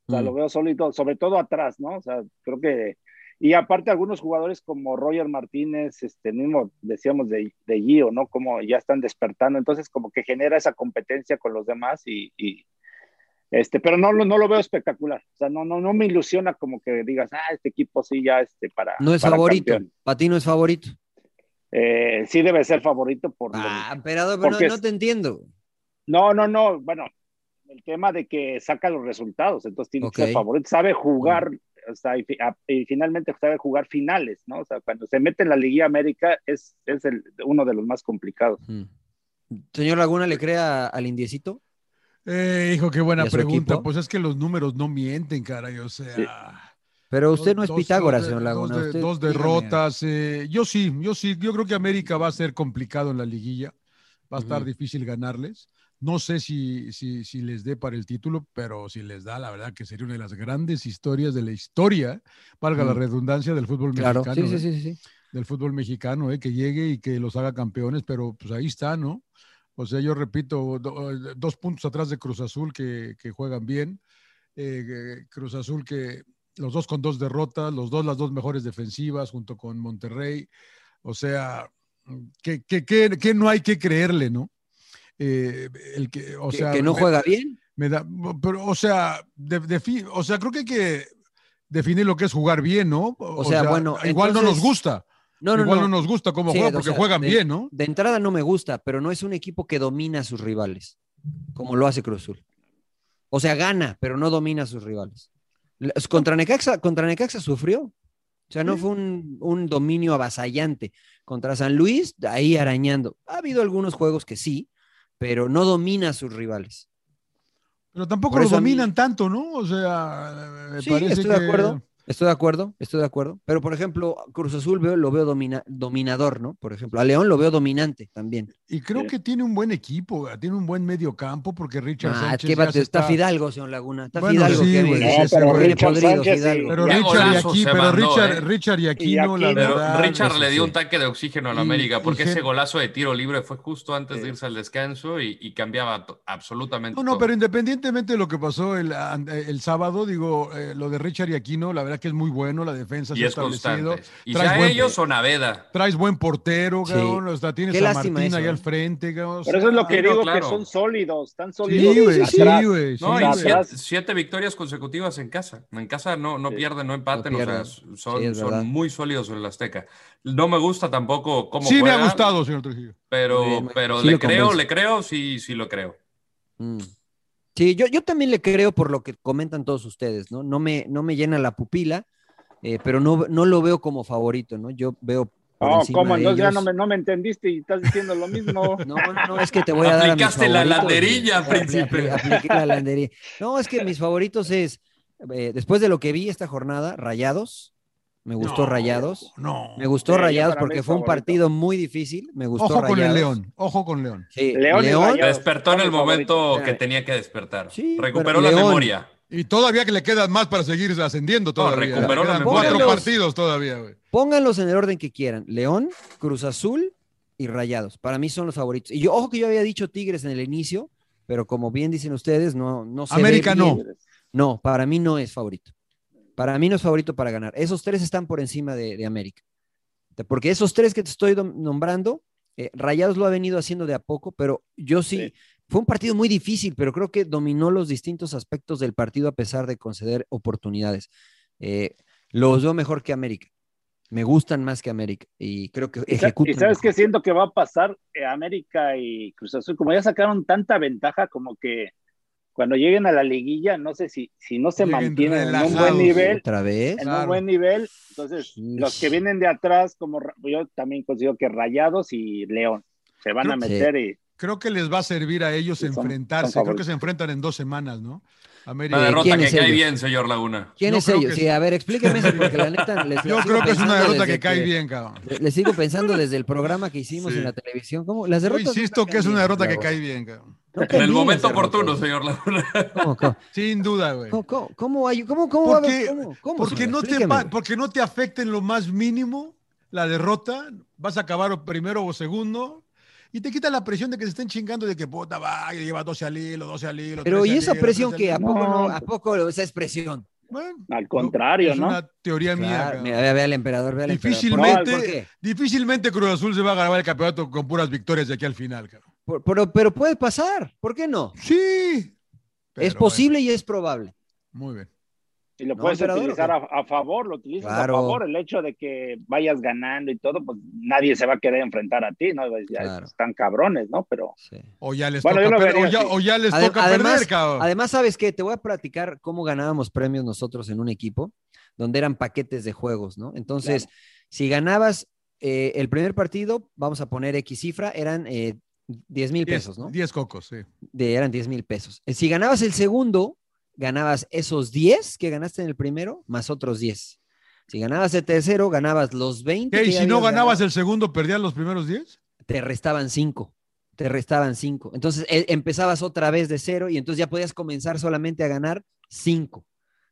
S6: o sea,
S4: Mm.
S6: lo veo sólido, sobre todo atrás, ¿no? O sea, creo que, y aparte algunos jugadores como Roger Martínez, este mismo, decíamos de, de Gio, ¿no? Como ya están despertando, entonces como que genera esa competencia con los demás y, y, este, pero no, lo- no lo veo espectacular, o sea, no, no, no me ilusiona como que digas, ah, este equipo sí ya, este, para...
S4: No es
S6: para
S4: favorito.
S6: campeón".
S4: Para ti no es favorito.
S6: eh, sí debe ser favorito por... lo-
S4: Ah, emperador, pero no-
S6: porque
S4: no te entiendo.
S6: No, no, no. Bueno, el tema de que saca los resultados, entonces tiene que
S4: Ok.
S6: ser favorito. Sabe jugar, o sea, y, fi- a- y finalmente sabe jugar finales, ¿no? O sea, cuando se mete en la Liga América es, es el, uno de los más complicados.
S4: Mm. Señor Laguna, ¿le crea al indiecito?
S7: Eh, hijo, qué buena
S4: ¿Y a su
S7: pregunta.
S4: equipo?
S7: Pues es que los números no mienten, caray. O sea.
S4: Pero usted no es
S7: dos-
S4: Pitágoras,
S7: dos de-
S4: señor
S7: dos
S4: Laguna.
S7: de-
S4: usted-
S7: dos
S4: dígame.
S7: derrotas. eh, yo sí, yo sí. Yo creo que América va a ser complicado en la liguilla. Va a estar
S4: Ujú.
S7: difícil ganarles. No sé si, si, si les dé para el título, pero si les da, la verdad que sería una de las grandes historias de la historia, valga la
S4: Mm.
S7: redundancia, del fútbol
S4: Claro,
S7: mexicano.
S4: sí, sí,
S7: ¿eh?
S4: sí, sí, sí.
S7: Del fútbol mexicano, ¿eh? que llegue y que los haga campeones, pero pues ahí está, ¿no? O sea, yo repito, do- eh, dos puntos atrás de Cruz Azul que, que juegan bien. Eh, eh, Cruz Azul que los dos con dos derrotas, los dos las dos mejores defensivas junto con Monterrey. O sea, que, que- que- que no hay que creerle, ¿no? Eh, el que, o
S4: Que-
S7: sea,
S4: que no
S7: me-
S4: juega bien.
S7: Me da, pero, o sea, de- defi- o sea, creo que hay que definir lo que es jugar bien, ¿no? O,
S4: sea, bueno,
S7: igual no nos
S4: entonces-
S7: gusta.
S4: No, no,
S7: igual no,
S4: no.
S7: nos gusta cómo
S4: Sí,
S7: juegan
S4: o
S7: porque
S4: sea,
S7: juegan
S4: de-
S7: bien, ¿no?
S4: De entrada no me gusta, pero no es un equipo que domina a sus rivales, como lo hace Cruz Azul. O sea, gana, pero no domina a sus rivales. Las- Contra Necaxa, contra Necaxa sufrió. O sea, no fue un, un dominio avasallante. Contra San Luis, ahí arañando. Ha habido algunos juegos que sí, pero no domina a sus rivales.
S7: Pero tampoco
S4: Por
S7: lo
S4: eso a mí-
S7: dominan tanto, ¿no? O sea, me
S4: Sí,
S7: parece
S4: estoy
S7: que-
S4: de acuerdo. Estoy de acuerdo, estoy de acuerdo. Pero, por ejemplo, a Cruz Azul veo, lo veo domina- dominador, ¿no? Por ejemplo, a León lo veo dominante también.
S7: Y creo que tiene un buen equipo, ¿verdad? tiene un buen medio campo porque Richard
S4: Ah,
S7: Sánchez
S4: que
S7: ya
S4: va-
S7: se
S4: está Fidalgo, señor Laguna. Está
S7: Bueno,
S4: Fidalgo
S7: sí,
S4: que viene.
S7: güey, sí, ese
S4: Viene
S7: güey.
S4: podrido
S6: Sánchez, sí.
S4: Fidalgo.
S7: Pero
S5: Ya
S7: Richard y
S5: golazo
S7: aquí,
S5: se
S7: pero
S5: mandó,
S7: Richard,
S5: ¿eh?
S7: Richard y Aquino, la
S6: Aquino.
S5: Pero
S7: verdad.
S5: Richard
S7: eso
S5: le dio
S7: sí.
S5: un tanque de oxígeno a la
S7: Y-
S5: América porque
S7: y
S5: ese
S7: gen-
S5: golazo de tiro libre fue justo antes de irse al descanso y, y cambiaba to- absolutamente
S7: No, no,
S5: todo.
S7: pero independientemente de lo que pasó el, an- el sábado, digo, eh, lo de Richard y Aquino, la verdad que es muy bueno, la defensa
S5: y
S7: se ha
S5: es
S7: establecido.
S5: constante. Y
S7: Traes
S5: ya
S7: buen-
S5: ellos o Naveda.
S7: Traes buen portero,
S4: Sí.
S7: cabrón, o sea, tienes
S4: Qué
S7: a
S4: lástima
S7: Martín
S4: eso,
S7: ahí
S4: ¿eh?
S7: al frente, cabrón. o
S6: Pero eso es lo
S7: sea,
S6: que
S5: no,
S6: digo,
S5: claro.
S6: que son sólidos, tan sólidos.
S7: Sí, güey, sí,
S6: atrás.
S7: güey. sí,
S5: No, y
S7: güey.
S6: sí,
S5: siete,
S6: atrás.
S5: siete victorias consecutivas en casa. En casa no, no
S6: Sí.
S5: pierden, no empaten,
S4: No pierden.
S5: o sea, son,
S4: Sí, es
S5: son
S4: verdad.
S5: muy sólidos en el Azteca. No me gusta tampoco cómo
S7: Sí, me ha
S5: juega,
S7: gustado, señor Trujillo.
S5: Pero,
S4: Muy bien, Mike.
S5: pero
S4: Sí
S5: le
S4: lo
S5: creo,
S4: convence.
S5: le creo, sí, sí lo creo.
S4: Mm. Sí, yo, yo también le creo por lo que comentan todos ustedes, ¿no? No me, no me llena la pupila, eh, pero no, no lo veo como favorito, ¿no? Yo veo. por
S6: No,
S4: encima
S6: ¿cómo?
S4: de
S6: Entonces ya
S4: ellos.
S6: no me, no me entendiste y estás diciendo lo mismo.
S4: No, no, no, es que te voy a dar. a mis
S5: Aplicaste la
S4: favoritos,
S5: landerilla,
S4: güey. Apli-
S5: príncipe.
S4: apli- apliqué la landerilla. No, es que mis favoritos es. eh, después de lo que vi esta jornada, Rayados. Me gustó
S7: No,
S4: Rayados.
S7: No.
S4: Me gustó
S6: Sí, yo
S4: Rayados
S6: para mí
S4: porque
S6: es
S4: fue un
S6: favorito.
S4: partido muy difícil. Me gustó
S7: Ojo con el
S4: Rayados.
S7: León, ojo con León.
S4: Sí,
S6: León y
S4: León.
S6: Rayados.
S5: Despertó en el
S6: Son mis
S5: momento
S6: favoritos.
S5: que tenía que despertar.
S4: Sí,
S5: Recuperó
S4: pero
S5: la
S4: León-
S5: memoria.
S7: Y todavía que le quedan más para seguir ascendiendo todavía.
S5: recuperó
S7: Le
S5: la
S7: quedan
S5: memoria.
S7: cuatro
S4: Pónganlos.
S7: partidos todavía, güey.
S4: Pónganlos en el orden que quieran. León, Cruz Azul y Rayados. Para mí son los favoritos. Y yo, ojo que yo había dicho Tigres en el inicio, pero como bien dicen ustedes, no, no se ve
S7: América no.
S4: bien. No, para mí no es favorito. Para mí no es favorito para ganar. Esos tres están por encima de, de América. Te- Porque esos tres que te estoy nom- nombrando, eh, Rayados lo ha venido haciendo de a poco, pero yo sí,
S6: Sí.
S4: fue un partido muy difícil, pero creo que dominó los distintos aspectos del partido a pesar de conceder oportunidades. Eh, los veo mejor que América. Me gustan más que América y creo que
S6: Y sa-
S4: ejecutan.
S6: Y sabes
S4: mejor.
S6: que siento que va a pasar eh, América y Cruz Azul, como ya sacaron tanta ventaja, como que cuando lleguen a la liguilla, no sé si, si no se
S7: Lleguen
S6: mantienen en un
S7: relajados.
S6: buen nivel,
S4: Otra vez.
S6: en
S7: Claro.
S6: un buen nivel, entonces
S4: Sí.
S6: los que vienen de atrás, como Ra- yo también considero que Rayados y León se van a
S4: Creo que-
S6: meter y
S7: Creo que les va a servir a ellos
S6: Sí, son- son
S7: enfrentarse. Creo que
S6: favoritos.
S7: se enfrentan en dos semanas, ¿no?
S5: Una
S4: Eh,
S7: América.
S5: derrota
S4: ¿quién
S5: que
S4: es
S5: cae
S4: ellos?
S5: bien, señor Laguna.
S4: ¿Quién
S7: yo
S4: es
S7: creo
S4: ellos?
S7: que
S4: Sí,
S7: sí.
S4: a ver, explíqueme eso porque la neta. les-
S7: Yo
S4: sigo
S7: creo que es una
S4: pensando
S7: derrota
S4: desde
S7: que cae bien, cabrón.
S4: Le- Les sigo pensando desde el programa que hicimos
S5: Sí.
S4: en la televisión. ¿Cómo? Las
S7: Yo
S4: derrotas nunca
S7: insisto que
S4: caen
S7: es una
S4: bien,
S7: derrota que
S4: Gustavo.
S7: cae bien,
S4: No
S7: cabrón.
S4: caen
S5: En el
S4: bien
S5: momento
S4: las derrotas.
S5: oportuno, señor Laguna.
S4: ¿Cómo, cómo,
S7: Sin duda, güey.
S4: cómo, cómo, cómo hay- cómo- cómo va a haber-
S7: Porque,
S4: cómo- cómo,
S7: porque,
S4: señor?
S7: no te,
S4: Explíqueme.
S7: pa- porque no te afecta en lo más mínimo la derrota, vas a acabar o primero o segundo, y te quita la presión de que se estén chingando de que puta va, lleva 12 al hilo, 12 al hilo.
S4: Pero
S7: 13
S4: ¿y
S7: al
S4: esa
S7: hilo,
S4: presión
S7: 13
S4: que
S7: al
S4: a
S7: hilo?
S4: poco no,
S6: No.
S4: a poco esa es presión?
S7: Bueno,
S6: al contrario,
S7: es
S6: ¿no?
S7: una teoría
S4: Claro, mira,
S7: mía.
S4: ve, ve al emperador, ve al
S7: Difícilmente-
S4: emperador. ¿Por qué?
S7: Difícilmente Cruz Azul se va a grabar el campeonato con puras victorias de aquí al final. cabrón.
S4: Por- pero, pero puede pasar, ¿por qué no?
S7: Sí. Pero
S4: es posible y es probable.
S7: bueno, muy bien.
S6: Si lo
S4: No,
S6: puedes
S4: emperador,
S6: utilizar
S4: ¿o
S6: a, a favor, lo utilizas
S4: Claro.
S6: a favor. El hecho de que vayas ganando y todo, pues nadie se va a querer enfrentar a ti, ¿no? Pues, ya
S4: Claro.
S6: Están cabrones, ¿no? Pero
S7: O ya les
S6: Bueno, yo
S7: toca,
S6: lo
S7: per-
S6: vería
S7: o ya,
S6: así.
S7: o ya les
S4: Adem-
S7: toca
S4: además,
S7: perder, cabrón.
S4: además, ¿sabes qué? Te voy a platicar cómo ganábamos premios nosotros en un equipo, donde eran paquetes de juegos, ¿no? Entonces, si ganabas eh, el primer partido, vamos a poner X cifra, eran eh, 10 mil
S7: Diez-
S4: pesos, ¿no?
S7: Diez cocos, sí.
S4: De, eran 10 mil pesos. Eh, Si ganabas el segundo, ganabas esos 10 que ganaste en el primero, más otros 10. Si ganabas el tercero, ganabas los 20.
S7: ¿Qué?
S4: que
S7: ¿Y
S4: ya
S7: si no
S4: habías
S7: ganabas
S4: ganado.
S7: el segundo, perdías los primeros diez?
S4: te restaban cinco. Te restaban cinco. Entonces e- empezabas otra vez de cero y entonces ya podías comenzar solamente a ganar cinco.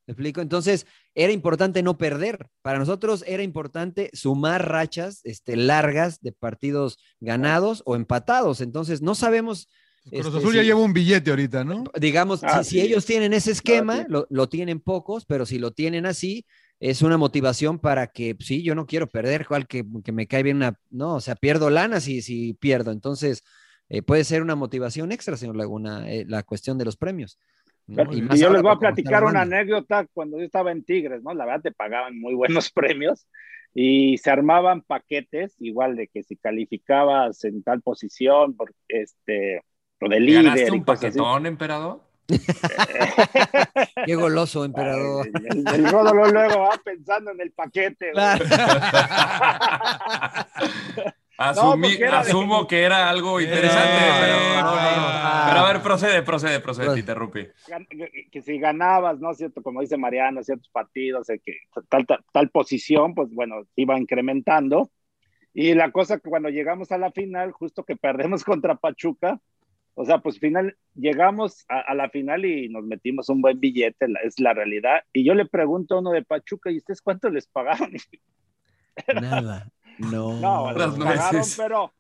S4: ¿Me explico? Entonces era importante no perder. Para nosotros era importante sumar rachas este, largas de partidos ganados o empatados. Entonces no sabemos.
S7: Cruz
S4: este,
S7: Azul ya
S4: si-
S7: lleva un billete ahorita, ¿no?
S4: digamos,
S6: Ah,
S4: si, si
S6: sí.
S4: ellos tienen ese esquema,
S6: sí.
S4: lo, lo tienen pocos, pero si lo tienen así, es una motivación para que, pues, sí, yo no quiero perder, cual que, que me cae bien una, no, o sea, pierdo lana si, si pierdo. Entonces, eh, puede ser una motivación extra, señor Laguna, eh, la cuestión de los premios. ¿no?
S6: Pero- Y,
S4: más
S6: yo
S4: ahora
S6: les voy
S4: por
S6: a
S4: cómo está
S6: platicar
S4: la
S6: una
S4: banda.
S6: anécdota cuando yo estaba en Tigres, ¿no? La verdad te pagaban muy buenos premios y se armaban paquetes, igual de que si calificabas en tal posición, por, este, o de líder.
S5: ¿Ganaste
S6: y
S4: pues
S5: un
S6: cosas así.
S5: paquetón, emperador?
S4: Qué goloso, emperador.
S6: El, el Ródolo luego va pensando en el paquete. güey.
S4: Claro. pues
S5: Asumí-
S6: porque era de-
S5: asumo que era algo interesante,
S7: Eh,
S5: pero,
S7: no,
S4: no.
S5: pero a ver, procede, procede, procede,
S4: ah. Pues-
S5: te interrumpí.
S6: gan- que- que si ganabas, ¿no es cierto? Como dice Mariano, ciertos partidos, eh, que tal, tal, tal posición, pues bueno, iba incrementando. Y la cosa que cuando llegamos a la final, justo que perdemos contra Pachuca, o sea, pues final, llegamos a, a la final y nos metimos un buen billete, la- es la realidad. Y yo le pregunto a uno de Pachuca, ¿y ustedes cuánto les pagaron?
S4: Nada. No.
S6: No,
S5: Las
S6: las pagaron,
S5: nueces.
S6: pero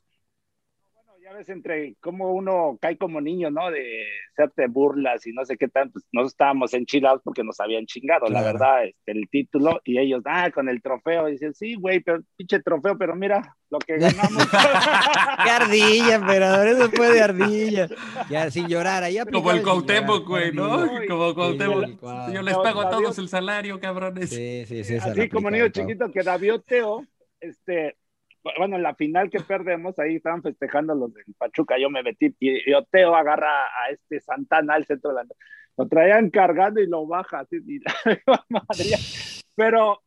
S6: bueno, ya ves entre cómo uno cae como niño, ¿no? De hacerte burlas y no sé qué tan, pues nosotros estábamos enchilados porque nos habían chingado, la
S4: Claro.
S6: verdad, este, el título y ellos, ah, con el trofeo, y dicen, sí, güey, pero pinche trofeo, pero mira lo que ganamos.
S4: Qué ardilla, emperador, eso fue de ardilla. Ya, sin llorar, ahí
S5: Como
S4: aplicaba
S5: el
S4: sin llorar,
S5: Cuauhtémoc, güey, ¿no?
S6: Sí,
S5: Como Cuauhtémoc.
S4: tal cual.
S5: Yo les
S6: No,
S5: pago a
S6: David-
S5: todos el salario, cabrones.
S4: Sí, sí, sí. esa la
S6: Así como
S4: aplicaba
S6: niño
S4: el Cuau.
S6: chiquito que Davioteo, este, bueno, en la final que perdemos, ahí estaban festejando los del Pachuca, yo me metí y, y Oteo agarra a este Santana al centro delantero. Lo traían cargando y lo baja, así, y la madre. Pero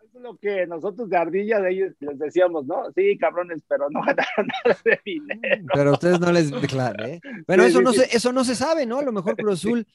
S6: eso es lo que nosotros de ardilla de ellos les decíamos, ¿no? Sí, cabrones, pero no ganaron nada de dinero.
S4: Pero a ustedes no les claro, ¿eh? Bueno,
S6: Sí,
S4: eso
S6: sí,
S4: no
S6: sí.
S4: se, eso no se sabe, ¿no? A lo mejor Cruz Azul,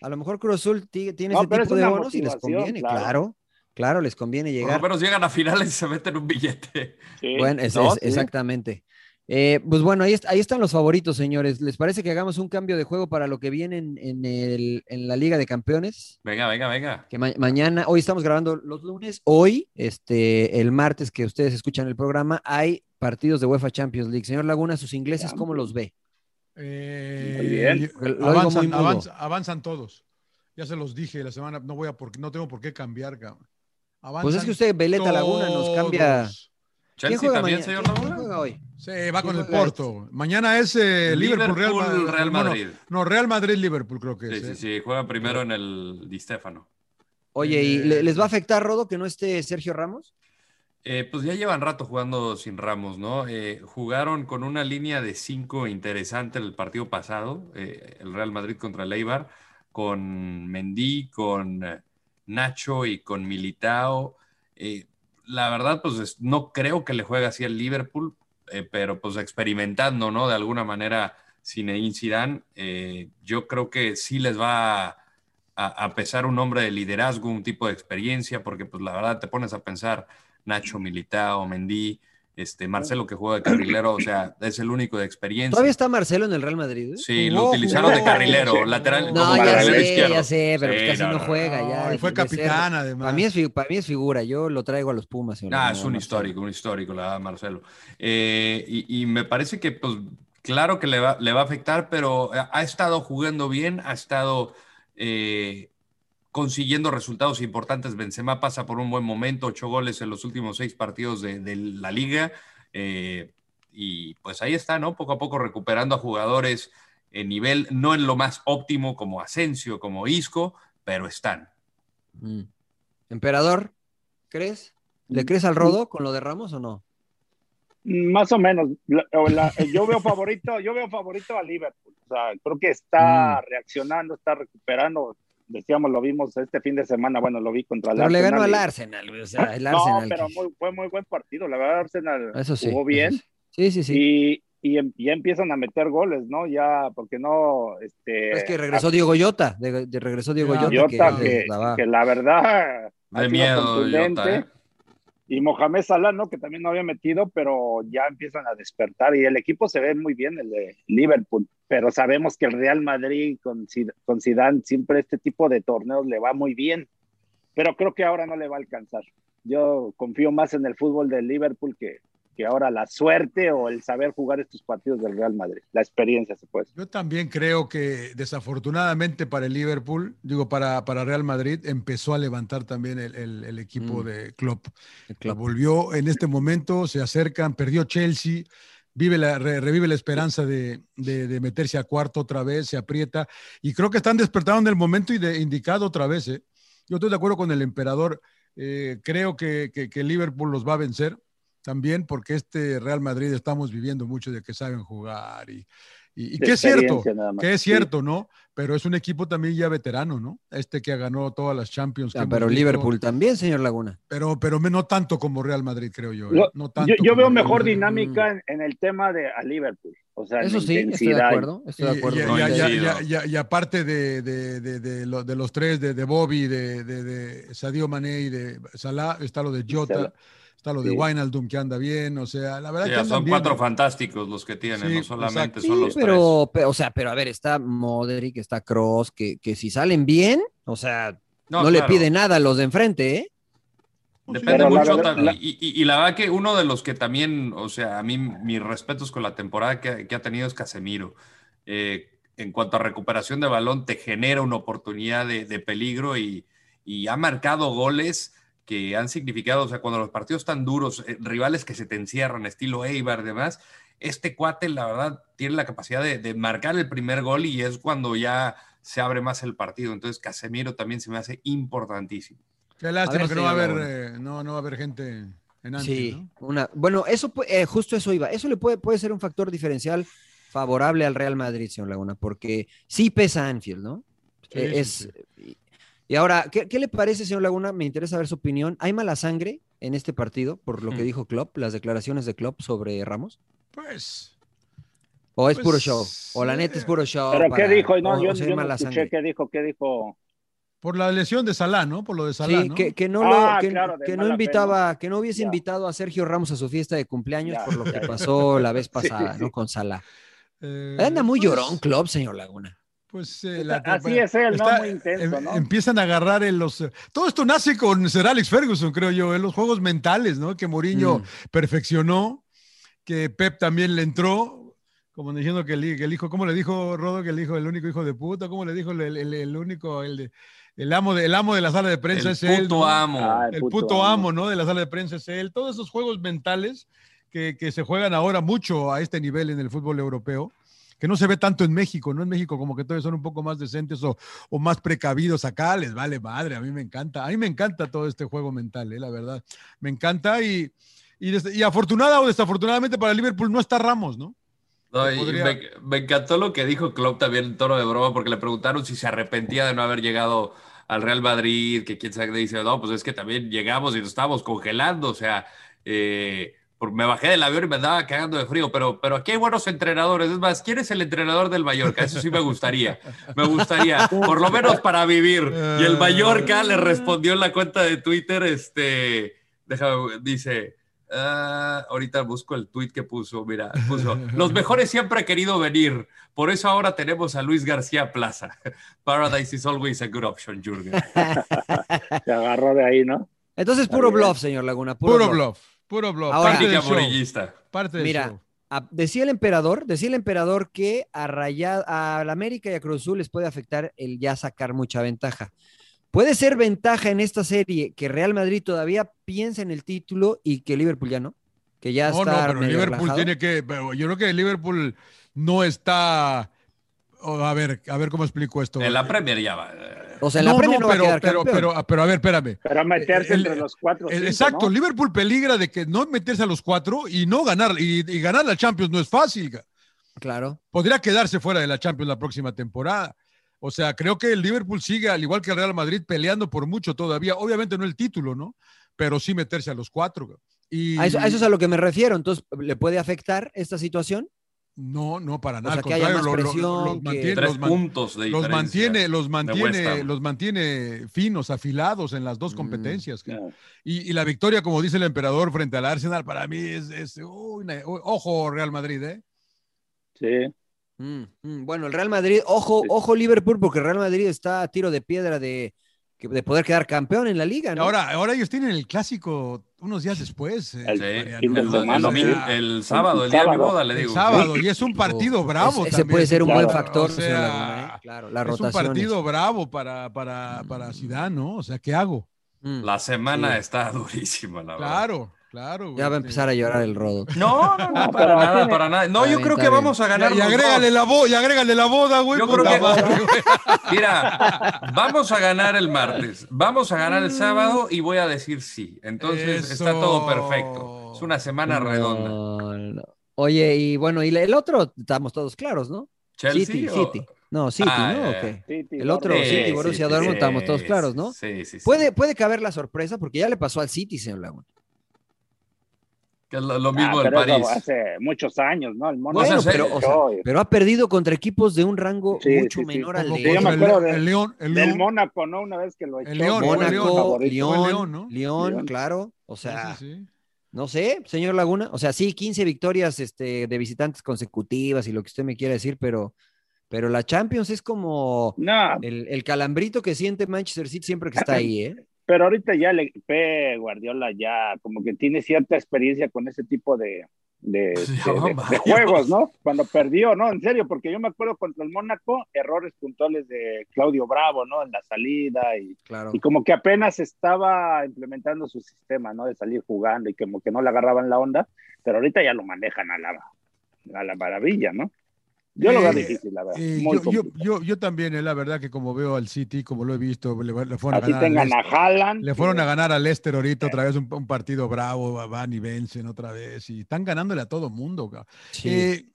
S4: a lo mejor Cruz Azul ti- tiene
S6: No,
S4: ese
S6: pero
S4: tipo
S6: es
S4: de
S6: una
S4: bonos y les
S6: motivación,
S4: conviene, claro.
S6: claro. Pues
S4: claro, les conviene
S5: Por lo
S4: llegar.
S5: menos llegan a finales y se meten un billete.
S6: Sí,
S4: Bueno, es-
S6: no,
S4: es-
S6: sí.
S4: exactamente. Eh, pues bueno, ahí, est- ahí están los favoritos, señores. ¿Les parece que hagamos un cambio de juego para lo que viene en, en el- en la Liga de Campeones?
S5: Venga, venga, venga.
S4: que ma- mañana, hoy estamos grabando los lunes, hoy, este, el martes que ustedes escuchan el programa, hay partidos de UEFA Champions League. Señor Laguna, sus ingleses, ¿cómo los ve?
S7: Eh,
S6: Muy bien.
S4: Lo oigo muy
S7: Avanzan,
S4: mudo.
S7: avanz- avanzan todos. Ya se los dije la semana, no voy a por- no tengo por qué cambiar, cabrón.
S4: Pues es que usted, Veleta Laguna, nos cambia.
S7: todos.
S4: ¿Quién
S5: Chelsea
S4: juega
S5: también,
S4: mañana?
S5: señor
S4: ¿Quién- quién
S5: Laguna.
S4: juega hoy?
S7: Se va con
S4: ¿Quién
S7: el
S4: juega
S7: Porto. Mañana es eh, Liverpool, Real,
S5: Liverpool,
S7: Ma- no,
S5: Real
S7: no,
S5: Madrid.
S7: No, Real Madrid Liverpool creo que
S5: Sí,
S7: es.
S5: sí,
S7: eh.
S5: sí. Juega primero en el Di Stefano.
S4: Oye, ¿y le- les va a afectar, Rodo, que no esté Sergio Ramos?
S5: Eh, pues ya llevan rato jugando sin Ramos, ¿no? Eh, jugaron con una línea de cinco interesante el partido pasado, eh, el Real Madrid contra el Eibar, con Mendy, con eh, Nacho y con Militao. Eh, la verdad, pues es- no creo que le juegue así al Liverpool, eh, pero pues experimentando, ¿no? De alguna manera, Zinedine Zidane, eh, yo creo que sí les va a, a- a pesar un hombre de liderazgo, un tipo de experiencia, porque pues la verdad te pones a pensar. Nacho Militao, Mendy, este Marcelo que juega de carrilero, o sea, es el único de experiencia.
S4: ¿Todavía está Marcelo en el Real Madrid? eh?
S5: Sí,
S7: Jugó,
S5: lo utilizaron de
S7: jugó.
S5: carrilero,
S7: Sí.
S5: lateral,
S4: No,
S5: como
S4: ya
S5: carrilero
S4: sé,
S5: izquierdo.
S4: ya sé, pero pues
S5: Sí,
S4: casi no, juega.
S7: No,
S4: ya,
S7: y fue
S4: de ser-
S7: capitán, además.
S4: Para mí, es, fi- para mí es figura, yo lo traigo a los Pumas. señor
S5: Ah,
S4: Laguna,
S5: es un
S4: Marcelo.
S5: histórico, un histórico, la verdad, Marcelo. Eh, y, y me parece que, pues, claro que le va, le va a afectar, pero ha ha estado jugando bien, ha estado eh, consiguiendo resultados importantes. Benzema pasa por un buen momento, ocho goles en los últimos seis partidos de, de la liga. eh, y pues ahí está, ¿no? Poco a poco recuperando a jugadores en nivel, no en lo más óptimo como Asensio, como Isco, pero están.
S4: Mm. Emperador, ¿crees? ¿Le crees al rodo con lo de Ramos o no?
S6: Más o menos. La- o la- eh, yo veo favorito, yo veo favorito a Liverpool. O sea, creo que está
S5: Mm.
S6: reaccionando, está recuperando. Decíamos, lo vimos este fin de semana. Bueno, lo vi contra el
S4: Pero le ganó al
S6: y-
S4: Arsenal, güey, o sea, el
S6: No,
S4: Arsenal.
S6: pero muy- fue muy buen partido. La verdad, Arsenal
S4: Eso sí,
S6: jugó
S4: eso
S6: bien.
S4: Sí, sí, sí.
S6: Y, y em- ya empiezan a meter goles, ¿no? Ya, porque no. Este,
S4: Es que regresó Diego Llota, de, de- regresó Diego
S6: Jota,
S4: Llota.
S6: que,
S4: que-
S6: Ah, que la verdad. ha
S5: De
S6: sido
S5: miedo,
S6: contundente.
S5: Jota, ¿eh?
S6: Y Mohamed Salah, ¿no? Que también no había metido, pero ya empiezan a despertar. Y el equipo se ve muy bien, el de Liverpool. Pero sabemos que el Real Madrid con, Zid- con Zidane siempre este tipo de torneos le va muy bien. Pero creo que ahora no le va a alcanzar. Yo confío más en el fútbol del Liverpool que, que ahora la suerte o el saber jugar estos partidos del Real Madrid. La experiencia, se puede.
S7: Yo también creo que desafortunadamente para el Liverpool, digo, para, para Real Madrid, empezó a levantar también el, el- el equipo
S4: Mm.
S7: de Klopp. Volvió en este momento, se acercan, perdió Chelsea, vive la, re- revive la esperanza de, de- de meterse a cuarto otra vez, se aprieta. Y creo que están despertando en el momento y de- indicado otra vez. ¿eh? Yo estoy de acuerdo con el emperador. eh, creo que, que, que Liverpool los va a vencer también porque este Real Madrid estamos viviendo mucho de que saben jugar y, y, y
S6: De
S7: que es cierto,
S6: experiencia nada más.
S7: que es
S6: Sí.
S7: cierto, ¿no? Pero es un equipo también ya veterano, ¿no? Este que ganó todas las Champions. que
S4: Ah,
S7: hemos
S4: pero
S7: visto.
S4: Liverpool también, señor Laguna.
S7: Pero, pero me- no tanto como Real Madrid, creo yo. ¿eh?
S6: Yo,
S7: No
S6: yo-
S7: tanto
S6: yo
S7: como
S6: veo
S7: Real
S6: mejor
S7: Madrid.
S6: dinámica en, en el tema de a Liverpool. O sea, en
S4: Eso
S6: la
S4: sí, estoy de
S6: intensidad.
S4: acuerdo. Estoy de
S7: Y-
S4: acuerdo.
S7: y-
S4: con
S7: y-
S4: usted.
S7: y- y- y- y aparte de, de- de- de lo- de los tres, de, de Bobby, de, de- de Sadio Mané y de Salah, está lo de Jota,
S5: Salah.
S7: está lo de
S5: Sí.
S7: Wijnaldum que anda bien, o sea, la verdad
S5: Sí,
S7: que andan
S5: son
S7: bien, ¿eh?
S5: cuatro
S7: ¿no?
S5: fantásticos los que tienen,
S7: Sí,
S5: no
S7: exacto.
S5: solamente son
S7: Sí,
S5: los tres.
S4: pero, pero, o sea, pero a ver, está Modric, está Cross, que, que si salen bien, o sea, no,
S5: No,
S4: le
S5: claro.
S4: pide nada a los de enfrente, ¿eh?
S7: Pues
S5: Depende
S4: Pero la
S5: mucho
S4: verdad-
S5: también.
S4: la-
S5: Y, y- y la verdad que uno de los que también, o sea, a mí mis respetos con la temporada que, que ha tenido es Casemiro. Eh, en cuanto a recuperación de balón, te genera una oportunidad de, de peligro y, y ha marcado goles que han significado, o sea, cuando los partidos están duros, eh, rivales que se te encierran, estilo Eibar, demás, este cuate, la verdad, tiene la capacidad de, de marcar el primer gol y es cuando ya se abre más el partido. Entonces, Casemiro también se me hace importantísimo.
S7: Qué lástima
S4: ver,
S7: que no va a
S4: señor
S7: haber, eh, no, no va a haber gente en Anfield, ¿no?
S4: Sí, una, bueno, eso pu- eh, justo eso iba. Eso le puede, puede ser un factor diferencial favorable al Real Madrid, señor Laguna, porque sí pesa Anfield, ¿no?
S7: Sí,
S4: Eh, es,
S7: sí,
S4: Y, y ahora, ¿qué, qué le parece, señor Laguna? Me interesa ver su opinión. ¿Hay mala sangre en este partido por lo que
S7: Hmm.
S4: dijo Klopp, las declaraciones de Klopp sobre Ramos?
S7: Pues.
S4: ¿O es
S7: Pues,
S4: puro show? ¿O la neta es puro show?
S6: Pero
S4: para-
S6: ¿qué dijo? No,
S4: o-
S6: yo,
S4: o sea,
S6: yo no
S4: mala
S6: escuché
S4: sangre?
S6: qué dijo, qué dijo.
S7: Por la lesión de Salah, ¿no? Por lo de Salah,
S4: sí,
S7: ¿no?
S4: que, que no,
S6: Ah,
S4: lo, que,
S6: claro, de
S4: que no
S6: mala fe,
S4: invitaba, que no hubiese
S6: Ya.
S4: invitado a Sergio Ramos a su fiesta de cumpleaños
S6: Ya,
S4: por lo que
S6: ya, ya.
S4: pasó la vez pasada,
S6: sí.
S4: ¿no? Con Salah.
S7: Eh,
S4: Anda muy
S7: pues,
S4: llorón, Club, señor Laguna.
S7: Pues, eh,
S6: Está-
S7: la-
S6: así es él, ¿no? Muy intenso,
S7: em-
S6: ¿no?
S7: Empiezan a agarrar en los. eh, Todo esto nace con Sir Alex Ferguson, creo yo, en los juegos mentales, ¿no? Que Mourinho
S4: Mm.
S7: perfeccionó, que Pep también le entró, como diciendo que el, que el hijo, ¿cómo le dijo Rodo que el hijo, el único hijo de puta? ¿Cómo le dijo el, el- el único, el, de- el amo de, el amo de la sala de prensa
S5: El
S7: es él?
S5: puto
S7: ¿no?
S5: amo. Ah,
S7: el, puto, amo, ¿no? De la sala de prensa es él. Todos esos juegos mentales que, que se juegan ahora mucho a este nivel en el fútbol europeo, que no se ve tanto en México, ¿no? En México como que todavía son un poco más decentes o, o más precavidos. Acá les vale madre, a mí me encanta. A mí me encanta todo este juego mental, ¿eh? la verdad. Me encanta y, y, des- y afortunada o desafortunadamente para Liverpool no está Ramos, ¿no?
S5: No, y
S7: podría-
S5: me, me encantó lo que dijo Klopp también en tono de broma, porque le preguntaron si se arrepentía de no haber llegado al Real Madrid, que quién sabe, dice, no, pues es que también llegamos y nos estábamos congelando, o sea, eh, por- me bajé del avión y me andaba cagando de frío, pero, pero aquí hay buenos entrenadores, es más, ¿quién es el entrenador del Mallorca? Eso sí me gustaría, me gustaría, por lo menos para vivir. Y el Mallorca le respondió en la cuenta de Twitter, este, déjame, dice... Ah, ahorita busco el tweet que puso. Mira, puso: Los mejores siempre ha querido venir. Por eso ahora tenemos a Luis García Plaza. Paradise is always a good option, Jürgen.
S6: Se agarró de ahí, ¿no?
S4: Entonces, puro bluff, señor Laguna. Puro,
S7: Puro
S4: bluff.
S7: bluff, puro bluff.
S4: Ahora-
S7: parte del
S5: Táctica
S7: show,
S5: amarillista.
S7: parte del
S4: Mira,
S7: show.
S4: a- Ah, decía el emperador, decía el emperador que a Raya- a la América y a Cruz Azul les puede afectar el ya sacar mucha ventaja. Puede ser ventaja en esta serie que Real Madrid todavía piensa en el título y que Liverpool ya no, que ya
S7: No,
S4: está
S7: no, pero
S4: medio
S7: Liverpool
S4: relajado.
S7: tiene que. pero yo creo que Liverpool no está. oh, a ver, a ver cómo explico esto.
S5: En la Premier ya va. eh,
S4: O sea, en la Premier no va a
S7: pero,
S4: quedar
S7: pero,
S4: campeón.
S7: pero, ah, pero, a ver, espérame.
S6: Pero meterse
S7: El-
S6: entre los cuatro.
S7: Eh,
S6: cinco,
S7: Exacto,
S6: ¿no?
S7: Liverpool peligra de que no meterse a los cuatro y no ganar, y, y ganar la Champions no es fácil. ga.
S4: Claro.
S7: Podría quedarse fuera de la Champions la próxima temporada. O sea, creo que el Liverpool sigue, al igual que el Real Madrid, peleando por mucho todavía. Obviamente no el título, ¿no? Pero sí meterse a los cuatro. ga. Y
S4: A eso, a eso es a lo que me refiero. Entonces, ¿le puede afectar esta situación?
S7: No, no, para
S4: O
S7: nada.
S4: sea,
S7: al
S4: que haya
S7: contrario,
S4: más
S7: lo- lo- lo-
S4: presión,
S7: los
S4: que-
S7: mantiene-
S5: Tres
S7: los man-
S5: puntos de
S7: los
S5: diferencia
S7: mantiene, los
S5: West
S7: mantiene,
S5: Ham.
S7: los mantiene finos, afilados en las dos
S4: Mm,
S7: competencias. cara.
S6: Ah,
S7: Y, y la victoria, como dice el emperador, frente al Arsenal, para mí es, es- uy, na- uy, ojo Real Madrid, ¿eh?
S6: Sí.
S4: Mm, mm. Bueno, el Real Madrid, ojo, ojo Liverpool, porque el Real Madrid está a tiro de piedra de, que- de poder quedar campeón en la liga, ¿no?
S7: Ahora, ahora ellos tienen el clásico unos días después. eh,
S5: El-
S7: Mariano.
S5: el- el domingo, sí. El sábado, el día de mi boda, le digo.
S7: El sábado, y es un partido bravo.
S4: ese
S7: también.
S4: puede ser un buen factor,
S7: O
S4: señor
S7: sea,
S4: Laguna, ¿eh? Claro, las
S7: es un
S4: rotaciones.
S7: partido bravo para, para,
S4: Mm.
S7: para Zidane, ¿no? O sea, ¿qué hago?
S5: La semana está durísima, la verdad.
S7: Claro, claro.
S4: Ya va a empezar a llorar el rodo.
S5: No, no, no, para nada, para nada. No,
S4: Está
S5: yo
S4: bien,
S5: creo
S4: está
S5: que
S4: bien.
S5: vamos a ganar.
S7: Y
S5: los
S7: agrégale
S5: dos.
S7: la, bo- y agrégale la boda, güey.
S5: Yo creo
S7: puta
S5: que-
S7: madre, güey.
S5: Mira, vamos a ganar el martes, vamos a ganar el sábado y voy a decir sí. Entonces está
S7: Mm. Eso.
S5: todo perfecto. Es una semana redonda.
S4: No, no. Oye, y bueno, y la- el otro, estamos todos claros, ¿no?
S5: ¿Chelsea
S4: City,
S5: o-
S4: City. No, City,
S5: Ah,
S4: ¿no?
S5: ya,
S4: ¿O
S5: ya.
S4: qué?
S6: City,
S4: El otro,
S5: Sí,
S4: City, Borussia
S5: sí,
S4: Dortmund,
S5: sí,
S4: estamos todos claros, ¿no?
S5: Sí, sí, sí.
S4: Puede, puede caber la sorpresa porque ya le pasó al City, señor Laguna.
S5: Que es lo, lo
S6: Ah,
S5: mismo del
S6: pero eso
S5: París.
S6: Hace muchos años, ¿no? El mono.
S5: O sea,
S4: Bueno,
S5: se-
S4: pero, o sea, pero ha perdido contra equipos de un rango
S6: Sí,
S4: mucho
S6: sí, sí.
S4: menor al
S7: Como
S4: de
S6: Sí, yo me
S7: contra
S6: acuerdo de-
S7: el León, el
S6: del
S7: León.
S6: Mónaco, ¿no? Una vez que lo echó.
S7: El León,
S6: fue
S7: fue el
S4: Mónaco,
S6: favorito.
S4: León,
S7: Fue
S4: León,
S7: León, ¿no?
S6: León.
S4: claro. O sea,
S7: Sí, sí, sí.
S4: no sé, señor Laguna. O sea, sí, 15 victorias este, de visitantes consecutivas y lo que usted me quiera decir, pero, pero la Champions es como
S6: No,
S4: el, el calambrito que siente Manchester City siempre que está ahí, ¿eh?
S6: pero ahorita ya le Pep Guardiola ya como que tiene cierta experiencia con ese tipo de, de,
S5: Ya
S6: de-
S5: va,
S6: de- de
S5: Mario.
S6: juegos, ¿no? Cuando perdió, ¿no? En serio, porque yo me acuerdo contra el Mónaco, errores puntuales de Claudio Bravo, ¿no? En la salida y,
S4: Claro.
S6: y como que apenas estaba implementando su sistema, ¿no? De salir jugando y como que no le agarraban la onda, pero ahorita ya lo manejan a la, a la maravilla, ¿no? Yo lo veo
S7: Eh,
S6: difícil, la verdad.
S7: Eh,
S6: Muy
S7: yo, yo,
S6: complicado.
S7: yo, yo también, es la verdad que como veo al City, como lo he visto, le, le fueron a
S6: Así
S7: ganar. al
S6: tengan a
S7: Leicester.
S6: Haaland.
S7: Le fueron a ganar al Leicester ahorita
S4: Eh.
S7: otra vez un, un partido bravo, van y vencen otra vez y están ganándole a todo mundo. ca.
S4: Sí.
S7: Eh,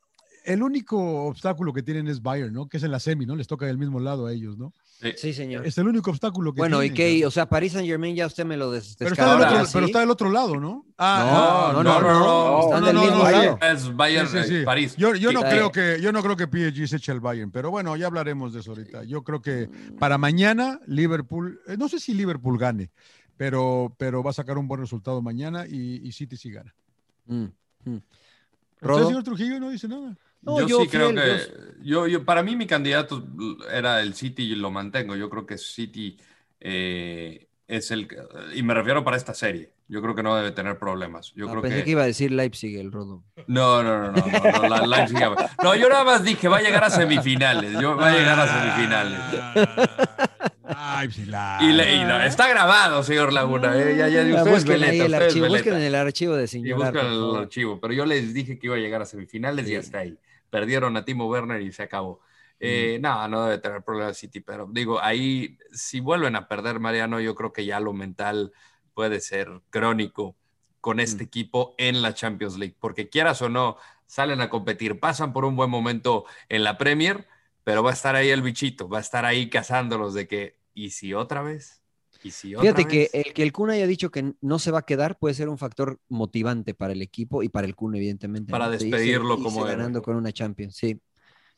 S7: el único obstáculo que tienen es Bayern, ¿no? Que es en la semi, ¿no? Les toca del mismo lado a ellos, ¿no?
S4: sí, señor.
S7: Es el único obstáculo que
S4: Eh. Bueno, y
S7: tienen,
S4: que,
S7: ca.
S4: o sea, París Saint Germain ya usted me lo des
S7: Pero está, del
S4: descarta,
S7: otro,
S4: ¿sí?
S7: pero está del otro lado, ¿no? Ah,
S4: No, no, no, no, están del mismo
S7: sí.
S4: lado.
S5: Es Bayern,
S7: Sí, sí, sí.
S5: eh, París.
S7: Yo, yo no
S5: Sí.
S7: creo que yo no creo que PSG se eche al Bayern, pero bueno, ya hablaremos de eso ahorita. Yo creo que para mañana Liverpool, eh, no sé si Liverpool gane, pero, pero va a sacar un buen resultado mañana y, y City sí gana.
S4: Mm, mm.
S7: Pero usted,
S4: Rodo.
S7: señor Trujillo no dice nada.
S4: No,
S5: yo,
S4: yo
S5: sí creo
S4: fiel,
S5: que. Yo, yo, para mí, mi candidato era el City y lo mantengo. Yo creo que City eh, es el. Y me refiero para esta serie. Yo creo que no debe tener problemas. Yo
S4: Ah,
S5: creo
S4: pensé que... iba a decir Leipzig el Rodo.
S5: No, no, no, no, no, no, la Leipzig ya va. No, yo nada más dije, va a llegar a semifinales, yo, va a llegar a semifinales.
S7: Ay, pues, la-
S5: Y, le- y no, está grabado, señor Laguna, eh, ya, ya,
S4: Ah,
S5: ustedes
S4: busquen ahí
S5: veleta,
S4: el
S5: ustedes
S4: archivo,
S5: veleta.
S4: busquen en el archivo de
S5: Y
S4: señor
S5: buscan el archivo, pero yo les dije que iba a llegar a semifinales y hasta ahí. Perdieron a Timo Werner y se acabó. Eh, No, no debe tener problemas City, pero digo, ahí si vuelven a perder, Mariano, yo creo que ya lo mental puede ser crónico con este equipo en la Champions League, porque quieras o no, salen a competir, pasan por un buen momento en la Premier, pero va a estar ahí el bichito, va a estar ahí cazándolos de que, ¿y si otra vez? ¿Y si otra
S4: Fíjate que eh,
S5: vez?
S4: el que el Kun haya dicho que no se va a quedar puede ser un factor motivante para el equipo y para el Kun, evidentemente.
S5: Para
S4: ¿no? Te dice-
S5: despedirlo
S4: dice
S5: como héroe.
S4: ganando con una Champions, sí.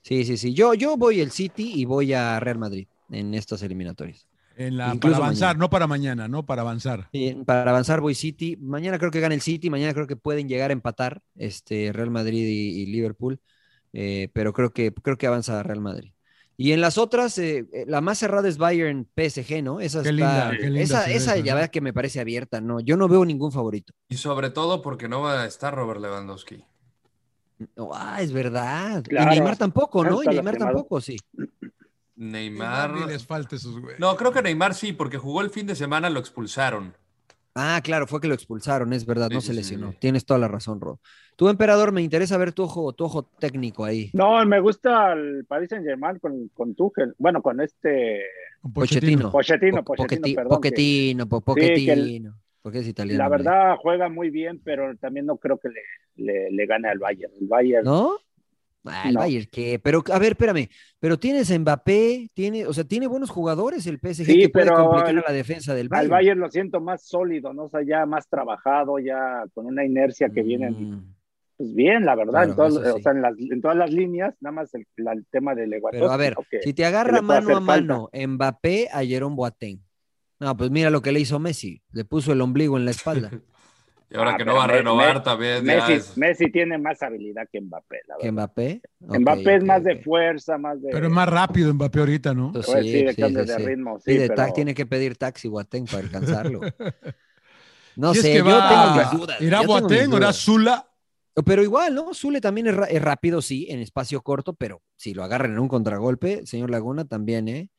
S4: Sí, sí, sí. Yo, yo voy el City y voy a Real Madrid en estas eliminatorias.
S7: en la- para
S4: Incluso
S7: avanzar,
S4: mañana.
S7: no para mañana, no para avanzar.
S4: Sí, para avanzar voy City. Mañana creo que gana el City, mañana creo que pueden llegar a empatar este, Real Madrid y, y Liverpool, eh, pero creo que, creo que avanza Real Madrid. Y en las otras, eh, eh, la más cerrada es Bayern PSG, ¿no? Esa,
S7: Qué
S4: está-
S7: linda, qué linda
S4: esa,
S7: será
S4: esa
S7: esa,
S4: ya
S7: ¿no?
S4: ves que me parece abierta, ¿no? Yo no veo ningún favorito.
S5: Y sobre todo porque no va a estar Robert Lewandowski.
S4: No, ah, es verdad.
S6: Claro.
S4: Y Neymar tampoco,
S6: Claro,
S4: ¿no? Y
S6: está
S4: Neymar
S6: lastimado.
S4: tampoco, sí.
S5: Neymar.
S7: Ni les falte esos güey.
S5: No, creo que Neymar sí, porque jugó el fin de semana, lo expulsaron.
S4: Ah, claro, fue que lo expulsaron, es verdad,
S5: Sí,
S4: no
S5: sí,
S4: se
S5: sí,
S4: lesionó. Tienes toda la razón, Rod. Tu emperador, me interesa ver tu ojo, tu ojo técnico ahí.
S6: No, me gusta el Paris Saint Germain con, con Tuchel. Bueno, con este.
S4: Pochettino.
S6: Pochettino,
S4: Po-
S6: Pochettino,
S4: Pochetti-
S6: perdón,
S4: Pochettino, po-
S6: Sí, que el-
S4: Pochettino. Porque es italiano. eh.
S6: La
S4: me
S6: verdad juega muy bien, pero también no creo que le, le, le gane al Bayern. El Bayern.
S4: ¿No? Ah, el
S6: eh, No.
S4: Bayern, ¿qué? Pero, a ver, espérame. Pero tienes a Mbappé, tiene, o sea, tiene buenos jugadores el PSG
S6: Sí,
S4: que puede
S6: pero
S4: complicar
S6: al-
S4: a la defensa del
S6: Al
S4: Bayern.
S6: Bayern lo siento más sólido, ¿no? O sea, ya más trabajado, ya con una inercia que vienen. Pues bien, la verdad, en,
S4: Mm. Claro,
S6: todos-
S4: eso sí.
S6: o sea, en, las, en todas las líneas, nada más el, la- el tema del Lewandowski.
S4: Pero a ver,
S6: ¿no? Que-
S4: si te
S6: que
S4: agarra
S6: le puede
S4: mano a
S6: hacer falta.
S4: mano Mbappé a Jerome Boateng. No, pues mira lo que le hizo Messi. Le puso el ombligo en la espalda.
S5: Y ahora
S6: Ah,
S5: que no
S6: pero
S5: va a
S6: Me-
S5: renovar
S6: Me-
S5: también. ya
S6: Messi,
S5: es-
S6: Messi tiene más habilidad que Mbappé, la
S4: ¿Que
S6: verdad.
S4: Mbappé? Ok,
S6: Mbappé es
S4: ok,
S6: más
S4: ok.
S6: de fuerza, más de.
S7: Pero es más rápido Mbappé ahorita, ¿no?
S4: Pues
S6: Pues sí, de cambio de ritmo, sí,
S4: Y de
S6: pero-
S4: tac- tiene que pedir taxi Boateng para alcanzarlo. No
S7: Si es
S4: sé,
S7: que
S4: yo
S7: va-
S4: tengo mis dudas.
S7: ¿Irá
S4: yo tengo mis
S7: Boateng o irá
S4: dudas.
S7: Zula?
S4: Pero igual, ¿no? Zule también es, ra- es rápido, sí, en espacio corto, pero si lo agarran en un contragolpe, señor Laguna también, ¿eh?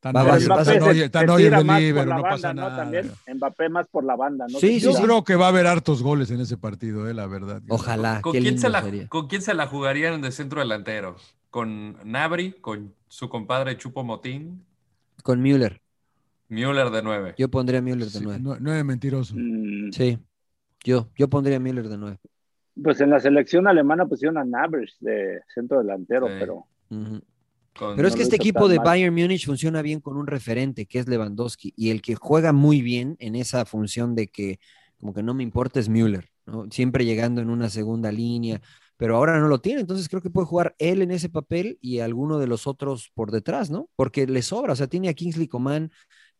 S7: Tan
S4: Va-
S7: obvio,
S4: va-
S7: tan
S4: va-
S6: Mbappé
S7: obvio,
S6: se-
S7: tan
S6: se
S7: obvio
S6: tira
S7: el
S6: más por
S7: Liverpool,
S6: la
S7: no pasa
S6: banda, ¿no?
S7: nada.
S6: También Mbappé más por la banda, ¿no?
S4: Sí,
S6: Se
S4: sí,
S7: Yo
S6: tira.
S4: sí.
S7: creo que va a haber hartos goles en ese partido, eh, la verdad.
S4: Ojalá.
S5: ¿Con,
S4: Ah, qué
S5: quién se
S4: lindo
S5: la,
S4: sería.
S5: ¿Con quién se la jugarían de centro delantero? ¿Con Nabri? ¿Con su compadre Chupo Motín?
S4: Con Müller.
S5: ¿Müller de nueve?
S4: Yo pondría a Müller de
S7: Sí,
S4: nueve.
S7: no, no es mentiroso.
S6: Mm,
S4: Sí. Yo, yo pondría a Müller de nueve.
S6: Pues en la selección alemana pusieron a Nabres de centro delantero,
S5: Sí.
S6: pero
S4: Ujú.
S5: Con-
S4: Pero es
S6: no
S4: que
S6: lo
S4: este
S6: hizo
S4: equipo
S6: tan
S4: de
S6: mal.
S4: Bayern Múnich funciona bien con un referente, que es Lewandowski, y el que juega muy bien en esa función de que como que no me importa es Müller, ¿no? Siempre llegando en una segunda línea, pero ahora no lo tiene, entonces creo que puede jugar él en ese papel y alguno de los otros por detrás, ¿no? Porque le sobra, o sea, tiene a Kingsley Coman,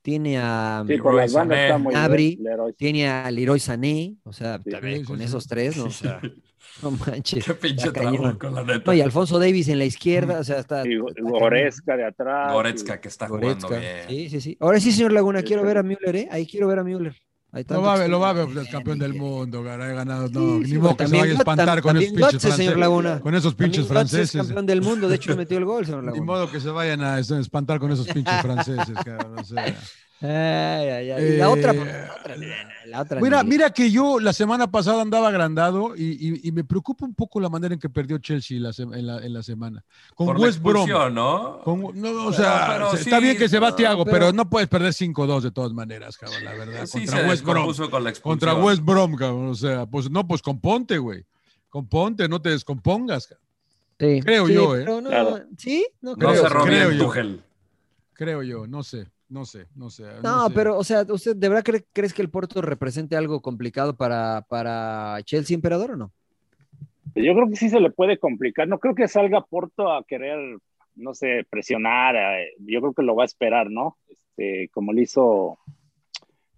S4: tiene a
S6: sí, por
S5: Leroy
S6: las bandas
S5: Sané.
S6: está muy
S4: Abri.
S6: bien. Leroy.
S4: tiene a Leroy Sané, o sea,
S6: Sí,
S4: también
S7: sí,
S4: con
S7: sí.
S4: esos tres, ¿no? O sea, no manches.
S5: Qué pinche
S4: está cañón.
S5: trabajo, la neta.
S4: No, y Alfonso Davis en la izquierda, o sea, está...
S6: Y Go-
S4: está cañón.
S6: Goretzka de atrás.
S5: Goretzka, que está jugando
S4: Goretzka.
S5: bien.
S4: Sí, sí, sí. Ahora sí, señor Laguna,
S6: Sí,
S4: quiero
S6: sí.
S4: ver a Müller, ¿eh? Ahí quiero ver a Müller. Hay
S7: Lo
S4: tanto
S7: va a
S4: que
S7: ver, lo
S4: se-
S7: va a ver el campeón del mundo, garay ganado. No,
S4: Sí, sí,
S7: ni
S4: güey,
S7: modo que se
S4: también
S7: vaya a
S4: Götze,
S7: espantar con esos
S4: también
S7: pinches
S4: Götze, señor
S7: franceses.
S4: Laguna.
S7: Con esos pinches
S4: También Götze es
S7: franceses.
S4: campeón del mundo, de hecho metió el gol, señor
S7: Ni
S4: Laguna.
S7: modo que se vayan a es- espantar con esos pinches franceses, cabrón. o sea.
S4: Ay, ay, ay. Y la
S7: Eh,
S4: otra, pues, la otra, ni- la otra
S7: Mira,
S4: ni-
S7: mira que yo la semana pasada andaba agrandado y, y- y me preocupa un poco la manera en que perdió Chelsea la se- en, la, en la semana. Con
S5: Por la
S7: West Brom.
S5: expulsión, ¿no?
S7: Con- no, o
S5: Pero-
S7: sea,
S5: pero
S7: se- está
S5: sí,
S7: bien que se va
S5: pero-
S7: Thiago, pero,
S4: pero-
S7: no puedes perder 5-2 de todas maneras, cabrón, la verdad.
S5: Sí,
S7: contra
S5: se
S7: West Brom.
S5: descompuso con la expulsión.
S7: Contra West Brom, cabrón. O sea, pues no, pues componte, güey. Componte, no te descompongas, cabrón.
S4: Sí,
S7: creo
S4: sí,
S7: yo, ¿eh?
S4: pero no-
S6: Claro.
S4: ¿Sí? No,
S5: No
S7: Creo-
S5: cerró
S7: creo
S5: bien
S7: yo.
S5: Tuchel.
S7: Creo yo, no sé, no sé, no sé.
S4: No,
S7: sé.
S4: pero, o sea, ¿usted de verdad cree, crees que el Porto represente algo complicado para, para Chelsea Emperador o no?
S6: Yo creo que sí se le puede complicar. No creo que salga Porto a querer, no sé, presionar. eh, Yo creo que lo va a esperar, ¿no? Este, como le hizo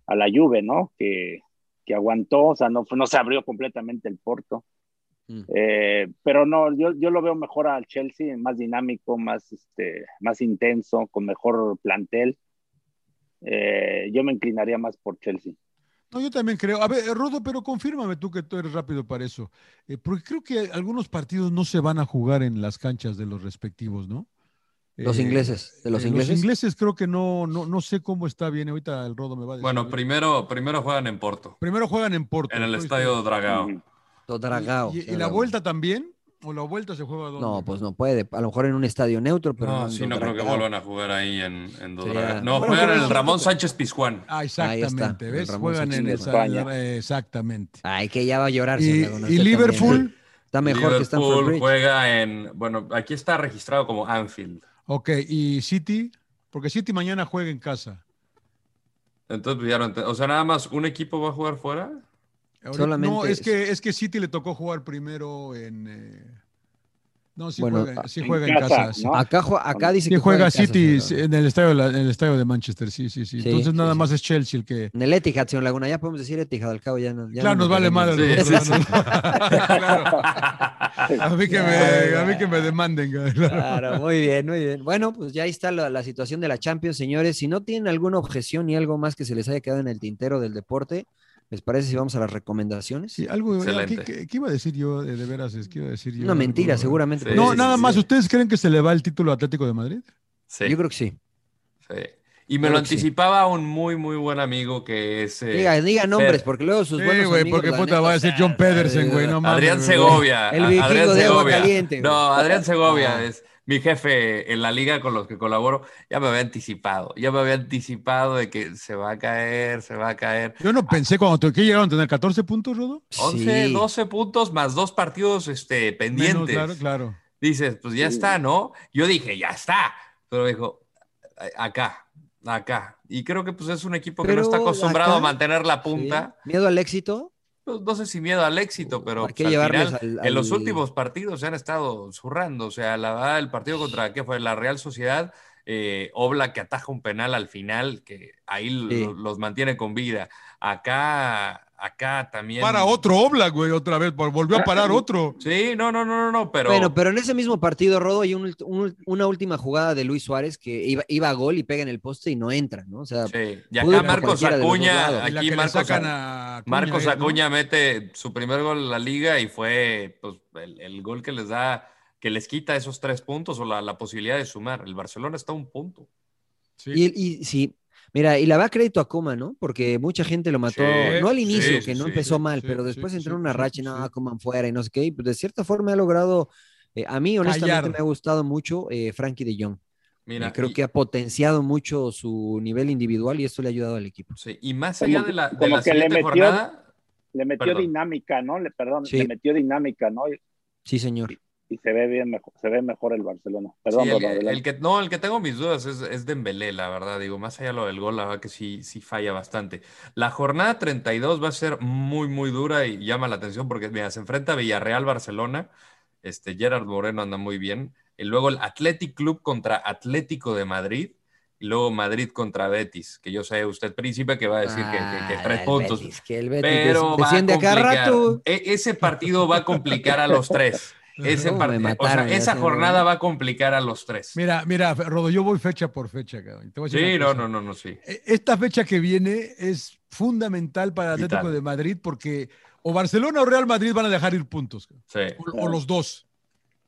S6: a la Juve, ¿no? Que, que aguantó, o sea, no, no se abrió completamente el Porto.
S4: Mm.
S6: Eh, pero no, yo, yo lo veo mejor al Chelsea, más dinámico, más, este, más intenso, con mejor plantel. Eh, yo me inclinaría más por Chelsea.
S7: No, yo también creo. A ver, eh, Rodo, pero confírmame tú que tú eres rápido para eso. Eh, porque creo que algunos partidos no se van a jugar en las canchas de los respectivos, ¿no?
S4: Los
S7: Eh,
S4: ingleses, de los
S7: eh,
S4: ingleses.
S7: Los ingleses creo que no, no, no sé cómo está bien. Ahorita el Rodo me va a decir.
S5: Bueno,
S7: primero.
S5: primero, primero juegan en Porto,
S7: Primero juegan en Porto.
S5: en el
S7: Entonces,
S5: estadio Dragao.
S6: Ujú.
S4: Todragao,
S7: ¿Y, y- y
S4: señor
S7: la
S4: Laguna.
S7: vuelta también? ¿O la vuelta se juega dónde?
S4: No, pues no puede. A lo mejor en un estadio neutro, pero
S5: No,
S4: en
S5: sí, no creo que
S4: Dodragao.
S5: vuelvan a jugar ahí en, en Dodragao.
S4: ya.
S5: No,
S7: Bueno,
S5: juegan
S7: pero
S5: en
S7: es
S5: el
S7: un
S5: Ramón
S7: poco-
S5: Sánchez Pizjuán.
S7: Ah,
S4: está,
S7: exactamente.
S4: el
S7: ¿Ves?
S4: Ramón
S7: Juegan en
S4: Sánchez
S7: el
S6: España.
S7: estadio. Exactamente.
S4: Ay, que ya va a llorar.
S7: Y,
S4: señor Laguna,
S7: y
S4: usted
S7: Liverpool.
S4: también. ¿eh? Está mejor que Stamford
S5: Liverpool
S4: Bridge.
S5: juega en. Bueno, aquí está registrado como Anfield.
S7: Ok, y City. Porque City mañana juega en casa.
S5: Entonces, pues, ya no ent- O sea, nada más un equipo va a jugar fuera.
S7: Ahorita- no,
S4: Solamente
S7: es
S4: es-
S7: que, es que City le tocó jugar primero en. eh, No, sí
S4: Bueno,
S7: juega, sí
S6: en
S7: juega en
S6: casa,
S7: casa. sí.
S6: ¿no?
S4: Acá, ju- acá dice
S7: Ah, Sí
S4: que
S7: juega
S4: en casa,
S7: City
S4: señor Laguna.
S7: en el, estadio, de la- en el estadio de Manchester, sí, sí, sí.
S4: Sí,
S7: Entonces
S4: sí,
S7: nada
S4: sí.
S7: más es Chelsea el que...
S4: En el Etihad, señor Laguna. Ya podemos decir Etihad al cabo. Ya, no- ya
S7: claro,
S4: no
S7: nos vale
S4: queremos.
S7: madre. el
S5: Sí,
S7: otro, ¿no? Claro. A mí que me, a mí que me demanden. claro.
S4: Claro, muy bien, muy bien. Bueno, pues ya ahí está la, la situación de la Champions, señores. Si no tienen alguna objeción y algo más que se les haya quedado en el tintero del deporte, ¿les parece si vamos a las recomendaciones?
S7: Sí, algo, ¿qué,
S5: Excelente.
S7: qué, qué iba a decir yo eh, de, veras? Es que iba a decir yo
S4: Una mentira,
S7: algo-
S4: seguramente.
S5: Sí,
S4: porque
S7: No,
S4: sí,
S7: nada
S4: sí,
S7: más,
S4: sí.
S7: ¿ustedes creen que se le va el título a Atlético de Madrid?
S5: Sí,
S4: Yo creo que sí.
S5: sí. Y me
S4: Creo
S5: lo
S4: que sí.
S5: anticipaba un muy, muy buen amigo que es. eh,
S4: Diga, diga nombres,
S5: Fer-
S4: porque luego sus
S7: Sí,
S4: buenos
S7: güey,
S4: amigos,
S7: porque
S4: la
S7: puta
S4: neta,
S7: va a decir John Pedersen, güey, no mames.
S5: Adrián
S7: güey.
S5: Segovia.
S4: El
S5: a-
S4: vikingo
S5: Adrián
S4: de agua
S5: Segovia.
S4: caliente, güey.
S5: No, Adrián Segovia
S4: Ah.
S5: es mi jefe en la liga con los que colaboro. Ya me había anticipado, ya me había anticipado de que se va a caer, se va a caer.
S7: Yo no pensé cuando te- que llegaron a tener 14 puntos, Rodo.
S5: 11, 12 puntos más dos partidos este, pendientes.
S7: Menos, claro, claro.
S5: Dices, pues ya está, ¿no? Yo dije, ya está. Pero dijo, "A- acá, acá. Y creo que pues es un equipo que no está
S4: Pero
S5: acostumbrado a
S4: acá,
S5: mantener la punta.
S4: güey. Miedo al éxito.
S5: pues, no sé si miedo al éxito, pero
S4: Hay que
S5: pues, al
S4: llevarlos
S5: final,
S4: al-
S5: en los
S4: al-
S5: últimos partidos se han estado zurrando. O sea, la verdad, el partido contra ¿qué fue la Real Sociedad, eh, Obla que ataja un penal al final, que ahí lo-
S4: Sí.
S5: los, mantiene con vida. Acá, acá también.
S7: Para otro Oblak, güey, otra vez. vol- Volvió a parar otro.
S5: Sí, no, no, no, no, no, pero.
S4: Bueno, pero en ese mismo partido, Rodo, hay un ult- un ult- una última jugada de Luis Suárez que iba, iba a gol y pega en el poste y no entra, ¿no? O sea,
S5: sí. Y
S4: pudo por
S5: acá Marcos
S4: cualquiera de los dos
S5: Acuña,
S4: lados.
S7: Y la
S5: aquí
S7: que le
S5: Marcos
S7: sacan
S5: Acuña.
S7: a Acuña,
S5: Marcos
S7: ¿eh? ¿no?
S5: Acuña mete su primer gol en la liga y fue pues, el, el gol que les da, que les quita esos tres puntos o la, la posibilidad de sumar. El Barcelona está a un punto.
S7: Sí.
S4: Y, y sí, mira, y la va crédito a Coman, ¿no? Porque mucha gente lo mató,
S5: Sí,
S4: no al inicio,
S5: sí,
S4: que no
S5: sí,
S4: empezó mal,
S7: sí,
S4: pero
S7: sí,
S4: después
S7: sí,
S4: entró
S7: sí,
S4: en una
S7: sí,
S4: racha, no,
S7: sí.
S4: Coman fuera y no sé qué, y pues de cierta forma ha logrado, eh, a mí honestamente
S7: Callar.
S4: me ha gustado mucho eh, Frankie de Jong.
S5: Mira,
S4: Eh, creo
S5: y-
S4: que ha potenciado mucho su nivel individual y esto le ha ayudado al equipo.
S5: sí, y más
S6: Como
S5: allá de la,
S6: que-
S5: de la
S6: como que le
S5: siguiente
S6: metió-
S5: jornada,
S6: Le metió
S5: Perdón.
S6: dinámica, ¿no? Le, perdón,
S4: Sí.
S6: le metió dinámica, ¿no? Y,
S4: Sí, señor.
S6: y se ve bien mejor, se ve mejor el Barcelona.
S5: sí,
S6: Perdón,
S5: el,
S6: Rodo,
S5: el
S6: adelante.
S5: que, no, el que tengo mis dudas es, es Dembélé, la verdad. Digo, más allá de lo del gol, la verdad que sí, sí falla bastante. La jornada 32 va a ser muy, muy dura y llama la atención porque, mira, se enfrenta a Villarreal-Barcelona. Este, Gerard Moreno anda muy bien. Y luego el Athletic Club contra Atlético de Madrid. Y luego Madrid contra Betis, que yo sé usted, príncipe, que va a decir que- que- que,
S4: Ah,
S5: tres
S4: el
S5: puntos.
S4: Betis, que el Betis
S5: Pero
S4: des-
S5: va a
S4: desciende acá
S5: complicar.
S4: rato.
S5: E- ese partido va a complicar a los tres. Ese
S4: No, me
S5: partido- o sea,
S4: mataron, ya
S5: esa
S4: sé,
S5: jornada
S4: ¿no?
S5: va a complicar a los tres.
S7: Mira, mira, Rodo, yo voy fecha por fecha, cabrón. Te voy a decir
S5: Sí,
S7: una
S5: no,
S7: cosa.
S5: no, no, no, sí.
S7: Eh, Esta fecha que viene es fundamental para el
S5: Vital.
S7: Atlético de Madrid porque o Barcelona o Real Madrid van a dejar ir puntos, cabrón.
S5: sí.
S7: o, o los dos.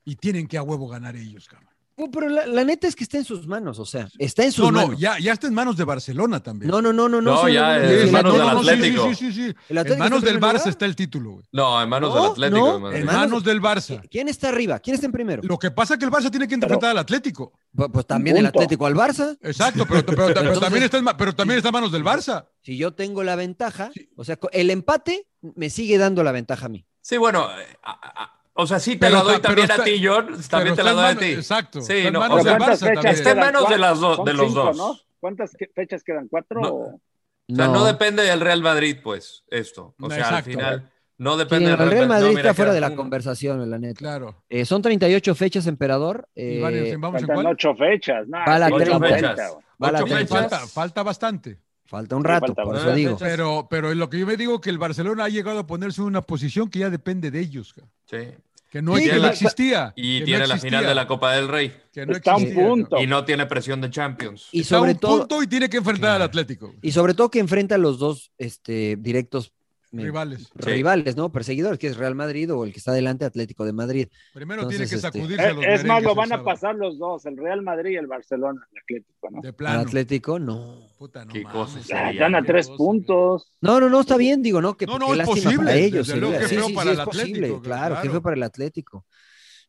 S7: Y tienen que a huevo ganar ellos, cabrón.
S4: No, Pero la, la neta es que está en sus manos, o sea, está en sus
S7: No, no,
S4: manos.
S7: ya, ya está en manos de Barcelona también.
S4: No, no, no, no, no.
S5: No,
S4: sí,
S5: ya,
S4: no, no,
S5: eh,
S4: sí,
S5: en
S4: el
S5: manos del
S4: Atlético-
S7: sí,
S5: Atlético.
S7: Sí, sí, sí, sí.
S4: el Atlético
S7: En
S4: está
S7: manos del
S4: en primer
S7: Barça
S4: lugar.
S7: está el título, güey.
S5: No, en manos
S4: No,
S5: del Atlético
S4: no,
S5: de Madrid.
S7: En
S4: Manos-
S7: manos del Barça.
S4: ¿Quién está arriba? ¿Quién está en primero?
S7: Lo que pasa es que el Barça tiene que enfrentar al Atlético.
S4: Pu- Pues también el
S6: Punto.
S4: Atlético al Barça.
S7: Exacto, pero, pero- pero
S4: Entonces-
S7: también está en, ma- pero también está en manos del Barça.
S4: Si yo tengo la ventaja, o sea, co- el empate me sigue dando la ventaja a mí.
S5: Sí, bueno, eh, a- a- o sea, sí te
S7: Pero
S5: la doy
S7: está-
S5: también
S7: pero está-
S5: a ti, John. También
S7: pero
S5: te la
S7: está en
S5: doy a
S7: mano-
S5: ti.
S7: exacto,
S5: Sí,
S7: está en
S5: no,
S7: manos
S5: o sea,
S7: del Barça
S6: ¿Cuántas fechas
S7: también.
S5: Está en
S6: quedan?
S5: manos de las dos-
S6: Son
S5: de los
S6: cinco,
S5: dos.
S6: ¿no? ¿Cuántas que- fechas quedan? ¿Cuatro?
S5: No.
S6: o-
S5: o sea, no. depende del Real Madrid, pues, esto. O
S7: No,
S5: sea,
S7: exacto.
S5: al final, no
S4: Sí,
S5: depende
S4: el
S5: del
S4: Real
S5: Ma- no,
S4: Madrid
S5: mira,
S4: está fuera
S5: queda
S4: de la
S5: uno.
S4: conversación, la neta.
S7: Claro.
S4: Eh, son 38 fechas, emperador.
S7: Y
S4: eh,
S7: van en- vamos en
S6: Faltan
S7: cuál?
S6: ocho fechas. No,
S4: Va la
S6: sí,
S4: treinta.
S6: falta, güey.
S4: va la
S5: ocho
S4: treinta.
S5: fechas.
S7: Falta, falta bastante.
S4: Falta un
S6: Sí,
S4: rato,
S6: falta
S4: por eso
S5: bastante.
S4: digo.
S7: Pero, pero lo que yo me digo que el Barcelona ha llegado a ponerse en una posición que ya depende de ellos, cabrón.
S5: Sí.
S7: que no, que
S5: Y tiene
S7: no
S5: la-
S7: existía.
S5: Y
S7: que no
S5: tiene la
S7: existía,
S5: final de la Copa del Rey.
S7: que no
S6: Está un
S7: existía, cabrón.
S6: punto.
S5: Y no tiene presión de Champions.
S4: Y
S7: Está
S4: sobre,
S7: un
S4: todo,
S7: punto y tiene que enfrentar al Atlético.
S4: y sobre todo que enfrenta a los dos este, directos eh,
S7: Rivales.
S5: Sí.
S4: rivales, ¿no? Perseguidores, que es Real Madrid o el que está delante Atlético de Madrid.
S7: Primero
S4: Entonces,
S7: tiene que
S4: este,
S7: sacudirse a
S6: Eh,
S7: los
S6: Es más, lo
S7: merengues
S6: van
S7: el
S6: a
S7: sábado.
S6: pasar los dos, el Real Madrid y el Barcelona, el Atlético, ¿no?
S7: De
S4: Al
S7: plano.
S4: Atlético, no.
S7: Puta, no
S5: Qué
S7: mames.
S5: cosa
S6: Ah,
S5: sería.
S6: Están a
S7: qué
S6: tres
S7: cosa,
S6: puntos.
S4: No, no, no, está bien, digo, ¿no? Que, pues,
S7: No, no,
S4: qué
S7: es
S4: lástima
S7: posible,
S4: para ellos.
S7: desde luego,
S4: sí,
S7: qué
S4: sí,
S7: feo
S4: sí,
S7: para
S4: es
S7: el Atlético,
S4: posible, claro, qué
S7: claro.
S4: feo para el Atlético.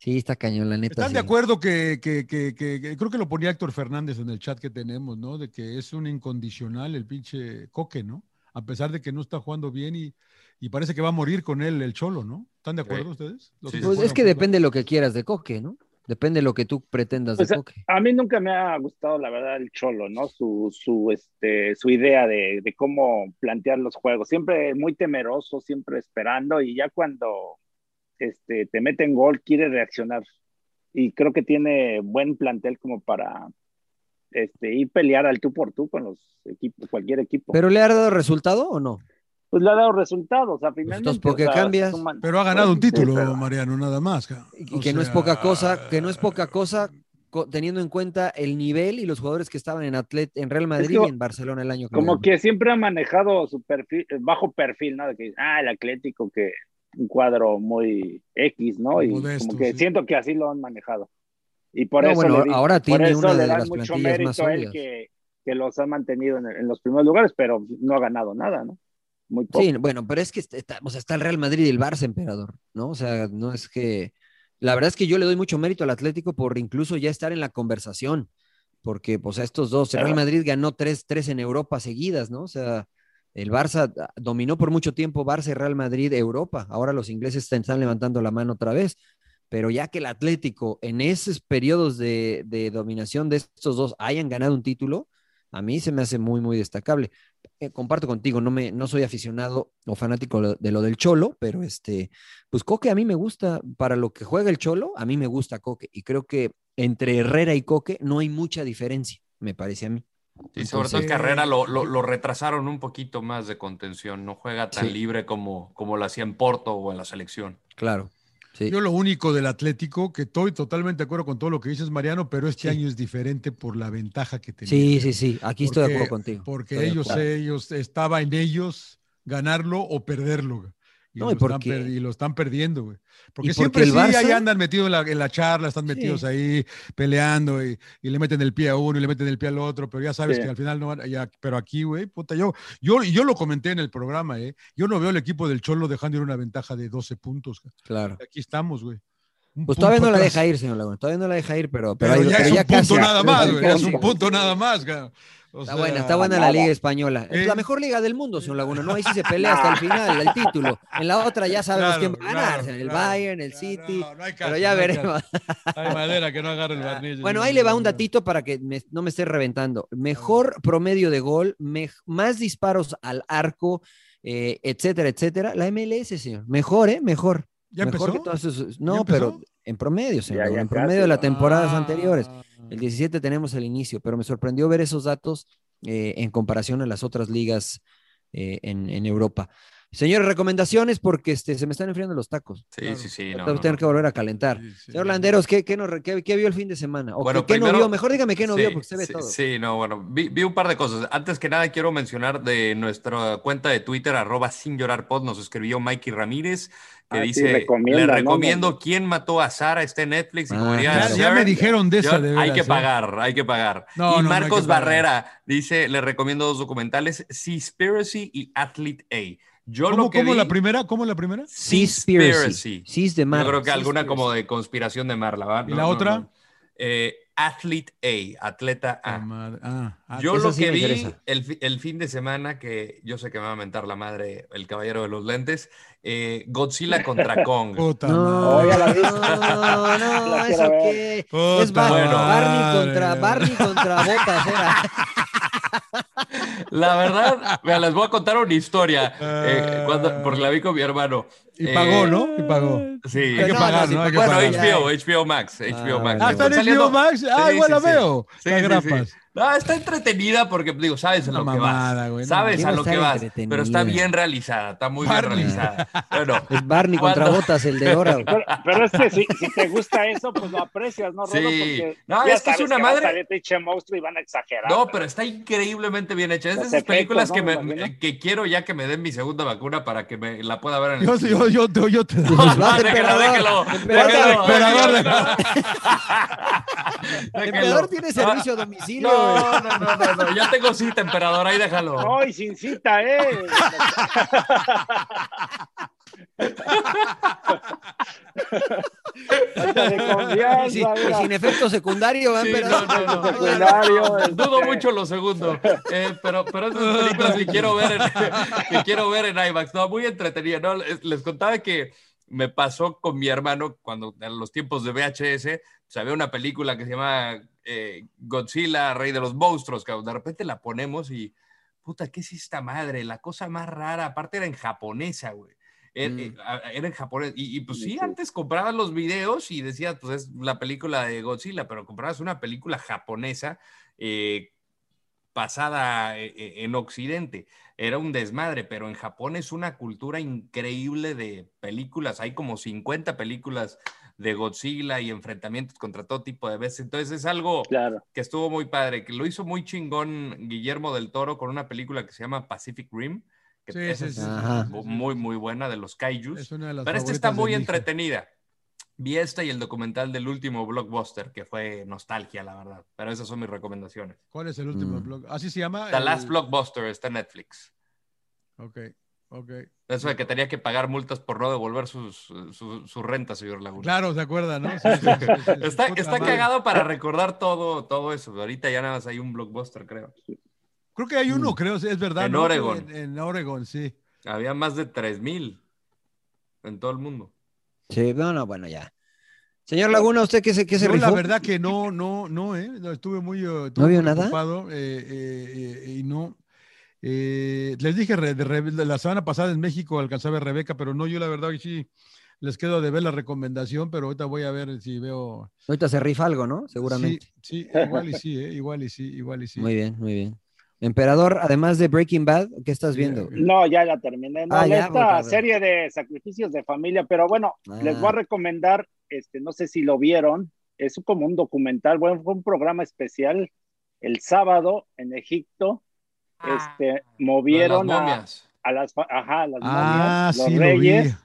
S4: Sí, está cañón, la neta.
S7: ¿Están
S4: sí.
S7: de acuerdo que, que- que- que- que- creo que lo ponía Héctor Fernández en el chat que tenemos, ¿no? De que es un incondicional el pinche Coque, ¿no? A pesar de que no está jugando bien y, y parece que va a morir con él el Cholo, ¿no? ¿Están de acuerdo
S5: Sí.
S7: ustedes? Los
S5: Sí,
S4: Pues
S5: sí,
S7: juegan
S4: es que
S7: fútbol.
S4: depende lo que quieras de Coque, ¿no? Depende lo que tú pretendas de
S6: Pues,
S4: Coque.
S6: A mí nunca me ha gustado, la verdad, el Cholo, ¿no? Su, su, este, su idea de, de cómo plantear los juegos. Siempre muy temeroso, siempre esperando, y ya cuando este, te meten gol, quiere reaccionar. Y creo que tiene buen plantel como para este, ir pelear al tú por tú con los equipos, cualquier equipo.
S4: ¿Pero le ha dado resultado o no?
S6: pues le ha dado resultados, a finalmente.
S4: Pues entonces, ¿por qué
S6: o sea,
S4: cambias?
S6: suman- Pues
S7: Pero ha ganado un
S6: Sí,
S7: título,
S6: pero-
S7: Mariano, nada más. ca-
S4: Y
S7: o
S4: que no es
S7: sea,
S4: poca cosa, que no es poca cosa, co- teniendo en cuenta el nivel y los jugadores que estaban en Atlet, en Real Madrid
S6: que-
S4: y en Barcelona el año que
S6: Como
S4: ganó.
S6: que siempre ha manejado su perfil, eh, bajo perfil, ¿no? De que, ah, el Atlético, que un cuadro muy X, ¿no? Y
S7: Modesto,
S6: como que
S7: sí.
S6: siento que así lo han manejado. Y por
S4: No,
S6: eso
S4: bueno,
S6: le di-
S4: ahora
S6: por
S4: tiene
S6: eso
S4: una
S6: le
S4: de
S6: dan
S4: las plantillas
S6: mucho
S4: más
S6: mérito a él
S4: sólidas.
S6: que, que los ha mantenido en, en los primeros lugares, pero no ha ganado nada, ¿no? Muy poco.
S4: Sí, bueno, pero es que está, está- o sea, está el Real Madrid y el Barça, emperador, ¿no? O sea, no es que. La verdad es que yo le doy mucho mérito al Atlético por incluso ya estar en la conversación, porque, pues, a estos dos, el Real Madrid ganó tres, tres en Europa seguidas, ¿no? O sea, el Barça ah, dominó por mucho tiempo Barça y Real Madrid Europa. Ahora los ingleses están, están levantando la mano otra vez, pero ya que el Atlético en esos periodos de, de dominación de estos dos hayan ganado un título, a mí se me hace muy, muy destacable eh, comparto contigo, no, me, no soy aficionado o fanático lo- de lo del Cholo, pero este, pues Coque a mí me gusta, para lo que juega el Cholo, a mí me gusta Coque, y creo que entre Herrera y Coque no hay mucha diferencia, me parece a mí.
S5: Sí, sobre todo en
S4: Entonces-
S5: carrera lo, lo- lo retrasaron un poquito más de contención. No juega tan
S4: Sí.
S5: libre como, como lo hacía en Porto o en la selección.
S4: Claro.
S7: Yo lo único del Atlético, que estoy totalmente de acuerdo con todo lo que dices, Mariano, pero este año es diferente por la ventaja que tenía.
S4: Sí, sí, sí, aquí estoy de
S7: Porque-
S4: acuerdo contigo.
S7: Porque
S4: Estoy de
S7: ellos,
S4: acuerdo.
S7: ellos, estaba en ellos ganarlo o perderlo. Y,
S4: No,
S7: lo,
S4: y
S7: están
S4: porque-
S7: per- y lo están perdiendo, güey. Porque
S4: porque
S7: siempre
S4: el
S7: sí,
S4: Barça-
S7: ahí andan metidos en la, en la charla, están metidos
S4: Sí.
S7: ahí peleando y, y le meten el pie a uno y le meten el pie al otro, pero ya sabes
S6: Sí.
S7: que al final no van. ya- pero aquí, güey, puta, yo, yo, yo lo comenté en el programa, ¿eh? Yo no veo al equipo del Cholo dejando ir una ventaja de 12 puntos. güey.
S4: Claro.
S7: Aquí estamos, güey. Un
S4: Pues todavía
S7: punto
S4: no la
S7: atrás.
S4: deja ir, señor Laguna, todavía no la deja ir, pero,
S7: Pero,
S4: pero, ahí-
S7: ya
S4: pero
S7: es un punto
S4: casi.
S7: nada
S4: Pero
S7: más,
S4: ya
S7: güey. ya Es
S4: casi.
S7: un punto nada más, güey. O
S4: Está
S7: sea,
S4: buena, está buena la Liga Española. Es
S7: Eh.
S4: la mejor liga del mundo, señor Laguna. No, ahí sí se pelea hasta el final, el título. En la otra ya sabemos
S7: Claro,
S4: quién va a ganar.
S7: claro,
S4: el
S7: claro,
S4: Bayern, el City.
S7: No, no hay caso,
S4: pero ya
S7: no hay
S4: veremos.
S7: caso. Hay madera que no agarre el barniz.
S4: Ah, Bueno, ahí le va un datito para que me- no me esté reventando. Mejor promedio de gol, mej- más disparos al arco, eh, etcétera, etcétera. La MLS, señor. Mejor, ¿eh? Mejor.
S7: ¿Ya
S4: Mejor
S7: empezó?
S4: que todas sus-
S7: ¿Ya
S4: No,
S7: empezó?
S4: pero en promedio, señor.
S6: Ya,
S4: Laguna,
S6: ya
S4: en
S6: casi.
S4: promedio de las temporadas
S7: Ah.
S4: anteriores. El 17 tenemos el inicio, pero me sorprendió ver esos datos eh, en comparación a las otras ligas eh, en, en Europa. Señores, recomendaciones porque este, se me están enfriando los tacos.
S5: Sí, sí, sí. no,
S4: Voy a
S5: no,
S4: tener
S5: no.
S4: que volver a calentar.
S7: Sí, sí.
S4: Señor Landeros, ¿qué, qué, nos re- qué- qué vio el fin de semana? ¿O
S5: Bueno,
S4: qué, qué no
S5: primero-
S4: vio? Mejor dígame qué no
S5: sí,
S4: vio porque usted ve
S5: sí,
S4: todo.
S5: sí, no, bueno, vi, vi un par de cosas. Antes que nada, quiero mencionar de nuestra cuenta de Twitter, arroba sin llorar pod, nos escribió Mikey Ramírez, que
S6: Ah, sí,
S5: dice,
S6: recomienda,
S5: le
S6: ¿no?
S5: recomiendo quién mató a Sara, está en Netflix. Y
S4: Ah,
S5: como diría
S7: Ya,
S4: claro.
S7: ya
S5: Sarah,
S7: me dijeron de esa,
S5: John,
S7: de
S5: hay
S7: veras,
S5: que
S7: ¿eh?
S5: pagar, hay que pagar.
S7: No, no,
S5: y
S7: no hay
S5: Marcos
S7: que pagar.
S5: Barrera dice, le recomiendo dos documentales, Seaspiracy y Athlete A. Yo
S7: ¿Cómo,
S5: lo que
S7: cómo
S5: vi-
S7: la primera? ¿cómo la primera?
S4: Seaspiracy.
S5: Seaspiracy.
S4: Seas de mar.
S5: Yo creo que alguna como de conspiración de Marla, ¿va?
S7: ¿Y la otra?
S5: Eh, Athlete A, atleta
S7: Ah,
S5: A.
S7: madre. Ah, ah,
S5: Yo
S4: esa
S5: lo
S4: sí
S5: que
S4: me
S5: vi
S4: interesa.
S5: el, fi- el fin de semana, que yo sé que me va a mentar la madre el caballero de los lentes, eh, Godzilla contra Kong.
S7: puta
S4: No,
S7: madre.
S6: ya la vi.
S4: no, no,
S6: La
S4: eso
S6: quiero ver.
S4: qué.
S7: Puta
S4: es Bar-
S5: Bueno.
S4: Barney
S7: madre.
S4: contra Barney contra Botas. era.
S5: La verdad, mira, les voy a contar una historia, eh,
S7: Ah.
S5: cuando- porque la vi con mi hermano.
S7: Y
S5: Eh,
S7: pagó, ¿no? Y pagó.
S5: Sí.
S7: Hay que
S4: No,
S7: pagar,
S4: no,
S7: ¿no? Hay que
S5: Bueno,
S7: pagar.
S5: HBO, HBO Max, HBO Max.
S7: Ah, está en
S5: Están
S7: HBO Max. Ah,
S5: Sí,
S7: igual
S5: sí,
S7: la
S5: sí.
S7: veo.
S5: Sí,
S7: Las
S5: sí,
S7: grapas.
S5: sí. No, está entretenida porque digo, sabes a
S7: Una
S5: lo que
S7: mamada,
S5: vas.
S7: güey, no
S5: sabes
S7: mames.
S5: a
S4: Quiero
S5: lo que
S4: estar
S5: vas, pero está
S4: entretenida.
S5: bien realizada, está muy
S7: Barney.
S5: bien realizada. Bueno,
S4: Es Barney contra
S5: Cuando-
S4: Botas, el de Dora. güey.
S6: Pero, pero es que si, si te gusta eso, pues lo aprecias, ¿no, Rodo?
S5: Sí.
S6: Porque
S5: No,
S6: ya
S5: es que es
S6: sabes
S5: una
S6: va a
S5: madre-
S6: salir pinche monstruo y van a exagerar.
S5: No, pero está increíblemente bien hecha. Es de
S6: Los
S5: esas películas
S6: efectos, ¿no?
S5: que,
S6: Me
S5: me, eh,
S6: imagino.
S5: que quiero ya que me den mi segunda vacuna para que me la pueda ver en el
S7: Yo,
S5: cine.
S7: yo, yo, yo, yo te
S5: No,
S4: Pues vas,
S5: déjelo,
S4: emperador.
S5: déjelo,
S4: Emperador,
S5: déjelo,
S7: emperador,
S5: déjelo.
S4: El
S5: Déjelo.
S4: emperador tiene
S5: No,
S4: servicio a domicilio. güey.
S5: Ah. No, no, no, no, no, ya tengo cita, emperador, ahí déjalo.
S6: Ay, sin cita, ¿eh? Falta de confianza,
S4: Sí,
S6: mira.
S4: sin efecto secundario, va,
S5: Sí,
S4: emperador.
S5: no, no, no.
S6: Secundario,
S5: Dudo
S6: este,
S5: mucho lo segundo, eh, pero, pero esas películas que quiero ver en, que quiero ver en IMAX, no, muy entretenida, ¿no? Les, les contaba que me pasó con mi hermano cuando en los tiempos de VHS, pues, había una película que se llama eh, Godzilla, Rey de los Monstruos, que de repente la ponemos y, puta, ¿qué es esta madre? La cosa más rara, aparte era en japonesa, güey. Era,
S4: Mm.
S5: eh, a- era en japonés. Y, y, pues
S6: Sí,
S5: sí,
S6: sí.
S5: antes comprabas los videos y decías, pues es la película de Godzilla, pero comprabas una película japonesa eh, pasada eh, eh, en Occidente. Era un desmadre, pero en Japón es una cultura increíble de películas. Hay como 50 películas de Godzilla y enfrentamientos contra todo tipo de veces. Entonces es algo
S6: Claro.
S5: que estuvo muy padre, que lo hizo muy chingón Guillermo del Toro con una película que se llama Pacific Rim, que
S7: Sí,
S5: esa
S7: sí,
S5: es
S7: sí.
S4: Ajá.
S5: mu- muy, muy buena de los kaijus.
S7: Es una de las
S5: Pero esta
S7: favoritas
S5: está
S7: de
S5: muy
S7: mi hija.
S5: entretenida. Vi esta y el documental del último blockbuster, que fue nostalgia, la verdad. Pero esas son mis recomendaciones.
S7: ¿Cuál es el último blog? Así se llama.
S5: The
S7: el-
S5: Last Blockbuster está en Netflix.
S7: Ok, ok.
S5: Eso de que tenía que pagar multas por no devolver sus, su- su renta, señor Laguna.
S7: Claro, se acuerda, ¿no? Sí, sí, sí, sí, sí.
S5: está
S7: Puta
S5: está
S7: madre.
S5: cagado para recordar todo, todo eso. Ahorita ya nada más hay un blockbuster, creo.
S7: Creo que hay
S4: Mm.
S7: uno, creo, sí, es verdad.
S5: En
S7: ¿no?
S5: Oregon.
S7: En, en Oregon, sí.
S5: Había más de 3.000 en todo el mundo.
S4: Sí, no, no, bueno, ya. Señor Laguna, ¿usted qué se, qué se
S7: Yo, la
S4: rifó?
S7: verdad que no, no, no, ¿eh? No, estuve muy, eh, estuve
S4: ¿No vio
S7: muy
S4: nada?
S7: ocupado, eh, eh, eh, y no. Eh, les dije, re- de re- la semana pasada en México alcanzaba a Rebeca, pero no, yo la verdad que sí les quedo de ver la recomendación, pero ahorita voy a ver si veo.
S4: Ahorita se rifa algo, ¿no? Seguramente.
S7: Sí, sí, igual y sí, ¿eh? igual y sí, igual y sí.
S4: Muy bien, muy bien. Emperador, además de Breaking Bad, ¿qué estás viendo?
S7: eh,
S6: No, ya la terminé. No,
S4: Ah, ya,
S6: esta
S4: bueno, bueno.
S6: serie de sacrificios de familia, pero bueno,
S4: Ah.
S6: les voy a recomendar, este, no sé si lo vieron, es como un documental, bueno, fue un programa especial el sábado en Egipto, este, movieron
S5: Lo de las
S6: a-
S5: momias.
S6: A, las, fa- ajá, a las
S7: Ah,
S6: momias, los
S7: sí, lo vi.
S6: reyes.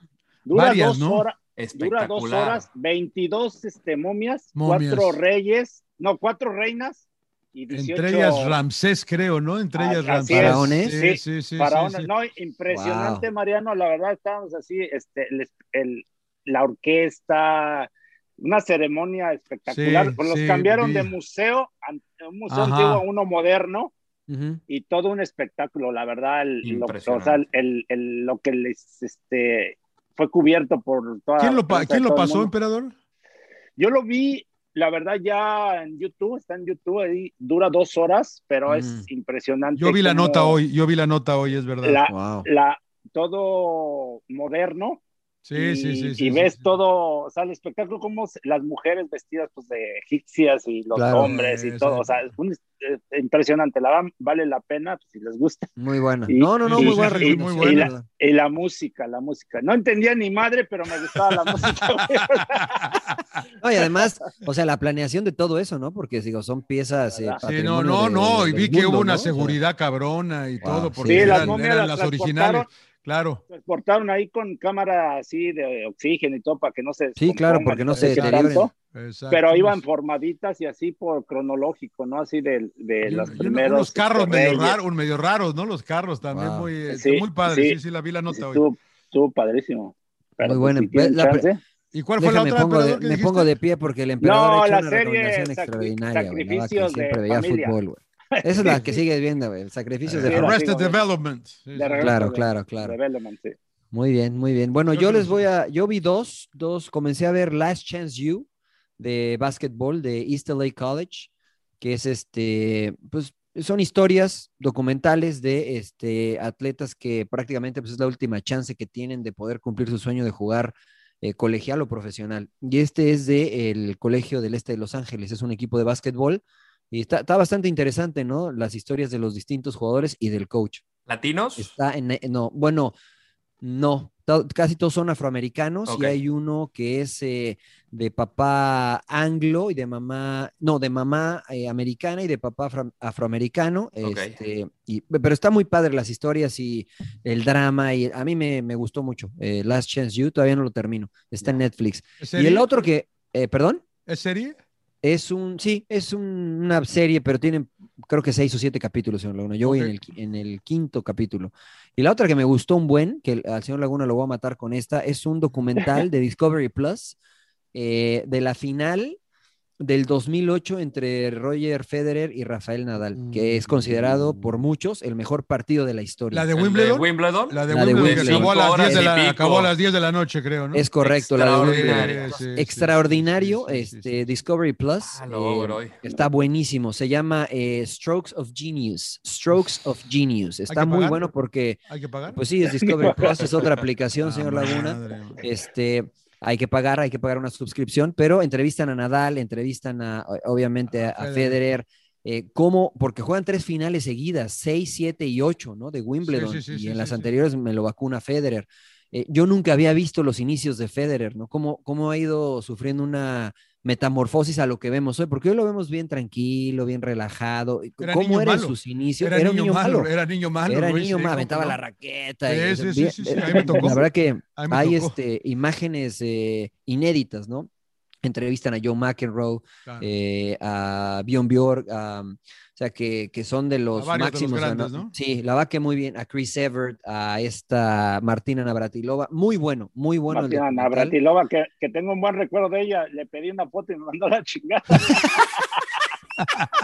S6: Dura
S7: Varias,
S6: dos
S7: ¿no?
S6: horas, dura
S5: Espectacular.
S6: dos horas, 22 este, momias,
S7: Momias.
S6: cuatro reyes, no, cuatro reinas y 18
S7: Entre ellas Ramsés, creo, ¿no? Entre ellas
S6: Así
S7: Ramsés.
S6: es.
S4: Faraones.
S7: Sí,
S6: Sí,
S7: sí, sí, sí,
S6: faraones.
S7: sí.
S6: No, impresionante, Mariano. La verdad, estábamos así, este, el, el- la orquesta, una ceremonia espectacular.
S7: Sí,
S6: Los
S7: sí,
S6: cambiaron
S7: vi.
S6: de museo, an- un museo
S7: Ajá.
S6: antiguo a uno moderno
S4: Ujú.
S6: y todo un espectáculo, la verdad, el- lo, o sea,
S5: Impresionante.
S6: el- el- lo que les este, fue cubierto por toda
S7: ¿Quién lo,
S6: o
S7: pa-
S6: sea,
S7: quién lo
S6: todo el
S7: pasó,
S6: mundo.
S7: emperador?
S6: Yo lo vi, la verdad, ya en YouTube, está en YouTube, ahí dura dos horas, pero es impresionante.
S7: Mm. Yo vi la
S6: cómo-
S7: nota hoy, yo vi la nota hoy, es verdad.
S6: La-
S4: Wow.
S6: la, todo moderno.
S7: Sí,
S6: y,
S7: sí, sí.
S6: y
S7: sí,
S6: ves
S7: sí.
S6: todo, o sea, el espectáculo, como se- las mujeres vestidas pues, de egipcias y los
S4: Claro,
S6: hombres y
S7: eh,
S6: todo,
S7: sí.
S6: o sea, es un- eh, impresionante, la va- vale la pena pues, si les gusta.
S4: Muy buena.
S6: Y-
S4: no, no, no,
S6: y-
S4: muy buena.
S6: y-
S4: recomendación,
S7: muy
S4: la
S7: buena.
S4: verdad.
S6: Y la música, la música. No entendía ni madre, pero me gustaba la música.
S4: No, y además, o sea, la planeación de todo eso, ¿no? Porque, digo, son piezas. eh,
S7: Sí, no,
S4: patrimonio
S7: no,
S4: de-
S7: no, y
S4: del
S7: vi que
S4: mundo,
S7: hubo una
S4: ¿no? O sea,
S7: seguridad cabrona y
S4: Wow,
S7: todo, porque
S4: sí,
S6: las
S7: eran,
S6: momias
S7: eran
S6: las
S7: las originales. Claro,
S6: Transportaron pues, ahí con cámara así de oxígeno y todo para que no se.
S4: Sí, claro,
S6: descompongan,
S4: porque no se
S6: sé qué
S4: deterioren.
S6: tanto,
S7: Este, exacto.
S6: Pero iban formaditas y así por cronológico, ¿no? Así de, de
S7: Y
S6: los
S7: un- y
S6: primeros.
S7: unos carros
S6: este,
S7: medio
S6: reyes.
S7: raros, medio raros, ¿no? Los carros también
S4: Wow.
S7: muy, eh,
S6: Sí,
S7: muy padres. Sí,
S6: sí.
S7: sí, la vi la nota hoy.
S6: Estuvo, estuvo padrísimo.
S4: Muy
S6: pues,
S4: buena.
S6: si tienen
S4: Ve- la pre-
S6: chance.
S7: ¿Y cuál fue la
S4: déjame,
S7: otra,
S4: pongo de-
S7: emperador, que
S4: me
S7: dijiste?
S4: pongo de pie porque el emperador
S6: No,
S4: ha hecho
S6: la
S4: una
S6: serie
S4: recomendación
S6: sacri-
S4: extraordinaria, güey. La vaca que
S6: Sacrificios de
S4: siempre veía
S6: familia.
S4: fútbol, güey. Esa es la que sigues viendo, güey. el
S7: Eh,
S4: Sacrificios de
S6: Sí, la
S4: familia.
S7: Arrested
S6: sigo viendo.
S7: Development. Sí, sí.
S6: De regreso
S4: Claro,
S6: de-
S4: claro, claro.
S6: de Velleman, sí.
S4: Muy bien, muy bien. Bueno,
S7: Yo
S4: yo
S7: creo
S4: les
S7: que
S4: voy
S7: sí.
S4: a, yo vi dos, dos, comencé a ver Last Chance You de básquetbol de East LA College, que es este, pues son historias documentales de este, atletas que prácticamente pues, es la última chance que tienen de poder cumplir su sueño de jugar eh, colegial o profesional. Y este es de el Colegio del Este de Los Ángeles, es un equipo de básquetbol y está, está bastante interesante, ¿no? Las historias de los distintos jugadores y del coach.
S5: ¿Latinos?
S4: Está en, eh, no, bueno, no, to- casi todos son afroamericanos
S5: Ok.
S4: y hay uno que es eh, de papá anglo y de mamá, no, de mamá eh, americana y de papá afro- afroamericano.
S5: Ok.
S4: este, y- pero está muy padre las historias y el drama y a mí me, me gustó mucho. eh, Last Chance You, todavía no lo termino, está en Netflix.
S7: ¿Es
S4: Y el
S7: serie?
S4: otro que, eh, perdón.
S7: ¿Es serie?
S4: Es un, sí, es un- una serie, pero tienen creo que seis o siete capítulos, señor Laguna. Yo voy en
S7: Ok.
S4: el, qui- en el quinto capítulo. Y la otra que me gustó un buen, que el- al señor Laguna lo voy a matar con esta, es un documental de Discovery Plus eh, de la final del 2008 entre Roger Federer y Rafael Nadal, que es considerado por muchos el mejor partido de la historia.
S7: Mm. ¿La de
S5: ¿El
S7: Wimbledon?
S5: Wimbledon?
S7: La de
S4: La de
S7: Wimbledon, que
S4: Wimbledon.
S7: acabó a
S5: Cinco
S7: las 10 de
S5: horas y
S7: la-
S5: pico.
S7: acabó a las 10 de la noche, creo, ¿no?
S4: Es correcto, la de Wimbledon.
S5: Extraordinario.
S7: Sí, sí, sí, sí,
S4: Extraordinario,
S7: sí, sí, sí,
S4: este,
S7: sí.
S4: Discovery Plus.
S5: Ah, lo voy a ver
S4: eh,
S5: hoy.
S4: está buenísimo. Se llama eh, Strokes of Genius. Strokes of Genius. Está
S7: que
S4: muy
S7: pagar?
S4: bueno porque,
S7: ¿Hay que pagar?
S4: pues sí, es Discovery Plus, es otra aplicación,
S7: Ah,
S4: señor Laguna.
S7: madre, güey.
S4: Este, hay que pagar, hay que pagar una suscripción, pero entrevistan a Nadal, entrevistan a, obviamente, a, a
S7: A Ah,
S4: Federer.
S7: Federer.
S4: eh, ¿Cómo? Porque juegan tres finales seguidas, 6, 7 y 8, ¿no? De Wimbledon.
S7: sí, sí,
S4: y
S7: sí,
S4: en
S7: sí,
S4: las
S7: sí.
S4: anteriores me lo vacuna Federer. Eh, yo nunca había visto los inicios de Federer, ¿no? Cómo, cómo ha ido sufriendo una metamorfosis a lo que vemos hoy, porque hoy lo vemos bien tranquilo, bien relajado.
S7: Era
S4: ¿Cómo
S7: niño
S4: era
S7: malo.
S4: en sus inicios?
S7: Era niño malo, era niño malo,
S4: Era
S7: Luis,
S4: niño
S7: sí,
S4: malo,
S7: cómo
S4: aventaba
S7: no.
S4: la raqueta. y-
S7: Sí, sí, sí,
S4: bien-
S7: sí, sí, a mí me tocó.
S4: La verdad que
S7: A mí me
S4: hay
S7: tocó.
S4: este, imágenes eh, inéditas, ¿no? Entrevistan a Joe McEnroe,
S7: Claro.
S4: eh, a Bjorn Bjork, a- um, o sea, que, que son de los
S7: varios de los
S4: máximos.
S7: grandes,
S4: gana-
S7: ¿no?
S4: Sí, la va que muy bien. A Chris Evert, a esta Martina Navratilova. Muy bueno, muy bueno. el
S6: Martina
S4: documental.
S6: Navratilova, que, que tengo un buen recuerdo de ella, le pedí una foto y me mandó la chingada.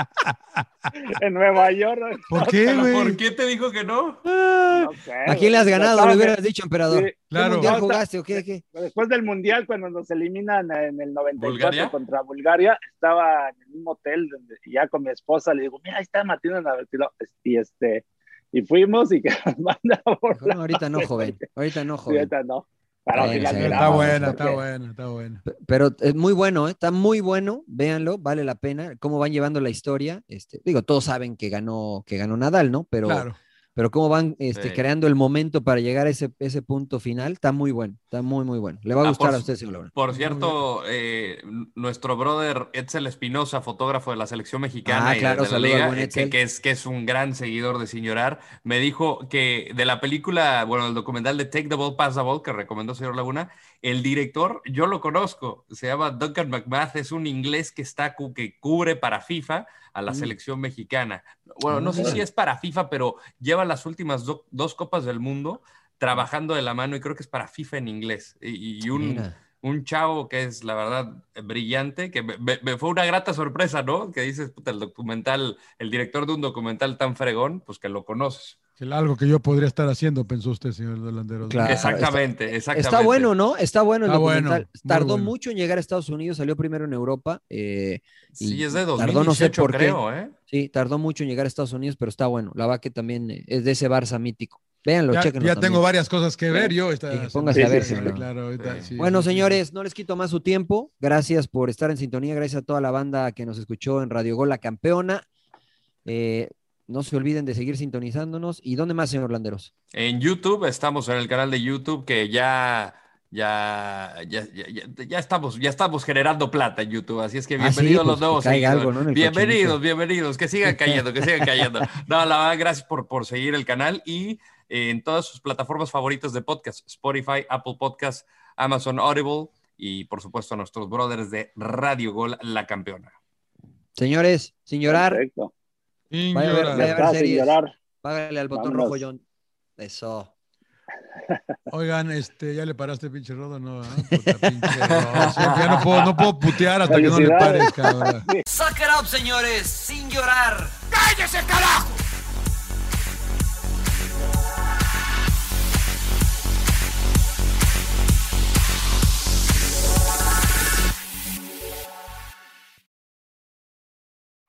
S6: en Nueva York.
S7: ¿Por qué,
S5: ¿Pero
S7: güey?
S5: ¿Por qué te dijo que no?
S6: No sé,
S4: ¿A quién le has
S6: güey.
S4: ganado?
S6: Trataba
S4: Le
S6: de-
S4: hubieras dicho, emperador.
S6: Sí.
S4: ¿Qué
S7: Claro.
S4: mundial
S6: No, está-
S4: jugaste o qué? qué?
S6: Después del Mundial, cuando nos eliminan en el 94
S5: ¿Bulgaria?
S6: contra Bulgaria, estaba en el mismo hotel donde- y ya con mi esposa, le digo, mira, ahí está Martina Navratilova. Y, este, y fuimos y que nos manda a
S4: Dijo,
S6: volar.
S4: no, ahorita no, joven. Ahorita no,
S6: Sí,
S4: joven.
S6: ahorita no. Pero
S4: Bueno,
S6: sí la
S4: sí,
S7: Está
S6: miramos,
S7: buena,
S6: porque-
S7: está buena, está buena.
S4: Pero es muy bueno, ¿eh? está muy bueno, véanlo, vale la pena, cómo van llevando la historia. Este, digo, todos saben que ganó, que ganó Nadal, ¿no? Pero,
S7: Claro.
S4: pero cómo van este,
S5: Sí.
S4: creando el momento para llegar a ese, ese punto final, está muy bueno, está muy, muy bueno. Le va a
S5: Ah,
S4: gustar
S5: por
S4: a
S5: su-
S4: usted, señor Laguna.
S5: Por cierto, eh, n- nuestro brother Etzel Espinosa, fotógrafo de la selección mexicana
S4: Ah,
S5: y de-
S4: claro,
S5: de la
S4: saludo al
S5: liga,
S4: buen
S5: eh, que,
S4: Etzel.
S5: que es, que es un gran seguidor de Sin Llorar, me dijo que de la película, bueno, el documental de Take the Ball, Pass the Ball, que recomendó señor Laguna, el director, yo lo conozco, se llama Duncan McMath, es un inglés que, está, cu- que cubre para FIFA a la
S4: Mm.
S5: selección mexicana. Bueno, no sé
S4: Órale.
S5: si es para FIFA, pero lleva las últimas do- dos copas del mundo trabajando de la mano y creo que es para FIFA en inglés. Y, y un,
S4: Mira.
S5: un chavo que es, la verdad, brillante, que me, me- me fue una grata sorpresa, ¿no? Que dices, puta, el documental, el director de un documental tan fregón, pues que lo conoces.
S7: Que Algo que yo podría estar haciendo, pensó usted, señor delantero.
S4: Claro.
S5: exactamente, exactamente.
S4: Ah, Está bueno, ¿no? Está bueno el
S7: Está bueno,
S4: documental.
S7: muy
S4: Tardó
S7: bueno.
S4: mucho en llegar a Estados Unidos, salió primero en Europa. eh,
S5: Sí,
S4: y
S5: es de
S4: tardó, no sé
S5: 2018,
S4: por qué.
S5: creo, ¿eh?
S4: sí, tardó mucho en llegar a Estados Unidos, pero está bueno. La va que también eh, es de ese Barça mítico. Véanlo,
S7: Ya,
S4: chéquenlo
S7: ya
S4: también.
S7: tengo varias cosas que ver yo. esta
S4: Sí,
S7: semana.
S4: póngase
S6: a ver,
S7: Sí,
S4: señor.
S7: claro, ahorita,
S5: Sí.
S7: sí,
S4: Bueno,
S7: sí, sí.
S4: señores, no les quito más su tiempo. Gracias por estar en sintonía. Gracias a toda la banda que nos escuchó en Radio Gol La Campeona. Eh, no se olviden de seguir sintonizándonos. ¿Y dónde más, señor Landeros?
S5: En YouTube, estamos en el canal de YouTube que ya, ya, ya, ya, ya- ya estamos, ya estamos generando plata en YouTube. Así es que
S4: Ah, sí,
S5: bienvenidos
S4: pues,
S5: los nuevos.
S4: que caiga
S5: seguidores.
S4: algo, ¿no? En el
S5: bienvenidos,
S4: cochinito.
S5: bienvenidos, que sigan cayendo, que sigan cayendo. No, la verdad, gracias por, por seguir el canal y eh, en todas sus plataformas favoritas de podcast, Spotify, Apple Podcast, Amazon Audible y por supuesto a nuestros brothers de Radio Gol, la campeona.
S4: Señores, sin llorar,
S6: Perfecto.
S7: Sin
S4: Vaya a ver, vaya
S7: llorar.
S4: a ver.
S6: Está sin
S4: series.
S6: llorar.
S4: págale al botón
S6: Vámonos.
S4: rojo, John. Eso.
S7: Oigan, este, ya le paraste pinche rodo, no, ah? Puta, pinche rodo. Siempre, ya no puedo, no puedo putear hasta que no le pares,
S6: Felicidades.
S7: cabrón.
S2: Suck it up, señores, sin llorar.